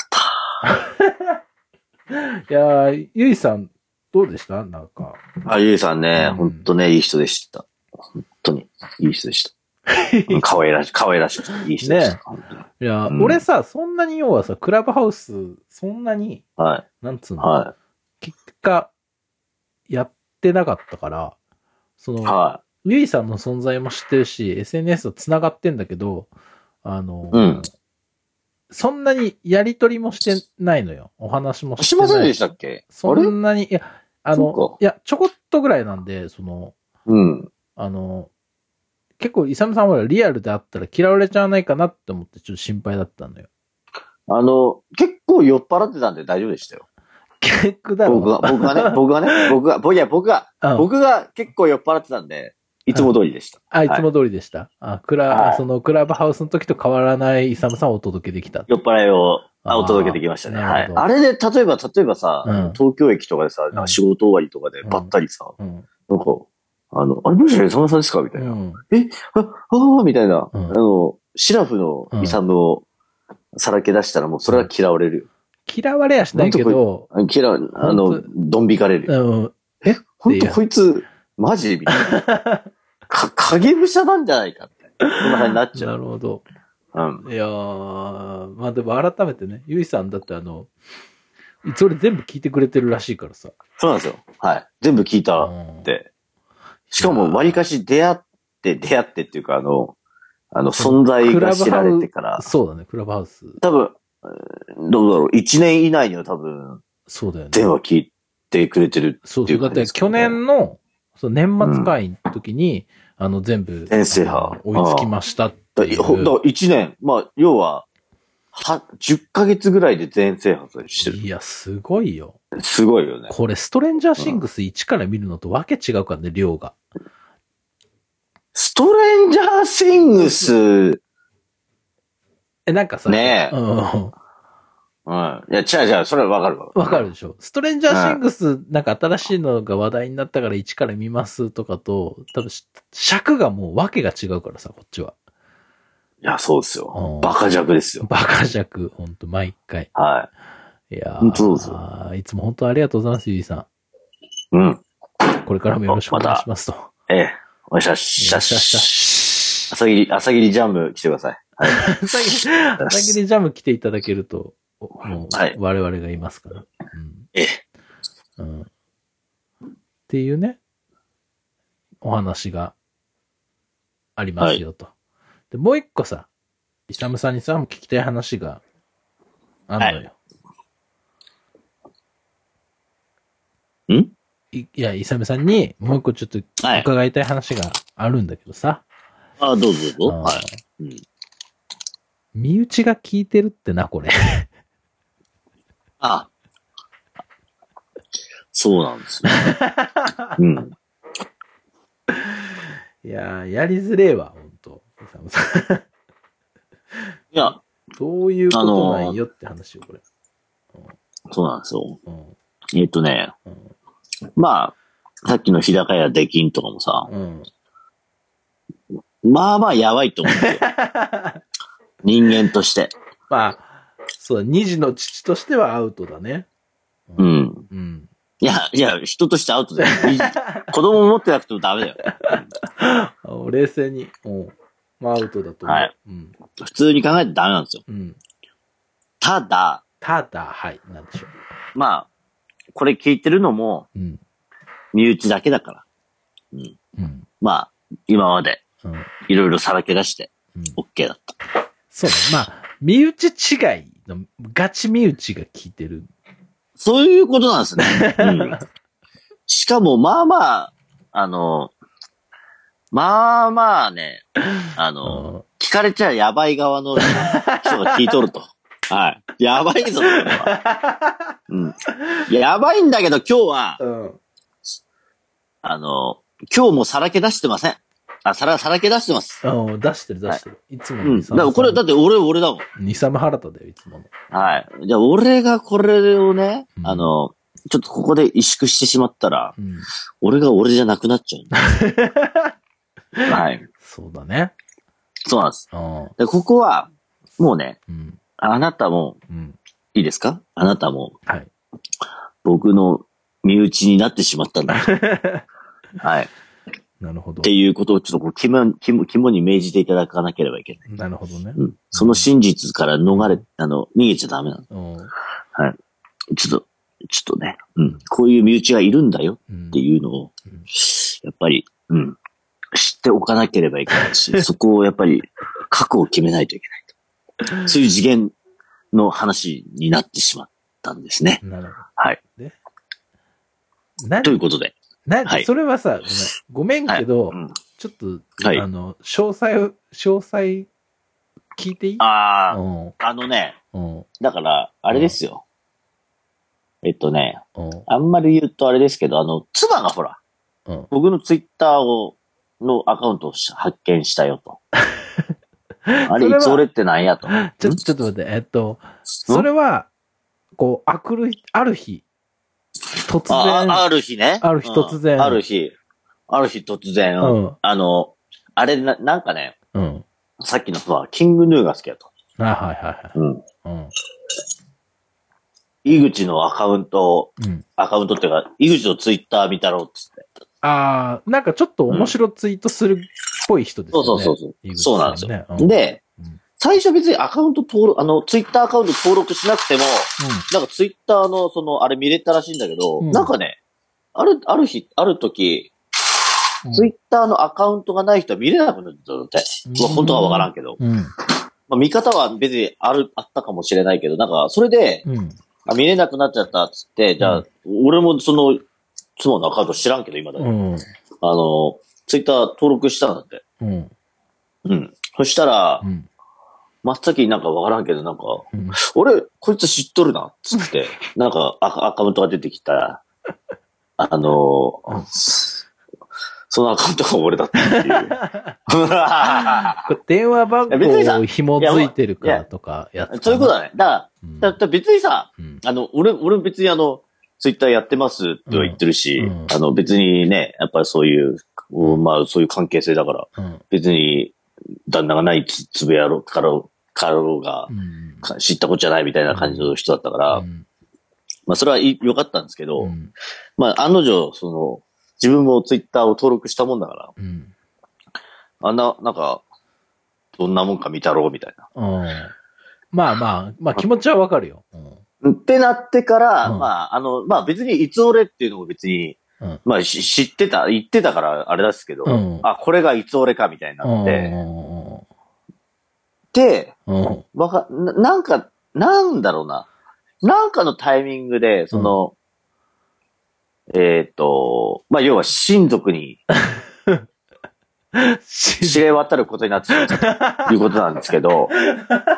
[SPEAKER 2] だった。
[SPEAKER 1] いやー、ゆいさん、どうでしたなん か。
[SPEAKER 4] あ、ゆいさんね
[SPEAKER 1] う、ん
[SPEAKER 4] ほんとね、いい人でした。本当に、いい人でした。可愛らしい、可愛らしい、いい人でした。
[SPEAKER 1] ね
[SPEAKER 4] 本当に
[SPEAKER 1] いやー、
[SPEAKER 4] うん
[SPEAKER 1] 俺さ、そんなに要はさ、クラブハウス、そんなに、
[SPEAKER 4] はい、
[SPEAKER 1] なんつうの、
[SPEAKER 4] は
[SPEAKER 1] 結果、やってなかったから、そ
[SPEAKER 4] い、
[SPEAKER 1] の、
[SPEAKER 4] は
[SPEAKER 1] ゆいさんの存在も知ってるし、SNS と繋がってんだけど、あの、
[SPEAKER 4] うん
[SPEAKER 1] そんなにやりとりもしてないのよ。お話も
[SPEAKER 4] い。
[SPEAKER 1] して
[SPEAKER 4] し
[SPEAKER 1] な
[SPEAKER 4] ま
[SPEAKER 1] い。
[SPEAKER 4] せんでしたっけあ
[SPEAKER 1] そ
[SPEAKER 4] れ
[SPEAKER 1] んなに、いや、あ
[SPEAKER 4] そ
[SPEAKER 1] の
[SPEAKER 4] うか、
[SPEAKER 1] いや、ちょこっとぐらいなんで、その、
[SPEAKER 4] うん。
[SPEAKER 1] あの、結構、イサムさんはリアルであったら嫌われちゃわないかなって思ってちょっと心配だったのよ。
[SPEAKER 4] あの、結構酔っ払ってたんで大丈夫でしたよ。
[SPEAKER 1] 結局だ
[SPEAKER 4] 僕
[SPEAKER 1] ろ。
[SPEAKER 4] が、僕が ね、僕がね、僕が、僕が、僕が、
[SPEAKER 1] うん
[SPEAKER 4] 僕が結構酔っ払ってたんで、いつも通りでした。
[SPEAKER 1] あ、いつも通りでした。あ、クラ、
[SPEAKER 4] はい
[SPEAKER 1] そのクラブハウスの時と変わらないイサムさんをお届けできた。
[SPEAKER 4] 酔っ払いを、
[SPEAKER 1] あ
[SPEAKER 4] あ
[SPEAKER 1] ー
[SPEAKER 4] お届けできましたね。
[SPEAKER 1] な
[SPEAKER 4] は
[SPEAKER 1] る
[SPEAKER 4] い
[SPEAKER 1] ほ。ど
[SPEAKER 4] あれで、例えば、例えばさ、
[SPEAKER 1] うん
[SPEAKER 4] 東京駅とかでさ、なんか仕事終わりとかで
[SPEAKER 1] うん
[SPEAKER 4] ばったりさ、
[SPEAKER 1] うん。
[SPEAKER 4] なんか、あの、あれ、もしかしてイサムさんですかみた
[SPEAKER 1] う
[SPEAKER 4] いな。
[SPEAKER 1] ん。
[SPEAKER 4] あ、ああ、みたいな、
[SPEAKER 1] うん
[SPEAKER 4] あの、シラフのイサムをさらけ出したらもうそれは嫌われるよ。
[SPEAKER 1] 嫌われやしないけど、
[SPEAKER 4] 嫌われ、あの
[SPEAKER 1] 本、
[SPEAKER 4] ドン引かれる
[SPEAKER 1] う
[SPEAKER 4] よ。
[SPEAKER 1] ん。
[SPEAKER 4] ほんとこいつ、マジみたい な。か、影武者なんじゃないかって。そんな感じになっちゃ
[SPEAKER 1] な
[SPEAKER 4] う。
[SPEAKER 1] るほど。
[SPEAKER 4] うん。
[SPEAKER 1] いやー、まあでも改めてね、ゆいさんだってあの、いつ俺全部聞いてくれてるらしいからさ。
[SPEAKER 4] そうなんですよ。はい。全部聞いた
[SPEAKER 1] うん
[SPEAKER 4] って。しかも、割かし出会って、出会ってっていうか、あの、あの、存在が知られてから、
[SPEAKER 1] そうだね、クラブハウス。
[SPEAKER 4] 多分、うんどうだろう、1年以内には多分、
[SPEAKER 1] そうだよね。
[SPEAKER 4] 全話聞いてくれてる
[SPEAKER 1] そう
[SPEAKER 4] ってい
[SPEAKER 1] そ。
[SPEAKER 4] うう
[SPEAKER 1] だ
[SPEAKER 4] 感じ
[SPEAKER 1] っ
[SPEAKER 4] で
[SPEAKER 1] て
[SPEAKER 4] すか
[SPEAKER 1] 去
[SPEAKER 4] ね
[SPEAKER 1] 年の、その年末会の時に、あの、全部、
[SPEAKER 4] 全制覇
[SPEAKER 1] あの追いつきましたって
[SPEAKER 4] だ
[SPEAKER 1] いう。
[SPEAKER 4] ほだから1年、まあ、要は、は、10ヶ月ぐらいで全制覇してる。
[SPEAKER 1] いや、すごいよ。
[SPEAKER 4] すごいよね。
[SPEAKER 1] これ、ストレンジャーシングス1から見るのとわけ違うからね、量が。
[SPEAKER 4] ストレンジャーシングス、
[SPEAKER 1] え、なんかさ、
[SPEAKER 4] ねえ
[SPEAKER 1] うん。
[SPEAKER 4] うん。いや、違う違う、それはわかるわ。
[SPEAKER 1] わかるでしょ。ストレンジャーシングス、なんか新しいのが話題になったから1から見ますとかと、多分し尺がもう訳が違うからさ、こっちは。
[SPEAKER 4] いや、そうです
[SPEAKER 1] うん
[SPEAKER 4] よ。バカ弱ですよ。
[SPEAKER 1] バカ尺、ほんと、毎回。
[SPEAKER 4] はい
[SPEAKER 1] や
[SPEAKER 4] ほんとそうです
[SPEAKER 1] ー、いつも本当ありがとうございます、ゆいさ
[SPEAKER 4] い。うん。
[SPEAKER 1] ん。これからもよろしくお願いしますと。
[SPEAKER 4] ええ。お願いします。
[SPEAKER 1] よっしゃよっ
[SPEAKER 4] 朝霧、朝霧ジャム来てください。
[SPEAKER 1] 朝霧朝霧ジャム来ていただけると、おもう
[SPEAKER 4] はい
[SPEAKER 1] 我々がいますから。うん
[SPEAKER 4] ええ
[SPEAKER 1] うんっていうね、お話がありますよと。で、もう一個さ、イサムさんにさ、聞きたい話があるのよ。
[SPEAKER 4] はいん
[SPEAKER 1] いいや、イサムさんにもう一個ちょっと
[SPEAKER 4] はい。
[SPEAKER 1] 伺いたい話があるんだけどさ。
[SPEAKER 2] あ、どうぞどうぞ。
[SPEAKER 1] あー
[SPEAKER 2] はい。
[SPEAKER 1] 身内が聞いてるってな、これ。
[SPEAKER 2] あそうなんですよ。
[SPEAKER 4] うん。
[SPEAKER 1] いやー、やりづれえわ、ほんと。イサムさん
[SPEAKER 2] いや、
[SPEAKER 1] どういうことなんよって話よ、これ。
[SPEAKER 2] そうなんですよ。
[SPEAKER 1] うん。
[SPEAKER 2] えっとね
[SPEAKER 1] うん、
[SPEAKER 2] まあ、さっきの日高屋出禁とかもさ、
[SPEAKER 1] うん。
[SPEAKER 2] まあまあやばいと思うんですよ。人間として。
[SPEAKER 1] まあ、そう、二児の父としてはアウトだね。
[SPEAKER 2] うん。
[SPEAKER 1] うん。
[SPEAKER 2] いや、いや、人としてアウトだよ。い子供持ってなくてもダメだよ。
[SPEAKER 1] あ冷静に。うん。まあ、アウトだと思う。
[SPEAKER 2] はい
[SPEAKER 1] うん。
[SPEAKER 2] 普通に考えてダメなんですよ。
[SPEAKER 1] うん。
[SPEAKER 2] ただ、
[SPEAKER 1] ただ、はい、なんでしょ
[SPEAKER 2] まあ、これ聞いてるのも
[SPEAKER 1] う。うん。
[SPEAKER 2] 身内だけだから。
[SPEAKER 1] うん。
[SPEAKER 2] まあ、今まで
[SPEAKER 1] うん。
[SPEAKER 2] いろいろさらけ出して
[SPEAKER 1] うん、
[SPEAKER 2] OK だった。
[SPEAKER 1] そうね。まあ、身内違いの、ガチ身内が聞いてる。
[SPEAKER 2] そういうことなんですね。うん、しかも、まあまあ、あの、まあまあね、あ
[SPEAKER 1] う
[SPEAKER 2] の、
[SPEAKER 1] ん。
[SPEAKER 2] 聞かれちゃやばい側の人が聞いとると。はい。やばいぞ、これは。うん。いや、やばいんだけど、今日は、
[SPEAKER 1] うん。
[SPEAKER 2] あの、今日もさらけ出してません。あ、さら、さらけ出してます。
[SPEAKER 1] うん、出してる出してる。い、つも
[SPEAKER 2] う
[SPEAKER 1] の
[SPEAKER 2] ん。
[SPEAKER 1] イ
[SPEAKER 2] だ
[SPEAKER 1] サ
[SPEAKER 2] か
[SPEAKER 1] ムさん
[SPEAKER 2] らこれ、だって俺、俺だもん。
[SPEAKER 1] ニサムハラタだよ、いつもの。
[SPEAKER 2] はい。じゃあ、俺がこれをね
[SPEAKER 1] う、ん
[SPEAKER 2] あの、ちょっとここで萎縮してしまったら、
[SPEAKER 1] うん。
[SPEAKER 2] 俺が俺じゃなくなっちゃうんだはい。
[SPEAKER 1] そうだね。
[SPEAKER 2] そうなんです。
[SPEAKER 1] うん。
[SPEAKER 2] でここは、もうね、
[SPEAKER 1] うん。
[SPEAKER 2] あなたも、
[SPEAKER 1] うん。
[SPEAKER 2] いいですかあなたも、
[SPEAKER 1] はい。
[SPEAKER 2] 僕の身内になってしまった んだ。はい。っ
[SPEAKER 1] なるほど
[SPEAKER 2] て。いうことをちょっとこう肝肝、肝に銘じていただかなければいけない。
[SPEAKER 1] なるほどね。
[SPEAKER 2] うん。その真実から逃れ、あの、逃げちゃダメな
[SPEAKER 1] う
[SPEAKER 2] の。
[SPEAKER 1] ん。
[SPEAKER 2] ちょっと、ちょっとね、うん。こういう身内がいるんだよ
[SPEAKER 1] うん
[SPEAKER 2] っていうのを
[SPEAKER 1] うん、
[SPEAKER 2] やっぱり、うん。知っておかなければいけな いし、そこをやっぱり、覚悟を決めないといけないと。そういう次元の話になってしまったんですね。
[SPEAKER 1] なるほ
[SPEAKER 2] はい。
[SPEAKER 1] ど。で、な
[SPEAKER 2] ということで。
[SPEAKER 1] な、
[SPEAKER 2] はい
[SPEAKER 1] それはさ、ごめん、ごめんけど、
[SPEAKER 2] はいうん
[SPEAKER 1] ちょっと、
[SPEAKER 2] はい
[SPEAKER 1] あの、詳細を、詳細、聞いていい
[SPEAKER 2] ああ、
[SPEAKER 1] うん、
[SPEAKER 2] あのね、
[SPEAKER 1] うん、
[SPEAKER 2] だから、あれですよ。えっとね、
[SPEAKER 1] うん、
[SPEAKER 2] あんまり言うとあれですけど、あの、妻がほら、
[SPEAKER 1] うん。
[SPEAKER 2] 僕のツイッターを、のアカウントを発見した よと。
[SPEAKER 1] そ
[SPEAKER 2] あれ、
[SPEAKER 1] れはい
[SPEAKER 2] つ俺ってなんやと。
[SPEAKER 1] ちょ、ちょっと待って、えっと、それは、こう、あくる日、ある日、突
[SPEAKER 2] あ
[SPEAKER 1] 然、
[SPEAKER 2] あある日ね。
[SPEAKER 1] ある日
[SPEAKER 2] うん
[SPEAKER 1] 突然
[SPEAKER 2] ある日。ある日突然。
[SPEAKER 1] うん
[SPEAKER 2] あの、あれな、なんかね、
[SPEAKER 1] うん。
[SPEAKER 2] さっきのは、キングヌーが好きだと。
[SPEAKER 1] あ、はいは
[SPEAKER 2] うん。
[SPEAKER 1] いはい。
[SPEAKER 2] 井口のアカウントを、
[SPEAKER 1] うん。うん。
[SPEAKER 2] アカウントっていうか、井口のツイッター見たろうっつって。
[SPEAKER 1] ああ、なんかちょっと面白ツイートするっぽい人です
[SPEAKER 2] そ
[SPEAKER 1] よ
[SPEAKER 2] う
[SPEAKER 1] ね。
[SPEAKER 2] そうそうそう、
[SPEAKER 1] 井口さ
[SPEAKER 2] そうな
[SPEAKER 1] ね
[SPEAKER 2] んですよ。
[SPEAKER 1] うん、
[SPEAKER 2] で
[SPEAKER 1] うん、
[SPEAKER 2] 最初別にアカウント登録、あの、ツイッターアカウント登録しなくても、なんかツイッターのその、あれ見れたらしいんだけど、
[SPEAKER 1] うん
[SPEAKER 2] なんかね、ある、ある日、ある時、
[SPEAKER 1] うん。
[SPEAKER 2] ツイッターのアカウントがない人は見れなくなっちゃったんだって。
[SPEAKER 1] うん
[SPEAKER 2] 本当はわからんけど。
[SPEAKER 1] うん。
[SPEAKER 2] まあ、見方は別にある、あったかもしれないけど、なんか、それで、
[SPEAKER 1] うん。
[SPEAKER 2] あ見れなくなっちゃったっつって、じゃ
[SPEAKER 1] う
[SPEAKER 2] あ、俺もその、妻のアカウント知らんけど、今だに、
[SPEAKER 1] うん。
[SPEAKER 2] あの、ツイッター登録したんだって。
[SPEAKER 1] うん。
[SPEAKER 2] うん。そしたら
[SPEAKER 1] う、ん。
[SPEAKER 2] 真っ先になんかわからんけど、なんか、
[SPEAKER 1] うん
[SPEAKER 2] 俺、こいつ知っとるな、つ って、なんかアアカウントが出てきたら、あの
[SPEAKER 1] うん、
[SPEAKER 2] そのアカウントが俺だったってい
[SPEAKER 1] これ電話番
[SPEAKER 2] いや別に
[SPEAKER 1] 号
[SPEAKER 2] さ
[SPEAKER 1] を紐づいてるからとかやっ
[SPEAKER 2] う。そういうこと
[SPEAKER 1] だ。
[SPEAKER 2] だね。だから
[SPEAKER 1] うん、
[SPEAKER 2] だだ別にさ、
[SPEAKER 1] うん
[SPEAKER 2] あの、俺、俺別にあの、ツイッターやってますっては言ってるし、
[SPEAKER 1] うんうん
[SPEAKER 2] あの、別にね、やっぱりそういう、まあそういう関係性だか
[SPEAKER 1] う
[SPEAKER 2] ら、
[SPEAKER 1] ん
[SPEAKER 2] 別に、旦那がないつつぶやろう、かろう、かろうが
[SPEAKER 1] う、ん
[SPEAKER 2] か知ったことじゃないみたいな感じの人だったから、
[SPEAKER 1] うん
[SPEAKER 2] まあそれはいい良かったんですけど、
[SPEAKER 1] うん
[SPEAKER 2] まあ、案の定、その、自分もツイッターを登録したもんだから、
[SPEAKER 1] うん
[SPEAKER 2] あんな、なんか、どんなもんか見たろう、みたいな。
[SPEAKER 1] うんまあまあ、まあ気持ちはわかるよ。うん
[SPEAKER 2] ってなってから、
[SPEAKER 1] うん
[SPEAKER 2] まあ、あの、まあ別に、いつ俺っていうのも別に、
[SPEAKER 1] うん
[SPEAKER 2] まあし知ってた、言ってたから、あれですけど、
[SPEAKER 1] うん
[SPEAKER 2] あ、これがいつ俺か、みたいに
[SPEAKER 1] うん
[SPEAKER 2] なって、で、
[SPEAKER 1] うん
[SPEAKER 2] わか、ななんか、なんだろうな。なんかのタイミングで、その、えっ、と、まあ要は親族に知れ渡ることになってしまった ということなんですけど、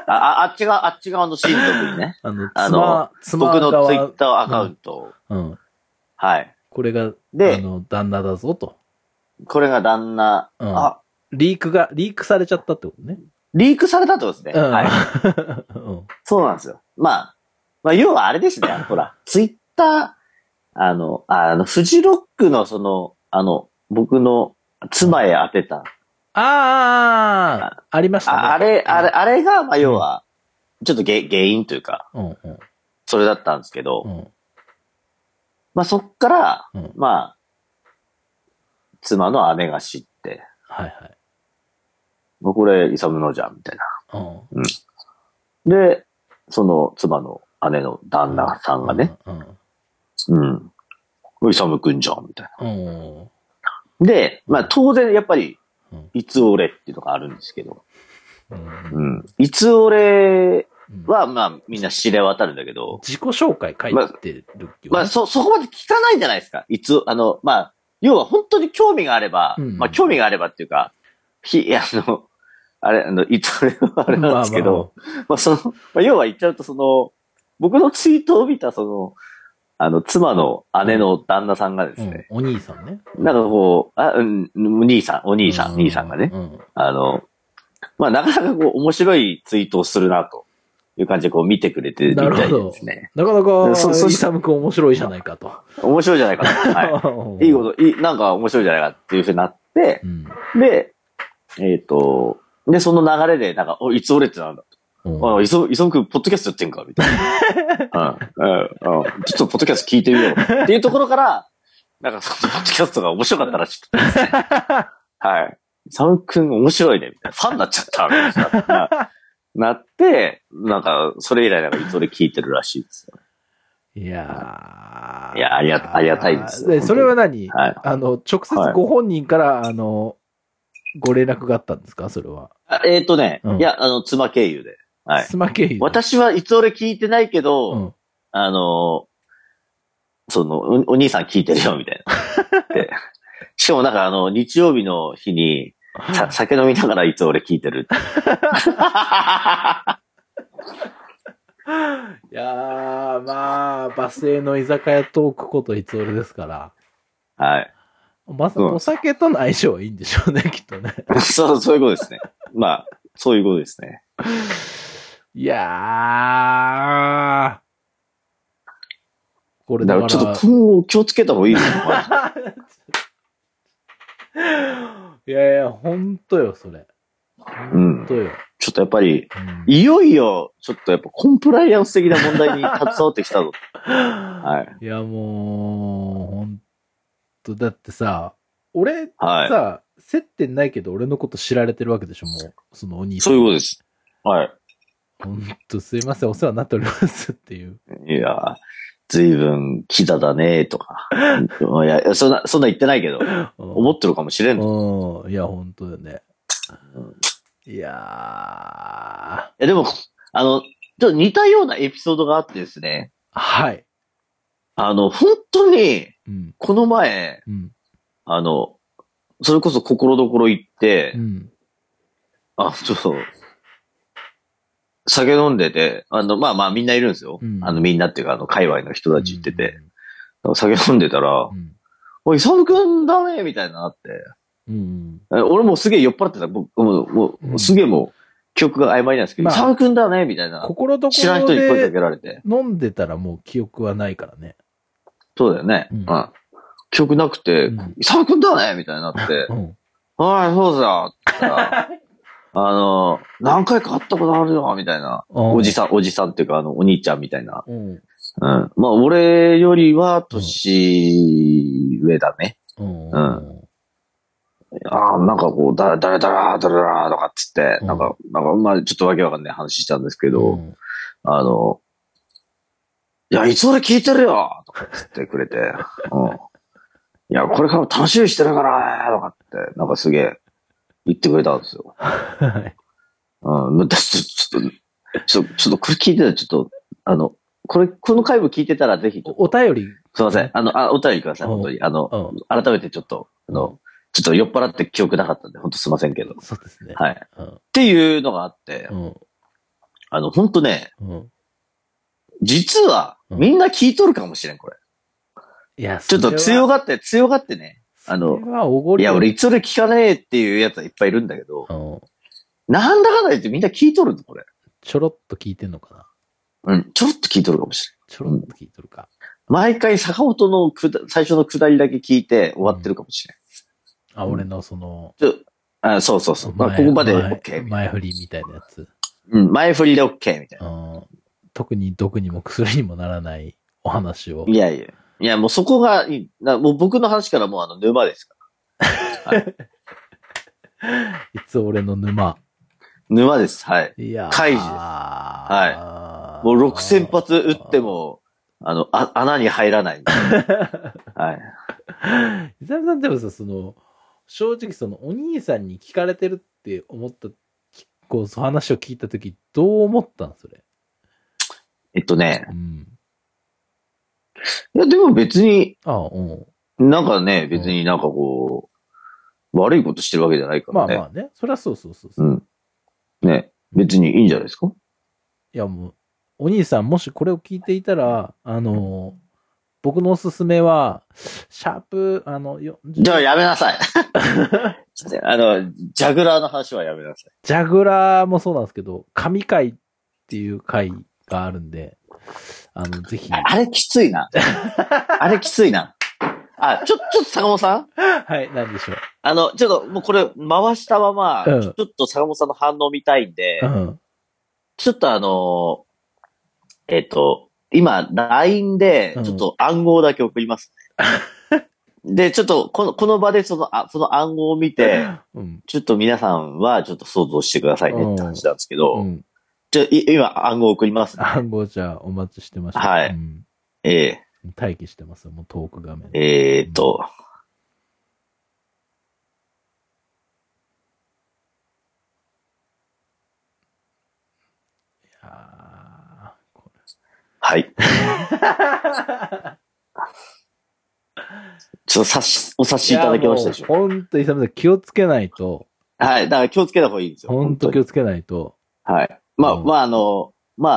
[SPEAKER 2] あああっち側、あっち側の親族にね、
[SPEAKER 1] あの、
[SPEAKER 2] あ
[SPEAKER 1] 妻妻
[SPEAKER 2] の僕のツイッ
[SPEAKER 1] 側、
[SPEAKER 2] ターアカウントを、
[SPEAKER 1] うん、
[SPEAKER 2] はい。
[SPEAKER 1] これが、あ
[SPEAKER 2] で
[SPEAKER 1] の、旦那だぞと。
[SPEAKER 2] これが旦那、
[SPEAKER 1] うん
[SPEAKER 2] あ、
[SPEAKER 1] リークが、リークされちゃったってことね。
[SPEAKER 2] リークされたってことで すね。
[SPEAKER 1] うん
[SPEAKER 2] はい。
[SPEAKER 1] うん
[SPEAKER 2] そうなんですよ。まあ、まあ、要はあれですね、ほら、ツイッター、あの、あの、フジロックのその、あの、僕の妻へ当てた、
[SPEAKER 1] ああ、ありましたね。
[SPEAKER 2] ああれ、あれ、あれが、まあ、
[SPEAKER 1] ん
[SPEAKER 2] 要は、ちょっとげ原因というか、
[SPEAKER 1] うんうん
[SPEAKER 2] それだったんですけど、
[SPEAKER 1] うん
[SPEAKER 2] まあ、そっから、
[SPEAKER 1] うん
[SPEAKER 2] まあ、妻の姉が知って、
[SPEAKER 1] はいはい。
[SPEAKER 2] もうこれ、イサムのじゃん、みたい
[SPEAKER 1] うん
[SPEAKER 2] な。で、その妻の姉の旦那さんがね、。
[SPEAKER 1] うん
[SPEAKER 2] うん、イサムくんじゃん、みたい
[SPEAKER 1] う
[SPEAKER 2] な。
[SPEAKER 1] ん。
[SPEAKER 2] で、まあ当然やっぱり
[SPEAKER 1] うん、
[SPEAKER 2] いつ俺っていうのがあるんですけど、
[SPEAKER 1] うん
[SPEAKER 2] うん。いつ
[SPEAKER 1] う
[SPEAKER 2] 俺
[SPEAKER 1] ん
[SPEAKER 2] はまあみんな知れ渡るんだけど、
[SPEAKER 1] 自己紹介書いてるっていうね
[SPEAKER 2] まあそ、そこまで聞かないんじゃないですか。いつ、あの、まあ、要は本当に興味があれば、
[SPEAKER 1] うん
[SPEAKER 2] まあ興味があればっていうか、ひ、 あの、あれ、あの、いつ俺はあれなんですけど、まあ、その、まあ要は言っちゃうとその、僕のツイートを見たその、あの、妻の姉の旦那さんがです
[SPEAKER 1] まあ、まあ
[SPEAKER 2] ね、
[SPEAKER 1] うんお兄さんね。
[SPEAKER 2] なんかこう、あ、うん、兄さん、お兄さん、
[SPEAKER 1] う
[SPEAKER 2] 兄さんがね、
[SPEAKER 1] うん
[SPEAKER 2] あの、まあ、なかなかこう、面白いツイートをするな、という感じでこう見てくれてるみたいですね。
[SPEAKER 1] なかなか、
[SPEAKER 2] そ
[SPEAKER 1] イ
[SPEAKER 2] そ
[SPEAKER 1] サム君面白いじゃないかと。
[SPEAKER 2] 面白いじゃないかな。はい。いいこと、いい、なんか面白いじゃないかっていうふうになって
[SPEAKER 1] う、ん。
[SPEAKER 2] で、えっ、と、で、その流れで、なんか、お、いつ俺ってなんだ。
[SPEAKER 1] うん
[SPEAKER 2] あ、いそ、いそむくん、ポッドキャストやってんかみた いな。うん、うん、うん。ちょっと、ポッドキャスト聞いてみよう。っていうところから、なんか、その、ポッドキャストが面白かったら しくてですね。はい。いさむくん、面白いね。みたいな。ファンになっちゃった。みたいな。なって、なんか、それ以来、なんか、いつ俺聞いてるらしいですよ。
[SPEAKER 1] いやー
[SPEAKER 2] いやありがありがたいです
[SPEAKER 1] で、それは何
[SPEAKER 2] はい。
[SPEAKER 1] あの、直接
[SPEAKER 2] はい
[SPEAKER 1] ご本人から、あの、ご連絡があったんですかそれは。
[SPEAKER 2] あえっ、とね、
[SPEAKER 1] うん
[SPEAKER 2] いや、あの、妻経由で。はい。
[SPEAKER 1] スマ経由。
[SPEAKER 2] 私はいつ俺聞いてないけど、
[SPEAKER 1] うん
[SPEAKER 2] あの、その、おお兄さん聞いてるよ、みたいな。 でしかもなんかあの、日曜日の日に、さ酒飲みながらいつ俺聞いて るって。
[SPEAKER 1] いやー、まあ、バスへの居酒屋トークこといつ俺ですから。
[SPEAKER 2] はい。
[SPEAKER 1] まず、
[SPEAKER 2] うん
[SPEAKER 1] お酒との相性はいいんでしょうね、 きっとね。
[SPEAKER 2] そう、そういうことですね。まあ、そういうことですね。
[SPEAKER 1] いやー。これ
[SPEAKER 2] だ
[SPEAKER 1] だ
[SPEAKER 2] か
[SPEAKER 1] からら。
[SPEAKER 2] ちょっと 今後気をつけた方がいいですよ。マ
[SPEAKER 1] い
[SPEAKER 2] ジで
[SPEAKER 1] やいや、ほんとよ、それ。
[SPEAKER 2] う
[SPEAKER 1] ほん
[SPEAKER 2] ん。
[SPEAKER 1] とよ。
[SPEAKER 2] ちょっとやっぱり、
[SPEAKER 1] うん
[SPEAKER 2] いよいよ、ちょっとやっぱコンプライアンス的な問題に携わってきたぞ。はい。
[SPEAKER 1] いや、もう、ほんと、だってさ、俺さ、
[SPEAKER 2] は
[SPEAKER 1] 接点ないけど俺のこと知られてるわけでしょ、もう。そのお兄
[SPEAKER 2] い。
[SPEAKER 1] さん。
[SPEAKER 2] そういうことです。はい。
[SPEAKER 1] ほんと、すいません、お世話になっておりますっていう。
[SPEAKER 2] いやー、ずいぶん、キザだねーとか。 いや、そんな、そんな言ってないけど、 思ってるかもしれんの。い
[SPEAKER 1] うん。いや、ほんとだよね。いやー。
[SPEAKER 2] や、でも、あの、ちょっと似たようなエピソードがあってですね。
[SPEAKER 1] はい。
[SPEAKER 2] あの、本当に、
[SPEAKER 1] うん。
[SPEAKER 2] この前、
[SPEAKER 1] うん。
[SPEAKER 2] あの、それこそ心どころ行って
[SPEAKER 1] う、ん。
[SPEAKER 2] あ、ちょっと、酒飲んでて、あの、まあまあみんないるんですよ。
[SPEAKER 1] うん
[SPEAKER 2] あの、みんなっていうか、あの、界隈の人たち行ってて、酒飲んでたら
[SPEAKER 1] う、ん。
[SPEAKER 2] おい、イサム君だねみたいになって、
[SPEAKER 1] うん。うん。
[SPEAKER 2] え俺もうすげえ酔っ払ってた。僕、もう、も
[SPEAKER 1] う
[SPEAKER 2] うんすげえもう、記憶が曖昧なんですけど、
[SPEAKER 1] まあ
[SPEAKER 2] サム君だね、みたいな。
[SPEAKER 1] 心どこ
[SPEAKER 2] 知らん
[SPEAKER 1] ろ
[SPEAKER 2] 人に声か
[SPEAKER 1] で
[SPEAKER 2] けられて。
[SPEAKER 1] 飲んでたらもう記憶はないからね。
[SPEAKER 2] そうだよね。
[SPEAKER 1] う
[SPEAKER 2] うんん。記憶なくて
[SPEAKER 1] う、ん。
[SPEAKER 2] サム君だね、みたいにな って
[SPEAKER 1] う、ん。
[SPEAKER 2] おい、そうだ、って言っ たらあの、何回か会ったことあるよ、みたいな。おじさん、おじさんっていうか、あの、お兄ちゃんみたいな。
[SPEAKER 1] うん。
[SPEAKER 2] うん。まあ、俺よりは、年上だね。
[SPEAKER 1] うん。
[SPEAKER 2] うんああ、なんかこう、だ、だらだら、だらだらとかっつって、なんか、なんか、まあ、ちょっとわけわかんない話したんですけど、
[SPEAKER 1] うん
[SPEAKER 2] あの、いや、いつ俺聞いてるよとか言ってくれて、うん。いや、これからも楽しみにしてるからねとかって、なんかすげえ、言ってくれたんですよ。
[SPEAKER 1] はい。
[SPEAKER 2] うん。私、ちょっと、ちょっと、ちょっと、これ聞いてたら、ちょっと、あの、これ、この回も聞いてたら、ぜひ、
[SPEAKER 1] おお便り。
[SPEAKER 2] すいません。あの、あ、お便りください、
[SPEAKER 1] うん
[SPEAKER 2] 本当に。あの、
[SPEAKER 1] うん。
[SPEAKER 2] 改めてちょっと、あの、ちょっと酔っ払って記憶なかったんで、本当すいませんけど。
[SPEAKER 1] そうですね。
[SPEAKER 2] はい。っ
[SPEAKER 1] うん
[SPEAKER 2] ていうのがあって、あの、本当ね、
[SPEAKER 1] うん。うん。
[SPEAKER 2] 実は、
[SPEAKER 1] うん
[SPEAKER 2] みんな聞いとるかもしれん、これ。
[SPEAKER 1] いや、
[SPEAKER 2] ちょっと強
[SPEAKER 1] が、
[SPEAKER 2] がって、強がってね。あの
[SPEAKER 1] それはおご
[SPEAKER 2] い
[SPEAKER 1] りよ
[SPEAKER 2] や、俺、いつ俺聞かねえっていうやつはいっぱいいるんだけど、
[SPEAKER 1] うん。
[SPEAKER 2] なんだかんだ言ってみんな聞いとるの、これ。
[SPEAKER 1] ちょろっと聞いてんのかな
[SPEAKER 2] うん、ちょろっと聞いとるかもしれん。
[SPEAKER 1] ちょろっと聞いとるか。
[SPEAKER 2] 毎回坂本のくだ最初の下りだけ聞いて終わってるかもしれん。
[SPEAKER 1] あ、俺のその、
[SPEAKER 2] あそうそうそう。まあ、ここまで OK
[SPEAKER 1] 前
[SPEAKER 2] みたいな。
[SPEAKER 1] 前振りみたいなやつ。
[SPEAKER 2] うん、前振りで OK みたいうな。
[SPEAKER 1] ん。特に毒にも薬にもならないお話を。
[SPEAKER 2] いやいや。いや、もうそこがいい。なもう僕の話からもうあの、沼ですから。
[SPEAKER 1] いつ俺の沼。
[SPEAKER 2] 沼です。はい。
[SPEAKER 1] いやー。
[SPEAKER 2] 開示です
[SPEAKER 1] はい
[SPEAKER 2] もう6000発撃っても、あの、あ穴に入ら ない。はい。
[SPEAKER 1] 伊沢さんでもさ、その、正直そのお兄さんに聞かれてるって思った、きこう、そう話を聞いたとき、どう思ったんそれ。
[SPEAKER 2] えっとね。
[SPEAKER 1] うん。
[SPEAKER 2] いや、でも別に、
[SPEAKER 1] ああ、うん。
[SPEAKER 2] なんかね、別になんかこう、悪いことしてるわけじゃないか
[SPEAKER 1] ま
[SPEAKER 2] ら
[SPEAKER 1] あ
[SPEAKER 2] ね。
[SPEAKER 1] まあね。そりゃそうそうそうそうう。い
[SPEAKER 2] ん。ね、別にいいんじゃないですか
[SPEAKER 1] やもう、お兄さんもしこれを聞いていたら、あのー僕のおすすめは、シャープ、あの、よ
[SPEAKER 2] じゃあやめ なさい。あの、ジャグラーの話はやめなさい。
[SPEAKER 1] ジャグラーもそうなんですけど、神回っっていう回があるんで、あの、ぜ ひ。
[SPEAKER 5] ああれきつ いな。あれきついな。
[SPEAKER 2] あ、ちょ、ちょっと坂本さん
[SPEAKER 1] はい、なんでしょう。
[SPEAKER 2] あの、ちょっともうこれ回したまま、
[SPEAKER 1] うん
[SPEAKER 2] ちょっと坂本さんの反応見たいんで、
[SPEAKER 1] うん。
[SPEAKER 2] ちょっとあのーえっ、と、今、LINE で
[SPEAKER 1] うん、
[SPEAKER 2] ちょっと暗号だけ送り ます。で、ちょっと、この、この場でその、あその暗号を見て、
[SPEAKER 1] うん。
[SPEAKER 2] ちょっと皆さんはちょっと想像してくださいねって話なんですけど、
[SPEAKER 1] うん。
[SPEAKER 2] ちょ、い今暗号送ります。
[SPEAKER 1] 暗号じゃあお待ちしてました。
[SPEAKER 2] はい
[SPEAKER 1] うん
[SPEAKER 2] え
[SPEAKER 1] 待機してますよ、もうトーク画面
[SPEAKER 2] ー、。えー、と、
[SPEAKER 1] あーこれ
[SPEAKER 2] はい。ちょっと察し、お察しいただけましたでしょう
[SPEAKER 1] いやもうほんと、イサムさん気をつけないと、
[SPEAKER 2] かはい。だから気をつけた方がいいんですよ。
[SPEAKER 1] ほんと気
[SPEAKER 2] 本
[SPEAKER 1] をつけないと。
[SPEAKER 2] 当にはい。まあ、
[SPEAKER 1] うん
[SPEAKER 2] まあ、あの、ま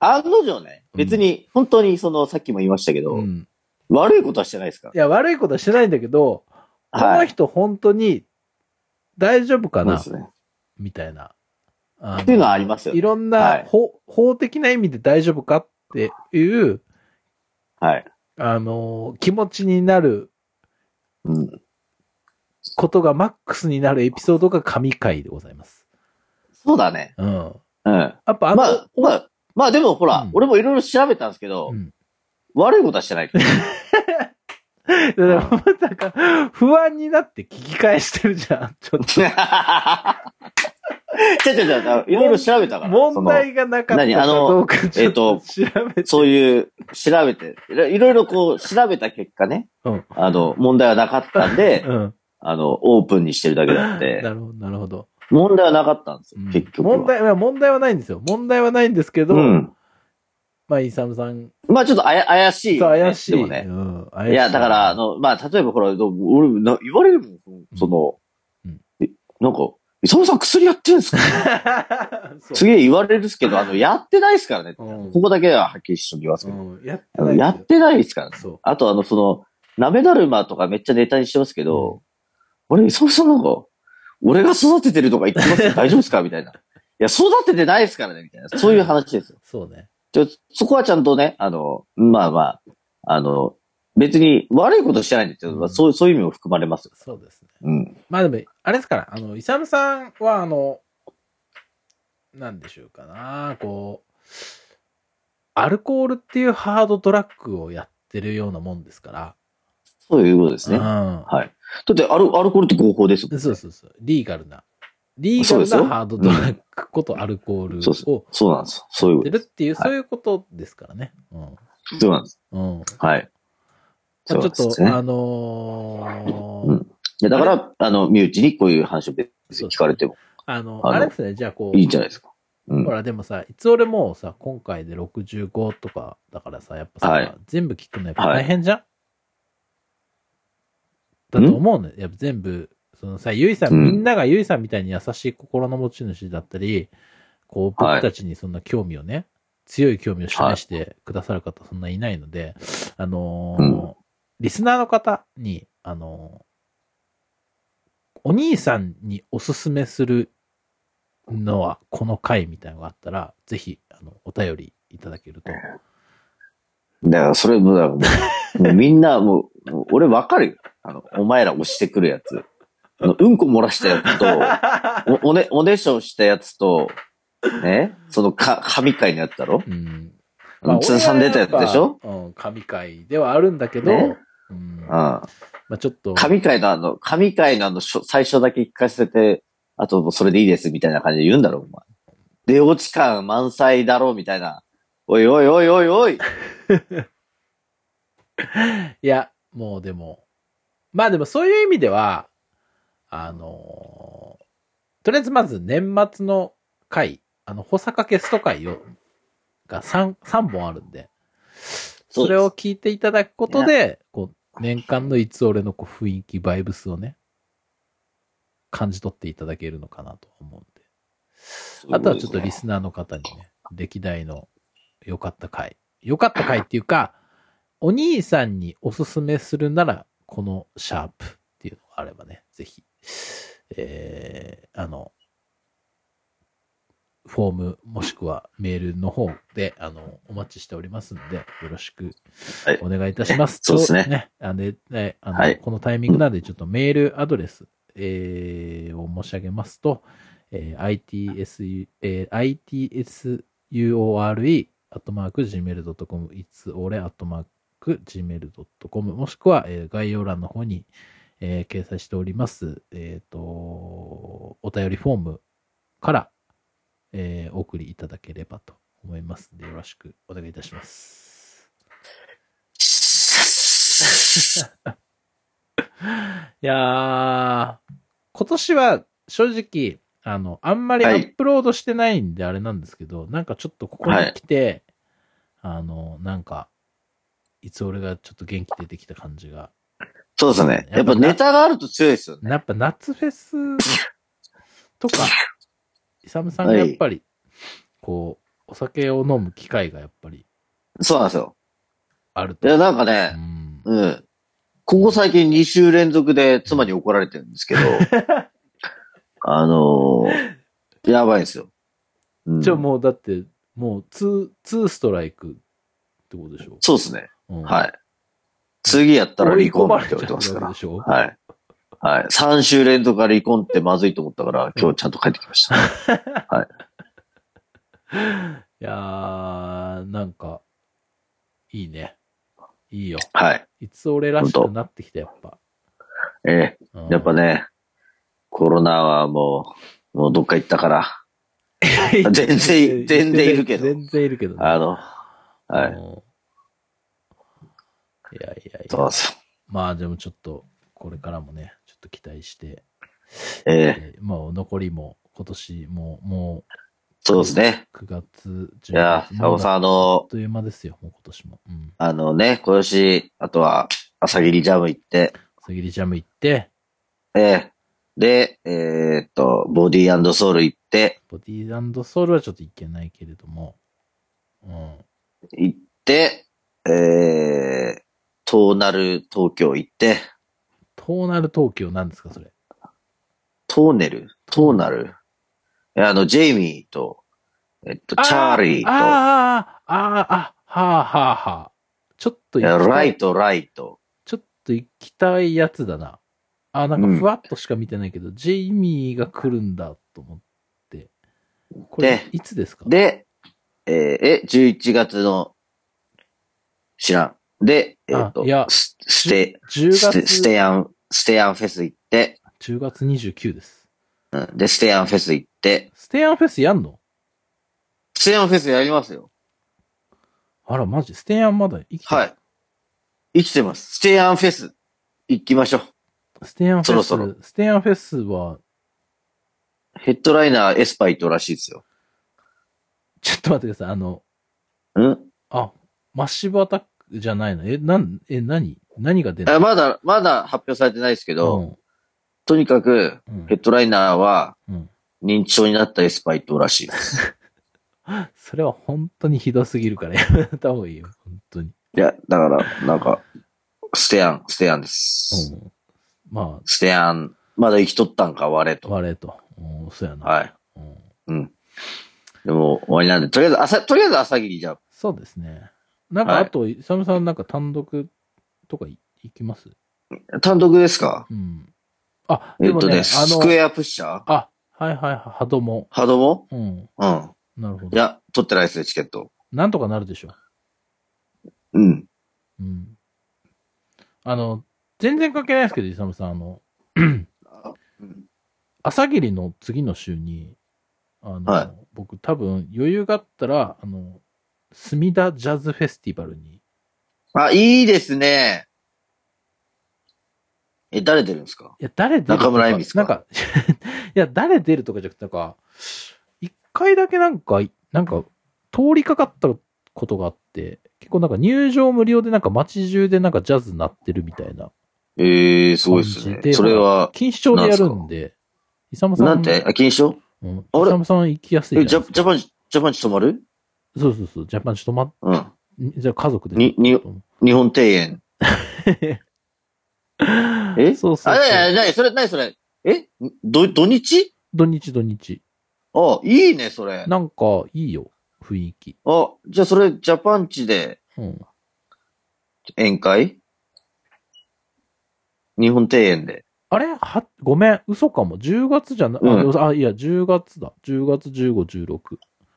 [SPEAKER 2] あ、案の定ね、別に、本当にその、さっきも言いましたけど、
[SPEAKER 1] うん。
[SPEAKER 2] 悪いことはしてないですから
[SPEAKER 1] いや、悪いことはしてないんだけど、こ
[SPEAKER 2] はい
[SPEAKER 1] の人本当に大丈夫かな、
[SPEAKER 2] そうですね。
[SPEAKER 1] みたいな。あ
[SPEAKER 2] っていうのはありますよ
[SPEAKER 1] い
[SPEAKER 2] ね。
[SPEAKER 1] ろん
[SPEAKER 2] は
[SPEAKER 1] ない法,、法的な意味で大丈夫かっていう、
[SPEAKER 2] はい。
[SPEAKER 1] あのー気持ちになる
[SPEAKER 2] うん。
[SPEAKER 1] ことがマックスになるエピソードが神回でございます。
[SPEAKER 2] そうだね。
[SPEAKER 1] うん。
[SPEAKER 2] うん。ま
[SPEAKER 1] やっぱあの、
[SPEAKER 2] あ、まあ、まあでもほら、
[SPEAKER 1] うん
[SPEAKER 2] 俺もいろいろ調べたんですけど、
[SPEAKER 1] うん
[SPEAKER 2] 悪いことはし てない。
[SPEAKER 1] だからまさか、不安になって聞き返してるじゃん。ち ょっ
[SPEAKER 2] ちゃちゃちゃ、いろいろ調べたか
[SPEAKER 1] と、
[SPEAKER 2] ら。
[SPEAKER 1] 問題がなかった
[SPEAKER 2] 何
[SPEAKER 1] か
[SPEAKER 2] あの
[SPEAKER 1] どうかちょっと調べて。
[SPEAKER 2] そのそういう、調べて、いろいろいろこう、調べた結果ね、
[SPEAKER 1] うん
[SPEAKER 2] あの、問題はなかったんで、
[SPEAKER 1] うん。
[SPEAKER 2] あの、オープンにしてるだけだっ
[SPEAKER 1] な
[SPEAKER 2] て、
[SPEAKER 1] るほど、なるほど。
[SPEAKER 2] 問題はなかったんですよ
[SPEAKER 1] うん、
[SPEAKER 2] 結局は。
[SPEAKER 1] 問題、いや問題はないんですよ。問題はないんですけど、
[SPEAKER 2] うん。
[SPEAKER 1] まあ、イサムさん、
[SPEAKER 2] まあちょっとあや怪しい
[SPEAKER 1] そ
[SPEAKER 2] よ
[SPEAKER 1] う
[SPEAKER 2] ね、
[SPEAKER 1] 怪しい。
[SPEAKER 2] でもね。
[SPEAKER 1] うん、怪し
[SPEAKER 2] いや、だから、あ、の、まあ、例えばほら、どう俺、な言われるもん、その、
[SPEAKER 1] うん
[SPEAKER 2] えなんか、伊沢さん薬やってるんですか
[SPEAKER 1] そう
[SPEAKER 2] すげえ言われるんですけど、あの、やってないですからね。
[SPEAKER 1] うん
[SPEAKER 2] ここだけははっきり一緒に言いますけど。
[SPEAKER 1] うん、やっ
[SPEAKER 2] あのや
[SPEAKER 1] て
[SPEAKER 2] ってないですから
[SPEAKER 1] な
[SPEAKER 2] ね。
[SPEAKER 1] いそ
[SPEAKER 2] あと、あの、その、なめだるまとかめっちゃネタにしてますけど、俺、伊沢さんなんか、俺が育ててるとか言ってますけど大丈夫ですかみたいな。いや、育ててないですからね、みたいな。そういう話ですよ
[SPEAKER 1] う。。そうね。
[SPEAKER 2] ちょそこはちゃんとね、あの、まあまあ、あの、別に悪いことしてないんですよ。
[SPEAKER 1] うん
[SPEAKER 2] そうそういう意味も含まれますよ。
[SPEAKER 1] そうですね。
[SPEAKER 2] うん。
[SPEAKER 1] まあでも、あれですから、あの、イサムさんは、あの、なんでしょうかな、こう、アルコールっていうハードドラッグをやってるようなもんですから。
[SPEAKER 2] そういうことですね。
[SPEAKER 1] う
[SPEAKER 2] だ
[SPEAKER 1] ん。
[SPEAKER 2] ってアル、アルコールって合法ですもんね
[SPEAKER 1] そうそうそう。リーガルな。リー
[SPEAKER 2] そう
[SPEAKER 1] ガ
[SPEAKER 2] です
[SPEAKER 1] ル
[SPEAKER 2] よ
[SPEAKER 1] なハードドラッグことアルコール
[SPEAKER 2] そうです
[SPEAKER 1] を
[SPEAKER 2] そうなんです。そういう
[SPEAKER 1] やって
[SPEAKER 2] こと
[SPEAKER 1] るっていう、
[SPEAKER 2] はい
[SPEAKER 1] そういうことですからね。うん。
[SPEAKER 2] そうなんです。
[SPEAKER 1] うん。
[SPEAKER 2] はい。
[SPEAKER 1] まあちょっ
[SPEAKER 2] そうで
[SPEAKER 1] と、
[SPEAKER 2] すね
[SPEAKER 1] あのー
[SPEAKER 2] うんいやだから、あの、身内にこういう話を別に聞かれても
[SPEAKER 1] あの、
[SPEAKER 2] あの
[SPEAKER 1] あれですね、じゃあこう、
[SPEAKER 2] いいんじゃないですか。うん
[SPEAKER 1] ほ。らでもさ、いつ俺もうさ、今回で65とかだからさ、やっぱさ、
[SPEAKER 2] はい
[SPEAKER 1] 全部聞くのやっぱ大変じゃん、だと思うのよ。やっぱ全部、そのさ、ゆいさん、
[SPEAKER 2] うん
[SPEAKER 1] みんながゆいさんみたいに優しい心の持ち主だったり、こう、
[SPEAKER 2] はい
[SPEAKER 1] 僕たちにそんな興味をね、強い興味を示してくださる方そんないないので、あのー
[SPEAKER 2] うん
[SPEAKER 1] リスナーの方に、あのーお兄さんにおすすめするのはこの回みたいなのがあったら、ぜひ、あの、お便りいただけると。
[SPEAKER 2] だから、それも、だからもう、もうみんな、もう、もう俺わかるよ。あの、お前ら押してくるやつ。あのうんこ漏らしたやつと、お、おね、おねしょしたやつと、ね、そのか、神回のやつだろ
[SPEAKER 1] うん。
[SPEAKER 2] うん、通算出たやつでしょ
[SPEAKER 1] 俺はやっぱうん、神回ではあるんだけど、
[SPEAKER 2] ね
[SPEAKER 1] うん。
[SPEAKER 2] う
[SPEAKER 1] ま
[SPEAKER 2] ん。
[SPEAKER 1] あちょっと、
[SPEAKER 2] 神回のあの、神回のあの、しょ最初だけ聞かせて、あともうそれでいいですみたいな感じで言うんだろ、お前。出落ち感満載だろ、みたいな。おいおいおいおいおい。
[SPEAKER 1] いや、もうでも、まあでもそういう意味では、あのーとりあえずまず年末の回、あの、保坂ゲスト回を、が3、三本あるんで、それを聞いていただくことで、こう、年間のいつ俺のこう雰囲気、バイブスをね、感じ取っていただけるのかなと思うんで。あとはちょっとリスナーの方にね、歴代の良かった回。良かった回っていうか、お兄さんにおすすめするなら、このシャープっていうのがあればね、ぜひ、えー、あの、フォーム、もしくはメールの方で、あの、お待ちしておりますんで、よろしく
[SPEAKER 6] はい
[SPEAKER 1] お願いいたします。
[SPEAKER 6] そうですね
[SPEAKER 1] とね。あので、ねあの
[SPEAKER 6] はい
[SPEAKER 1] このタイミングなんで、ちょっとメールアドレス、えーを申し上げますと、えー ITSU、えー ITSUORE、アットマーク、gmail.com、いつ俺、アットマーク、gmail.com、もしくは、えー概要欄の方に、えー掲載しております、えっ、と、お便りフォームから、えーお送りいただければと思いますので、よろしくお願いいたします。いやー、今年は正直、あの、あんまりア
[SPEAKER 2] はい
[SPEAKER 1] ップロードしてないんであれなんですけど、なんかちょっとここに来て、あの、なんか、いつ俺がちょっと元気出てきた感じが。
[SPEAKER 2] そうですね。
[SPEAKER 1] や
[SPEAKER 2] や
[SPEAKER 1] っぱ
[SPEAKER 2] っぱ
[SPEAKER 1] な
[SPEAKER 2] ネタがあると強いですよね。
[SPEAKER 1] やっぱ夏フェスと か、イサムさんがやっぱり、こう、お酒を飲む機会がやっぱり
[SPEAKER 2] そうなんですよ。
[SPEAKER 1] ある
[SPEAKER 2] い
[SPEAKER 1] と。
[SPEAKER 2] や、なんか
[SPEAKER 1] う
[SPEAKER 2] ね、
[SPEAKER 1] ん。
[SPEAKER 2] うん。ここ最近2週連続で妻に怒られてるんです けど、あのーやばいんですよ。うん
[SPEAKER 1] じゃあもうだって、もうツー、ツーストライクってことでしょ
[SPEAKER 2] そうですね。
[SPEAKER 1] うん
[SPEAKER 2] はい。次やったら
[SPEAKER 1] 追い
[SPEAKER 2] 離
[SPEAKER 1] 込
[SPEAKER 2] 婚
[SPEAKER 1] ま
[SPEAKER 2] っ
[SPEAKER 1] れ
[SPEAKER 2] て
[SPEAKER 1] ちゃ
[SPEAKER 2] 言
[SPEAKER 1] う
[SPEAKER 2] われてます
[SPEAKER 1] わけ
[SPEAKER 2] から
[SPEAKER 1] で。しょ
[SPEAKER 2] はい。はい。3週連続から離婚ってまずいと思ったから、今日ちゃんと帰ってきま した。
[SPEAKER 1] いやー、なんか、いいね。いいよ。
[SPEAKER 2] はい。
[SPEAKER 1] いつ俺らしくなってきた、やっぱ。
[SPEAKER 2] え
[SPEAKER 1] うん
[SPEAKER 2] え、やっ ぱ。ね、コロナはもう、もうどっか行ったから、全然全然いるけど
[SPEAKER 1] 全然いるけどね。
[SPEAKER 2] あの、は
[SPEAKER 1] う
[SPEAKER 2] い。
[SPEAKER 1] ん。いやいやい
[SPEAKER 2] そ
[SPEAKER 1] や
[SPEAKER 2] う。そう。
[SPEAKER 1] まあでもちょっと、これからもね、ちょっと期待して、
[SPEAKER 2] ええ、
[SPEAKER 1] えーもう残りも、今年も、も
[SPEAKER 2] そうですね。
[SPEAKER 1] う9月、10月。
[SPEAKER 2] いや、サボさん、あ
[SPEAKER 1] あ
[SPEAKER 2] の
[SPEAKER 1] っ、という間ですよ、もう今年も。うん。
[SPEAKER 2] あのね、今年、あとは、朝霧ジャム行って、
[SPEAKER 1] さぎりジャム行って、
[SPEAKER 2] ええ、で、えーっと、ボディーソウル行って、
[SPEAKER 1] ボディーソウルはちょっと行けないけれども、うん。
[SPEAKER 2] 行って、ええ、トーナル東京行って、
[SPEAKER 1] トーナル東京なんですか、それ。
[SPEAKER 2] トーネルトーナルえあの、ジェイミーと、えっと、チャーリー
[SPEAKER 1] あーあー、あーあー、はあはあはあ。ちょっと
[SPEAKER 2] と、い
[SPEAKER 1] 行
[SPEAKER 2] や
[SPEAKER 1] きた
[SPEAKER 2] ラ
[SPEAKER 1] い
[SPEAKER 2] イト、ライト。
[SPEAKER 1] ちょっと行きたいやつだな。あーなんかふわっとしか見てないけど、ジェイミーが来るんだと思って。これ
[SPEAKER 2] で、
[SPEAKER 1] いつですか、
[SPEAKER 2] で、えーえ、11月の、知らん。で、えっ
[SPEAKER 1] あ
[SPEAKER 2] と
[SPEAKER 1] いや、
[SPEAKER 2] スステ、
[SPEAKER 1] 10
[SPEAKER 2] ステ、ス
[SPEAKER 1] 月、
[SPEAKER 2] テアン、ステアンフェス行って、
[SPEAKER 1] 10月29です。
[SPEAKER 2] うんで、ステアンフェス行って、
[SPEAKER 1] ステアンフェスやんの
[SPEAKER 2] ステアンフェスやりますよ。
[SPEAKER 1] あら、マジ、ステアンまだ生きてる
[SPEAKER 2] はい。。生きてます。ステアンフェス、行きましょう。
[SPEAKER 1] ステアンフェス、
[SPEAKER 2] そろそろ
[SPEAKER 1] ステアンフェスは、
[SPEAKER 2] ヘッドライナーエスパイトらしいですよ。
[SPEAKER 1] ちょっと待ってください、あの、
[SPEAKER 2] ん
[SPEAKER 1] あ、マッシブアタックじゃないのえ、なん、え、何何が出る
[SPEAKER 2] あまだ、まだ発表されてないですけど、
[SPEAKER 1] の
[SPEAKER 2] とにかく、
[SPEAKER 1] うんうん
[SPEAKER 2] ヘッドライナーは
[SPEAKER 1] うん
[SPEAKER 2] 認知症になったエスパイトらしいです。
[SPEAKER 1] それは本当にひどすぎるからやめた方がいいよ、本当に。
[SPEAKER 2] いや、だから、なんか、ステアン、ステアンです。
[SPEAKER 1] うん、ま
[SPEAKER 2] ステアン、まだ生きとったんか、我
[SPEAKER 1] あ、
[SPEAKER 2] と。
[SPEAKER 1] 我と。うん、そうやな。
[SPEAKER 2] はい。
[SPEAKER 1] うん
[SPEAKER 2] でも、終わりなんで、とりあえず、朝、とりあえず朝霧じゃん。
[SPEAKER 1] そうですね。なんか、
[SPEAKER 2] はい
[SPEAKER 1] あと、イサムさんなんか単独とかい行きます
[SPEAKER 2] 単独ですか
[SPEAKER 1] うん。あ、
[SPEAKER 2] え
[SPEAKER 1] で
[SPEAKER 2] っ
[SPEAKER 1] も
[SPEAKER 2] と
[SPEAKER 1] ね、
[SPEAKER 2] ね、
[SPEAKER 1] あ
[SPEAKER 2] スク
[SPEAKER 1] の、
[SPEAKER 2] エアプッシャー
[SPEAKER 1] あ、はいはいはい、ハドも。
[SPEAKER 2] 波動も
[SPEAKER 1] うん、
[SPEAKER 2] うん。
[SPEAKER 1] なるほ
[SPEAKER 2] い
[SPEAKER 1] ど。
[SPEAKER 2] や、取ってないですね、チケット。
[SPEAKER 1] なんとかなるでしょ
[SPEAKER 2] うん。
[SPEAKER 1] うん。あの、全然関係ないですけど、イサムさん、あの、
[SPEAKER 2] うん
[SPEAKER 1] 朝霧の次の週に、あの、
[SPEAKER 2] はい
[SPEAKER 1] 僕多分余裕があったら、あの、墨田ジャズフェスティバルに、
[SPEAKER 2] あ、いいですね。え、誰出るんですか
[SPEAKER 1] いや、誰出ると
[SPEAKER 2] 中村恵美っすか
[SPEAKER 1] なんか、いや、誰出るとかじゃなくて、なんか、一回だけなんか、なんか、通りかかったことがあって、結構なんか入場無料でなんか街中でなんかジャズ鳴ってるみたいな。
[SPEAKER 2] ええすごいですね
[SPEAKER 1] 感じ。で
[SPEAKER 2] それは、
[SPEAKER 1] 錦糸町でやるんで、イサムさん。
[SPEAKER 2] なんてあ、禁止症
[SPEAKER 1] うん、
[SPEAKER 2] あれ
[SPEAKER 1] イサムさん行きやすい
[SPEAKER 2] え、
[SPEAKER 1] じ
[SPEAKER 2] ジ
[SPEAKER 1] ゃ
[SPEAKER 2] ャ
[SPEAKER 1] ないですか
[SPEAKER 2] ジャパン、ジャパンチ止まる
[SPEAKER 1] そうそうそう、ジャパンちょっとま、
[SPEAKER 2] うん。
[SPEAKER 1] じゃあ家族で。
[SPEAKER 2] にに日本庭園。え
[SPEAKER 1] そうそうそう
[SPEAKER 2] あ、いやいや、なにそれ、なにそれ。えど、土日
[SPEAKER 1] 土日土日。
[SPEAKER 2] あ、いいね、それ。
[SPEAKER 1] なんか、いいよ、雰囲気。
[SPEAKER 2] あ、じゃあそれ、ジャパンチで
[SPEAKER 1] うん。
[SPEAKER 2] 宴会日本庭園で。
[SPEAKER 1] あれは、ごめん、嘘かも。10月じゃな、あ
[SPEAKER 2] う
[SPEAKER 1] あ、いや、10月だ。10月15、16。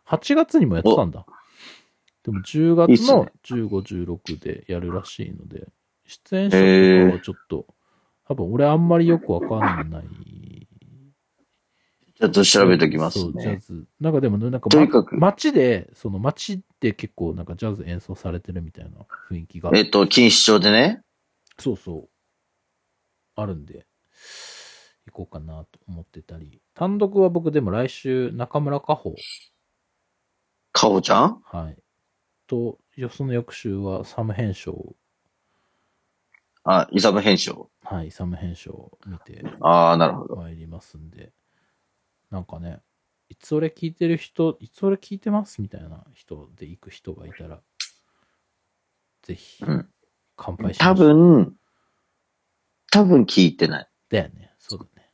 [SPEAKER 1] 8月にもやってたんだ。でも10
[SPEAKER 2] いい
[SPEAKER 1] 月
[SPEAKER 2] っす
[SPEAKER 1] の
[SPEAKER 2] ね
[SPEAKER 1] 15、16でやるらしいので、出演者とかはちょっと、多分俺あんまりよくわかんない。
[SPEAKER 2] ちょっと調べておきます
[SPEAKER 1] そう、ジャ
[SPEAKER 2] ね。
[SPEAKER 1] ズ。なんかでもね、なんか、
[SPEAKER 2] とにかく
[SPEAKER 1] ま街で、その街で結構なんかジャズ演奏されてるみたいな雰囲気が。
[SPEAKER 2] えっと、錦糸町でね。
[SPEAKER 1] そうそう。あるんで、行こうかなと思ってたり。単独は僕でも来週、中村佳穂、
[SPEAKER 2] かほちゃん
[SPEAKER 1] はい。と、よその翌週はサム編集を、
[SPEAKER 2] あ、イサム編集。
[SPEAKER 1] はい、サム編集を見て
[SPEAKER 2] ああ、なるほど。
[SPEAKER 1] 参りますんで、なんかね、いつ俺聞いてる人、いつ俺聞いてますみたいな人で行く人がいたら、ぜひ
[SPEAKER 2] うん、
[SPEAKER 1] 乾杯しましょ
[SPEAKER 2] 多
[SPEAKER 1] う。
[SPEAKER 2] 分、多分聞いてない。
[SPEAKER 1] だよね。そうだね。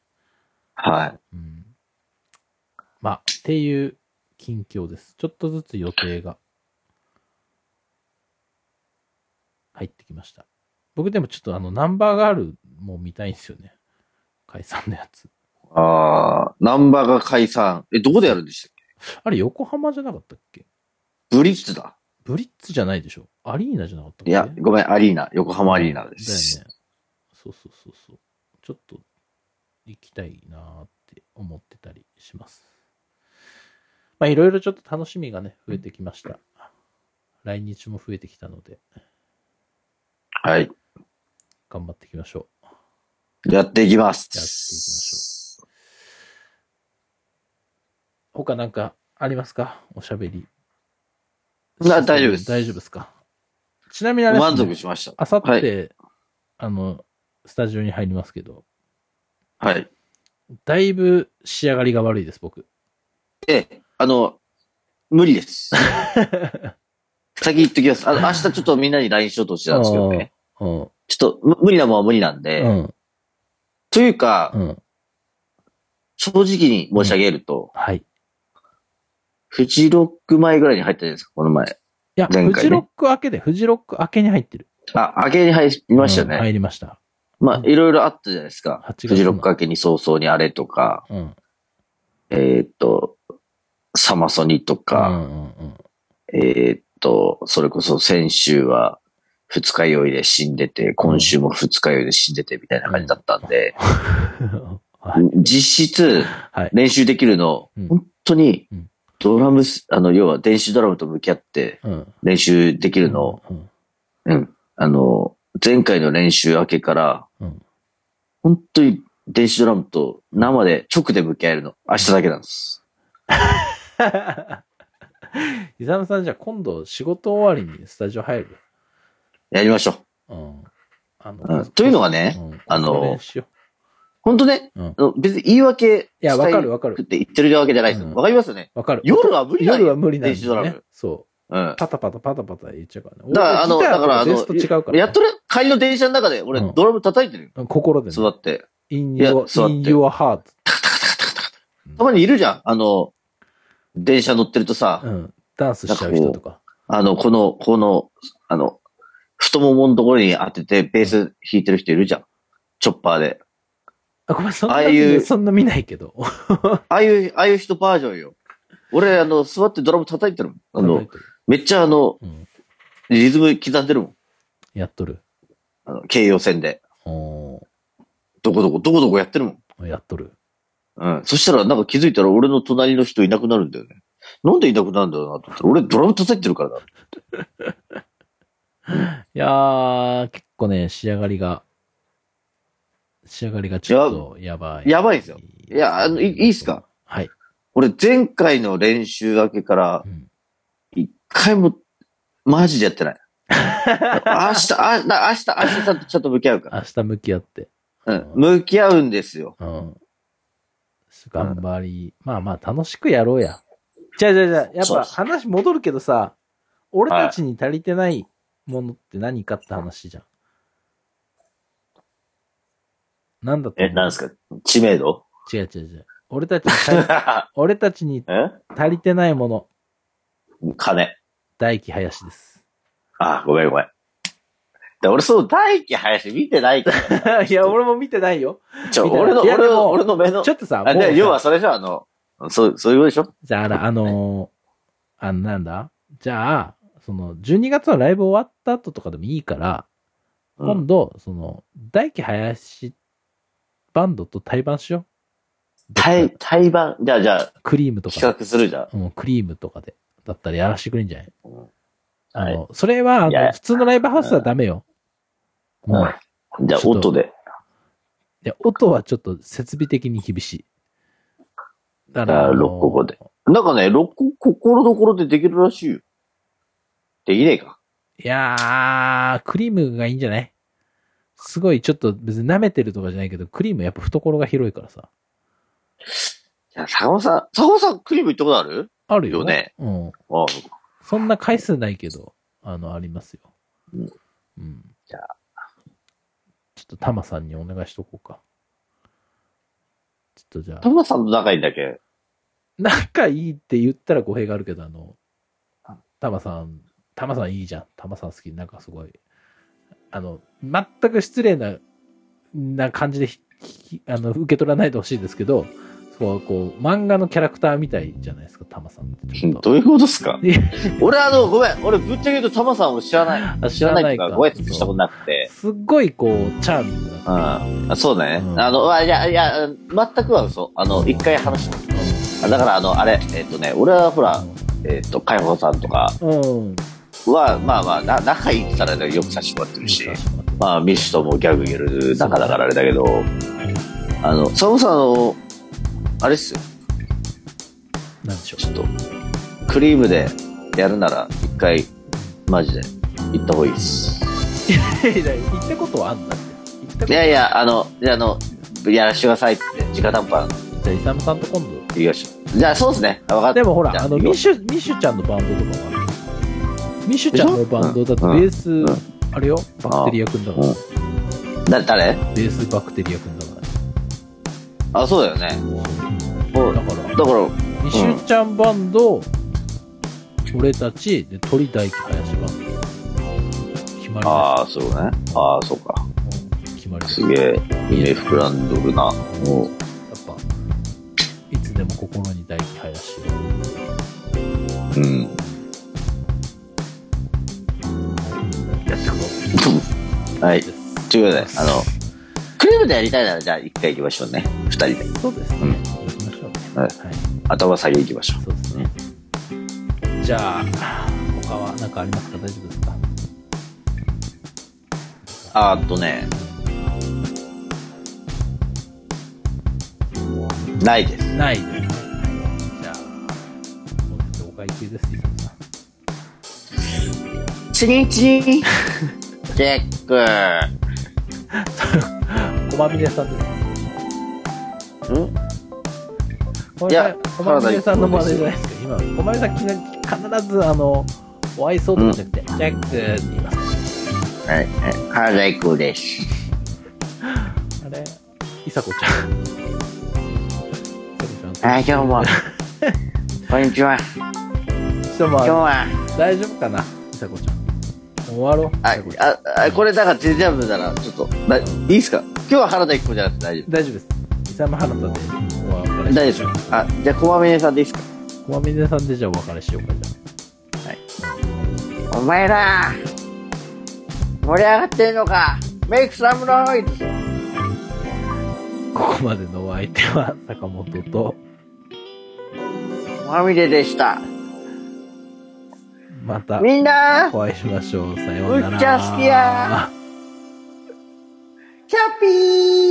[SPEAKER 2] はい。
[SPEAKER 1] うんまあ、っていう近況です。ちょっとずつ予定が入ってきました。僕でもちょっとあの、ナンバーガールも見たいんですよね。解散のやつ。
[SPEAKER 2] ああ、ナンバーが解散。え、どこでやるんでしたっ
[SPEAKER 1] あれ、横浜じゃなかったっけ
[SPEAKER 2] けブリッツだ。
[SPEAKER 1] ブリッツじゃないでしょアリーナじゃなかったっ
[SPEAKER 2] い
[SPEAKER 1] け
[SPEAKER 2] や、ごめん、アリーナ。横浜アリーナです。
[SPEAKER 1] だよね。そうそうそうそう。ちょっと行きたいなーって思ってたりします。まあいろいろちょっと楽しみがね、増えてきました。来日も増えてきたので、
[SPEAKER 2] はい。
[SPEAKER 1] 頑張っていきましょう。
[SPEAKER 2] やっていきます。
[SPEAKER 1] やっていきましょう。他なんかありますかおしゃべり。
[SPEAKER 2] な大丈夫です
[SPEAKER 1] 大丈夫ですかちなみにあれですね
[SPEAKER 2] 満足しました。
[SPEAKER 1] あさって、
[SPEAKER 2] はい。
[SPEAKER 1] あの、スタジオに入りますけど、
[SPEAKER 2] はい。
[SPEAKER 1] だいぶ仕上がりが悪いです、僕。
[SPEAKER 2] ええ、あの、無理です。 先言っときます。あの、明日ちょっとみんなに LINE しようとしてたんですけどね。
[SPEAKER 1] うん。
[SPEAKER 2] ちょっとむ、無理なもんは無理なん
[SPEAKER 1] う
[SPEAKER 2] で。
[SPEAKER 1] ん。
[SPEAKER 2] というか、
[SPEAKER 1] うん。
[SPEAKER 2] 正直に申し上げると、
[SPEAKER 1] はい。い
[SPEAKER 2] フジロック前ぐらいに入ったじゃないですか、この前。
[SPEAKER 1] や、
[SPEAKER 2] 前回ね
[SPEAKER 1] フジロック明けで、フジロック明けに入ってる。
[SPEAKER 2] あ、明けに入りましたよね。
[SPEAKER 1] うん入りました。
[SPEAKER 2] まあ、いろいろあったじゃないですか。
[SPEAKER 1] 8月の
[SPEAKER 2] フジロック明けに早々にあれとか、
[SPEAKER 1] うん。
[SPEAKER 2] えーっと、サマソニと
[SPEAKER 1] う
[SPEAKER 2] か、
[SPEAKER 1] んうんうん。
[SPEAKER 2] えーっと、それこそ先週は二日酔いで死んでて、今週も二日酔いで死んでてみたいな感じだったんで、
[SPEAKER 1] はい。
[SPEAKER 2] 実質
[SPEAKER 1] はい。
[SPEAKER 2] 練習できるの、
[SPEAKER 1] うん
[SPEAKER 2] 本当に
[SPEAKER 1] うん
[SPEAKER 2] ドラムス、あの、要は電子ドラムと向き合って
[SPEAKER 1] うん。
[SPEAKER 2] 練習できるの、
[SPEAKER 1] うん。
[SPEAKER 2] うん。あの、前回の練習明けから、
[SPEAKER 1] うん
[SPEAKER 2] 本当に電子ドラムと生で直で向き合えるの、明日だけなんです。
[SPEAKER 1] 伊沢さん、じゃあ今度仕事終わりにスタジオ入る。
[SPEAKER 2] やりましょう。
[SPEAKER 1] うん。あ
[SPEAKER 2] うんというのはね
[SPEAKER 1] うん
[SPEAKER 2] あの
[SPEAKER 1] これにしよ
[SPEAKER 2] 本当ね、
[SPEAKER 1] うん
[SPEAKER 2] あの別に言い訳
[SPEAKER 1] いやわかるわ
[SPEAKER 2] わ
[SPEAKER 1] かる
[SPEAKER 2] って言ってるわけじゃないです。
[SPEAKER 1] う
[SPEAKER 2] わ、
[SPEAKER 1] ん
[SPEAKER 2] かりますよね。
[SPEAKER 1] うわかる。
[SPEAKER 2] 夜は無理なんよ
[SPEAKER 1] 夜は無理なん
[SPEAKER 2] 練習ド
[SPEAKER 1] だ
[SPEAKER 2] ラ
[SPEAKER 1] よね
[SPEAKER 2] ム。
[SPEAKER 1] そう。
[SPEAKER 2] うん。
[SPEAKER 1] パタパタパタパタ言っちゃうからね。
[SPEAKER 2] だから、あの、
[SPEAKER 1] 俺
[SPEAKER 2] だから、あ
[SPEAKER 1] ギター
[SPEAKER 2] の
[SPEAKER 1] とベースと違うから、、ね。
[SPEAKER 2] やっとね、帰りの電車の中で俺、
[SPEAKER 1] うん
[SPEAKER 2] ドラム叩いてるよ。
[SPEAKER 1] 心でね。
[SPEAKER 2] 座って。
[SPEAKER 1] in
[SPEAKER 2] いや
[SPEAKER 1] your,
[SPEAKER 2] 座って
[SPEAKER 1] in your heart.
[SPEAKER 2] たまにいるじゃん。あの、電車乗ってるとさ、
[SPEAKER 1] うん。ダンスしちゃう人とか。
[SPEAKER 2] あの、この、この、あの、太もものところに当ててベース弾いてる人いるじゃん。チョッパーで。
[SPEAKER 1] あ、ごめん、そんな
[SPEAKER 2] ああいう
[SPEAKER 1] そんな見ないけど。
[SPEAKER 2] ああいう、ああいう人バージョンよ。俺、あの、座ってドラム叩いてるもん。あ
[SPEAKER 1] 叩
[SPEAKER 2] の
[SPEAKER 1] い、てる
[SPEAKER 2] めっちゃあの、
[SPEAKER 1] うん
[SPEAKER 2] リズム刻んでるもん。
[SPEAKER 1] やっとる。
[SPEAKER 2] あの、京葉線で。
[SPEAKER 1] お
[SPEAKER 2] どこどこ、どこどこやってるもん。
[SPEAKER 1] ーやっとる。
[SPEAKER 2] うん。そしたら、なんか気づいたら俺の隣の人いなくなるんだよね。なんでいなくなるんだろうなと思ったら、俺ドラム叩いてるからだ。
[SPEAKER 1] いやー、結構ね、仕上がりが、仕上がりがちょっとやばい。
[SPEAKER 2] やばいですよ。いやあのいいいっすか
[SPEAKER 1] はい。
[SPEAKER 2] 俺、前回の練習明けから
[SPEAKER 1] う、ん
[SPEAKER 2] 一回も、マジでやってない。 明日、あな明日、明日ちゃんとちゃんと向き合うか
[SPEAKER 1] 明日向き合って。
[SPEAKER 2] ら。うん。向き合うんですよ。
[SPEAKER 1] うん。頑張り、まあまあ楽しくやろうや。じゃあじゃあじゃあやっ
[SPEAKER 2] そう
[SPEAKER 1] ぱ
[SPEAKER 2] です
[SPEAKER 1] 話戻るけどさ、俺たちに足りてないものって何かって話じゃん。なんだって
[SPEAKER 7] え、なんですか
[SPEAKER 2] 知名度
[SPEAKER 1] 違う違う違う。俺たちに 足り、俺たちに
[SPEAKER 8] え
[SPEAKER 1] 足りてないもの、
[SPEAKER 2] 金。
[SPEAKER 1] 大輝林です。
[SPEAKER 2] あ、ごめんごめん。で俺、そう、大輝林見てないか ら。
[SPEAKER 1] いや、俺も見てないよ。
[SPEAKER 2] ちょ、
[SPEAKER 1] 見てない
[SPEAKER 2] 俺の、
[SPEAKER 1] いや
[SPEAKER 2] 俺
[SPEAKER 1] でも
[SPEAKER 2] の、俺の目の
[SPEAKER 1] ち。ょっとさ、
[SPEAKER 2] あ、
[SPEAKER 1] もうさ
[SPEAKER 2] で、要はそれじゃあの、そう、そういうことでしょ
[SPEAKER 1] じゃあな、あのー、あの、なんだじゃあ、その、12月のライブ終わった後とかでもいいから、
[SPEAKER 2] うん
[SPEAKER 1] 今度、その、大輝林バンドと対バンしよう。
[SPEAKER 2] 対、対番。じゃあ、じゃあ、
[SPEAKER 1] クリームとか、
[SPEAKER 2] 企画するじゃん。
[SPEAKER 1] うん、クリームとかで、だったらやらしてくれんじゃないあ
[SPEAKER 2] はい
[SPEAKER 1] の、それは、あ
[SPEAKER 2] いや
[SPEAKER 1] の、普通のライブハウスはダメよ。もう、
[SPEAKER 2] じゃあ、
[SPEAKER 1] ちょっと
[SPEAKER 2] 音で。
[SPEAKER 1] いや、音はちょっと設備的に厳しい。だ
[SPEAKER 2] あー
[SPEAKER 1] あのー
[SPEAKER 2] ロック語で。なんかね、ロック、心どころでできるらしいよ。できねえか。
[SPEAKER 1] いやー、クリームがいいんじゃないすごい、ちょっと別に舐めてるとかじゃないけど、クリームやっぱ懐が広いからさ。
[SPEAKER 2] いや、坂本さん、坂本さん、クリーム行ったことある
[SPEAKER 1] あるよ。
[SPEAKER 2] よね。
[SPEAKER 1] うん。
[SPEAKER 2] あ
[SPEAKER 1] そんな回数ないけど、あの、ありますよ。
[SPEAKER 2] うん。
[SPEAKER 1] うん。
[SPEAKER 2] じゃ
[SPEAKER 1] あ。ちょっとタマさんにお願いしとこうか。ちょっとじゃ
[SPEAKER 2] 田
[SPEAKER 1] あ、
[SPEAKER 2] 村さんと仲いいんだっけ
[SPEAKER 1] 仲いいって言ったら語弊があるけど、あの、タマさん、タマさんいいじゃん。タマさん好き。なんかすごい。あの、全く失礼な、な感じでひひあの受け取らないでほしいですけど、そう、こう、漫画のキャラクターみたいじゃないですか、タマさんってちょっと。
[SPEAKER 2] どういうことっすか
[SPEAKER 1] いや
[SPEAKER 2] 俺、あの、ごめん。俺、ぶっちゃけ言うと、田村さんを知らない。
[SPEAKER 1] あ
[SPEAKER 2] 知らないっていうか、ご挨拶したことなくて。
[SPEAKER 1] すっごい、こう、チャーミング
[SPEAKER 2] うん。
[SPEAKER 1] な。
[SPEAKER 2] あそうだね。
[SPEAKER 1] うん
[SPEAKER 2] あの、あいや、いや、全くは嘘。あの、一回話したんですけど。あだから、あの、あれ、えっ、とね、俺はほら、えっ、と、海保さんとか
[SPEAKER 1] うん。
[SPEAKER 2] は、まあまあ、な仲いいって言ったら、ね、よくさせてもらってるし。まあ、ミスともギャグやる仲だからあれだけど、あの、サボさん、あの、あれっすよ、
[SPEAKER 1] なんでしょ
[SPEAKER 2] ちょっと、クリームでやるなら、一回、マジで、行った方がいいっす。
[SPEAKER 1] う。いやいや言ったことはあんだって。言ったこと
[SPEAKER 2] いやいや、あの、いやあの、やらしてくださいって、直談判
[SPEAKER 1] じゃあ、イサムさんと今度。
[SPEAKER 2] 言いましょう。じゃあ、そうっすね。あ分かった。
[SPEAKER 1] でもほ
[SPEAKER 2] じ
[SPEAKER 1] ら、
[SPEAKER 2] ゃ
[SPEAKER 1] あの、
[SPEAKER 2] 行きま
[SPEAKER 1] ミ
[SPEAKER 2] し
[SPEAKER 1] シュ、ミシュちゃんのバンドとかもあるミシュちゃんのバンドだって
[SPEAKER 2] うん
[SPEAKER 1] ベース、
[SPEAKER 2] ん
[SPEAKER 1] あれよ、バクテリア君だから、
[SPEAKER 2] うんょうだ誰
[SPEAKER 1] ベースバクテリア君だから。
[SPEAKER 2] あ、そうだよね。もう
[SPEAKER 1] だか
[SPEAKER 2] だ
[SPEAKER 1] ら、
[SPEAKER 2] から、
[SPEAKER 1] ミシュちゃんバンド、俺たち、で、鳥大輝林バンド。決まりだ
[SPEAKER 2] ああ、そうね。ああ、そうか。
[SPEAKER 1] 決まりだ
[SPEAKER 2] すげえ、夢膨らんどるな。もう、
[SPEAKER 1] やっぱ、いつでも心に大輝林を。
[SPEAKER 2] うん。
[SPEAKER 1] やってくぞ。
[SPEAKER 2] はい。
[SPEAKER 1] です
[SPEAKER 2] ということで、あの、クリームでやりたいなら、じゃあ一回行きましょうね。二人で。
[SPEAKER 1] そうです
[SPEAKER 2] うん
[SPEAKER 1] ね。行きましょうね。
[SPEAKER 2] は
[SPEAKER 1] は
[SPEAKER 2] い
[SPEAKER 1] い。
[SPEAKER 2] 頭下げ行きましょ
[SPEAKER 1] そうですね。じゃあ、他は何かありますか大丈夫ですか
[SPEAKER 2] う。あーっとね、ないです。
[SPEAKER 1] ないですね。じゃあ、本日お会計です、伊沢さん。
[SPEAKER 2] チリンチリン。チェック。
[SPEAKER 1] 小まみれさんです。
[SPEAKER 2] ん
[SPEAKER 1] こ
[SPEAKER 2] いや
[SPEAKER 1] 小まみれさんの真似じゃないですか。今、小まみれさん必ず、必ずあの、お愛想とかじゃなくて、ジャックって言います。
[SPEAKER 2] はい、はい。原田育です。
[SPEAKER 1] あれいさこちゃん。い さこちゃん。
[SPEAKER 2] はい、今日 も。こんにちは。
[SPEAKER 1] ちょっとま
[SPEAKER 2] 今
[SPEAKER 1] あ
[SPEAKER 2] 日は。
[SPEAKER 1] 大丈夫かな伊佐子ちゃん。終わろう。
[SPEAKER 2] あ
[SPEAKER 1] いさこち、ゃん
[SPEAKER 2] あ、あこれだから、デジャブなら、ちょっと、だいいっすか今日は原田育子じゃなくて大丈
[SPEAKER 1] 大丈夫です。伊佐山原田でお別れ
[SPEAKER 2] 夫。大丈夫ですかあ、じゃあ、こまめさんでいいっすか
[SPEAKER 1] 小まみれさんでじゃあお別れしようか、じ
[SPEAKER 2] お前ら、盛り上がってんのかメイクサムノイズ
[SPEAKER 1] ゃあ。ここまでのお相手は坂本と、
[SPEAKER 2] まみれでした。
[SPEAKER 1] また
[SPEAKER 2] みんな、
[SPEAKER 1] お会いしましょう。さようなら。
[SPEAKER 2] むっちゃ好きやキャッピー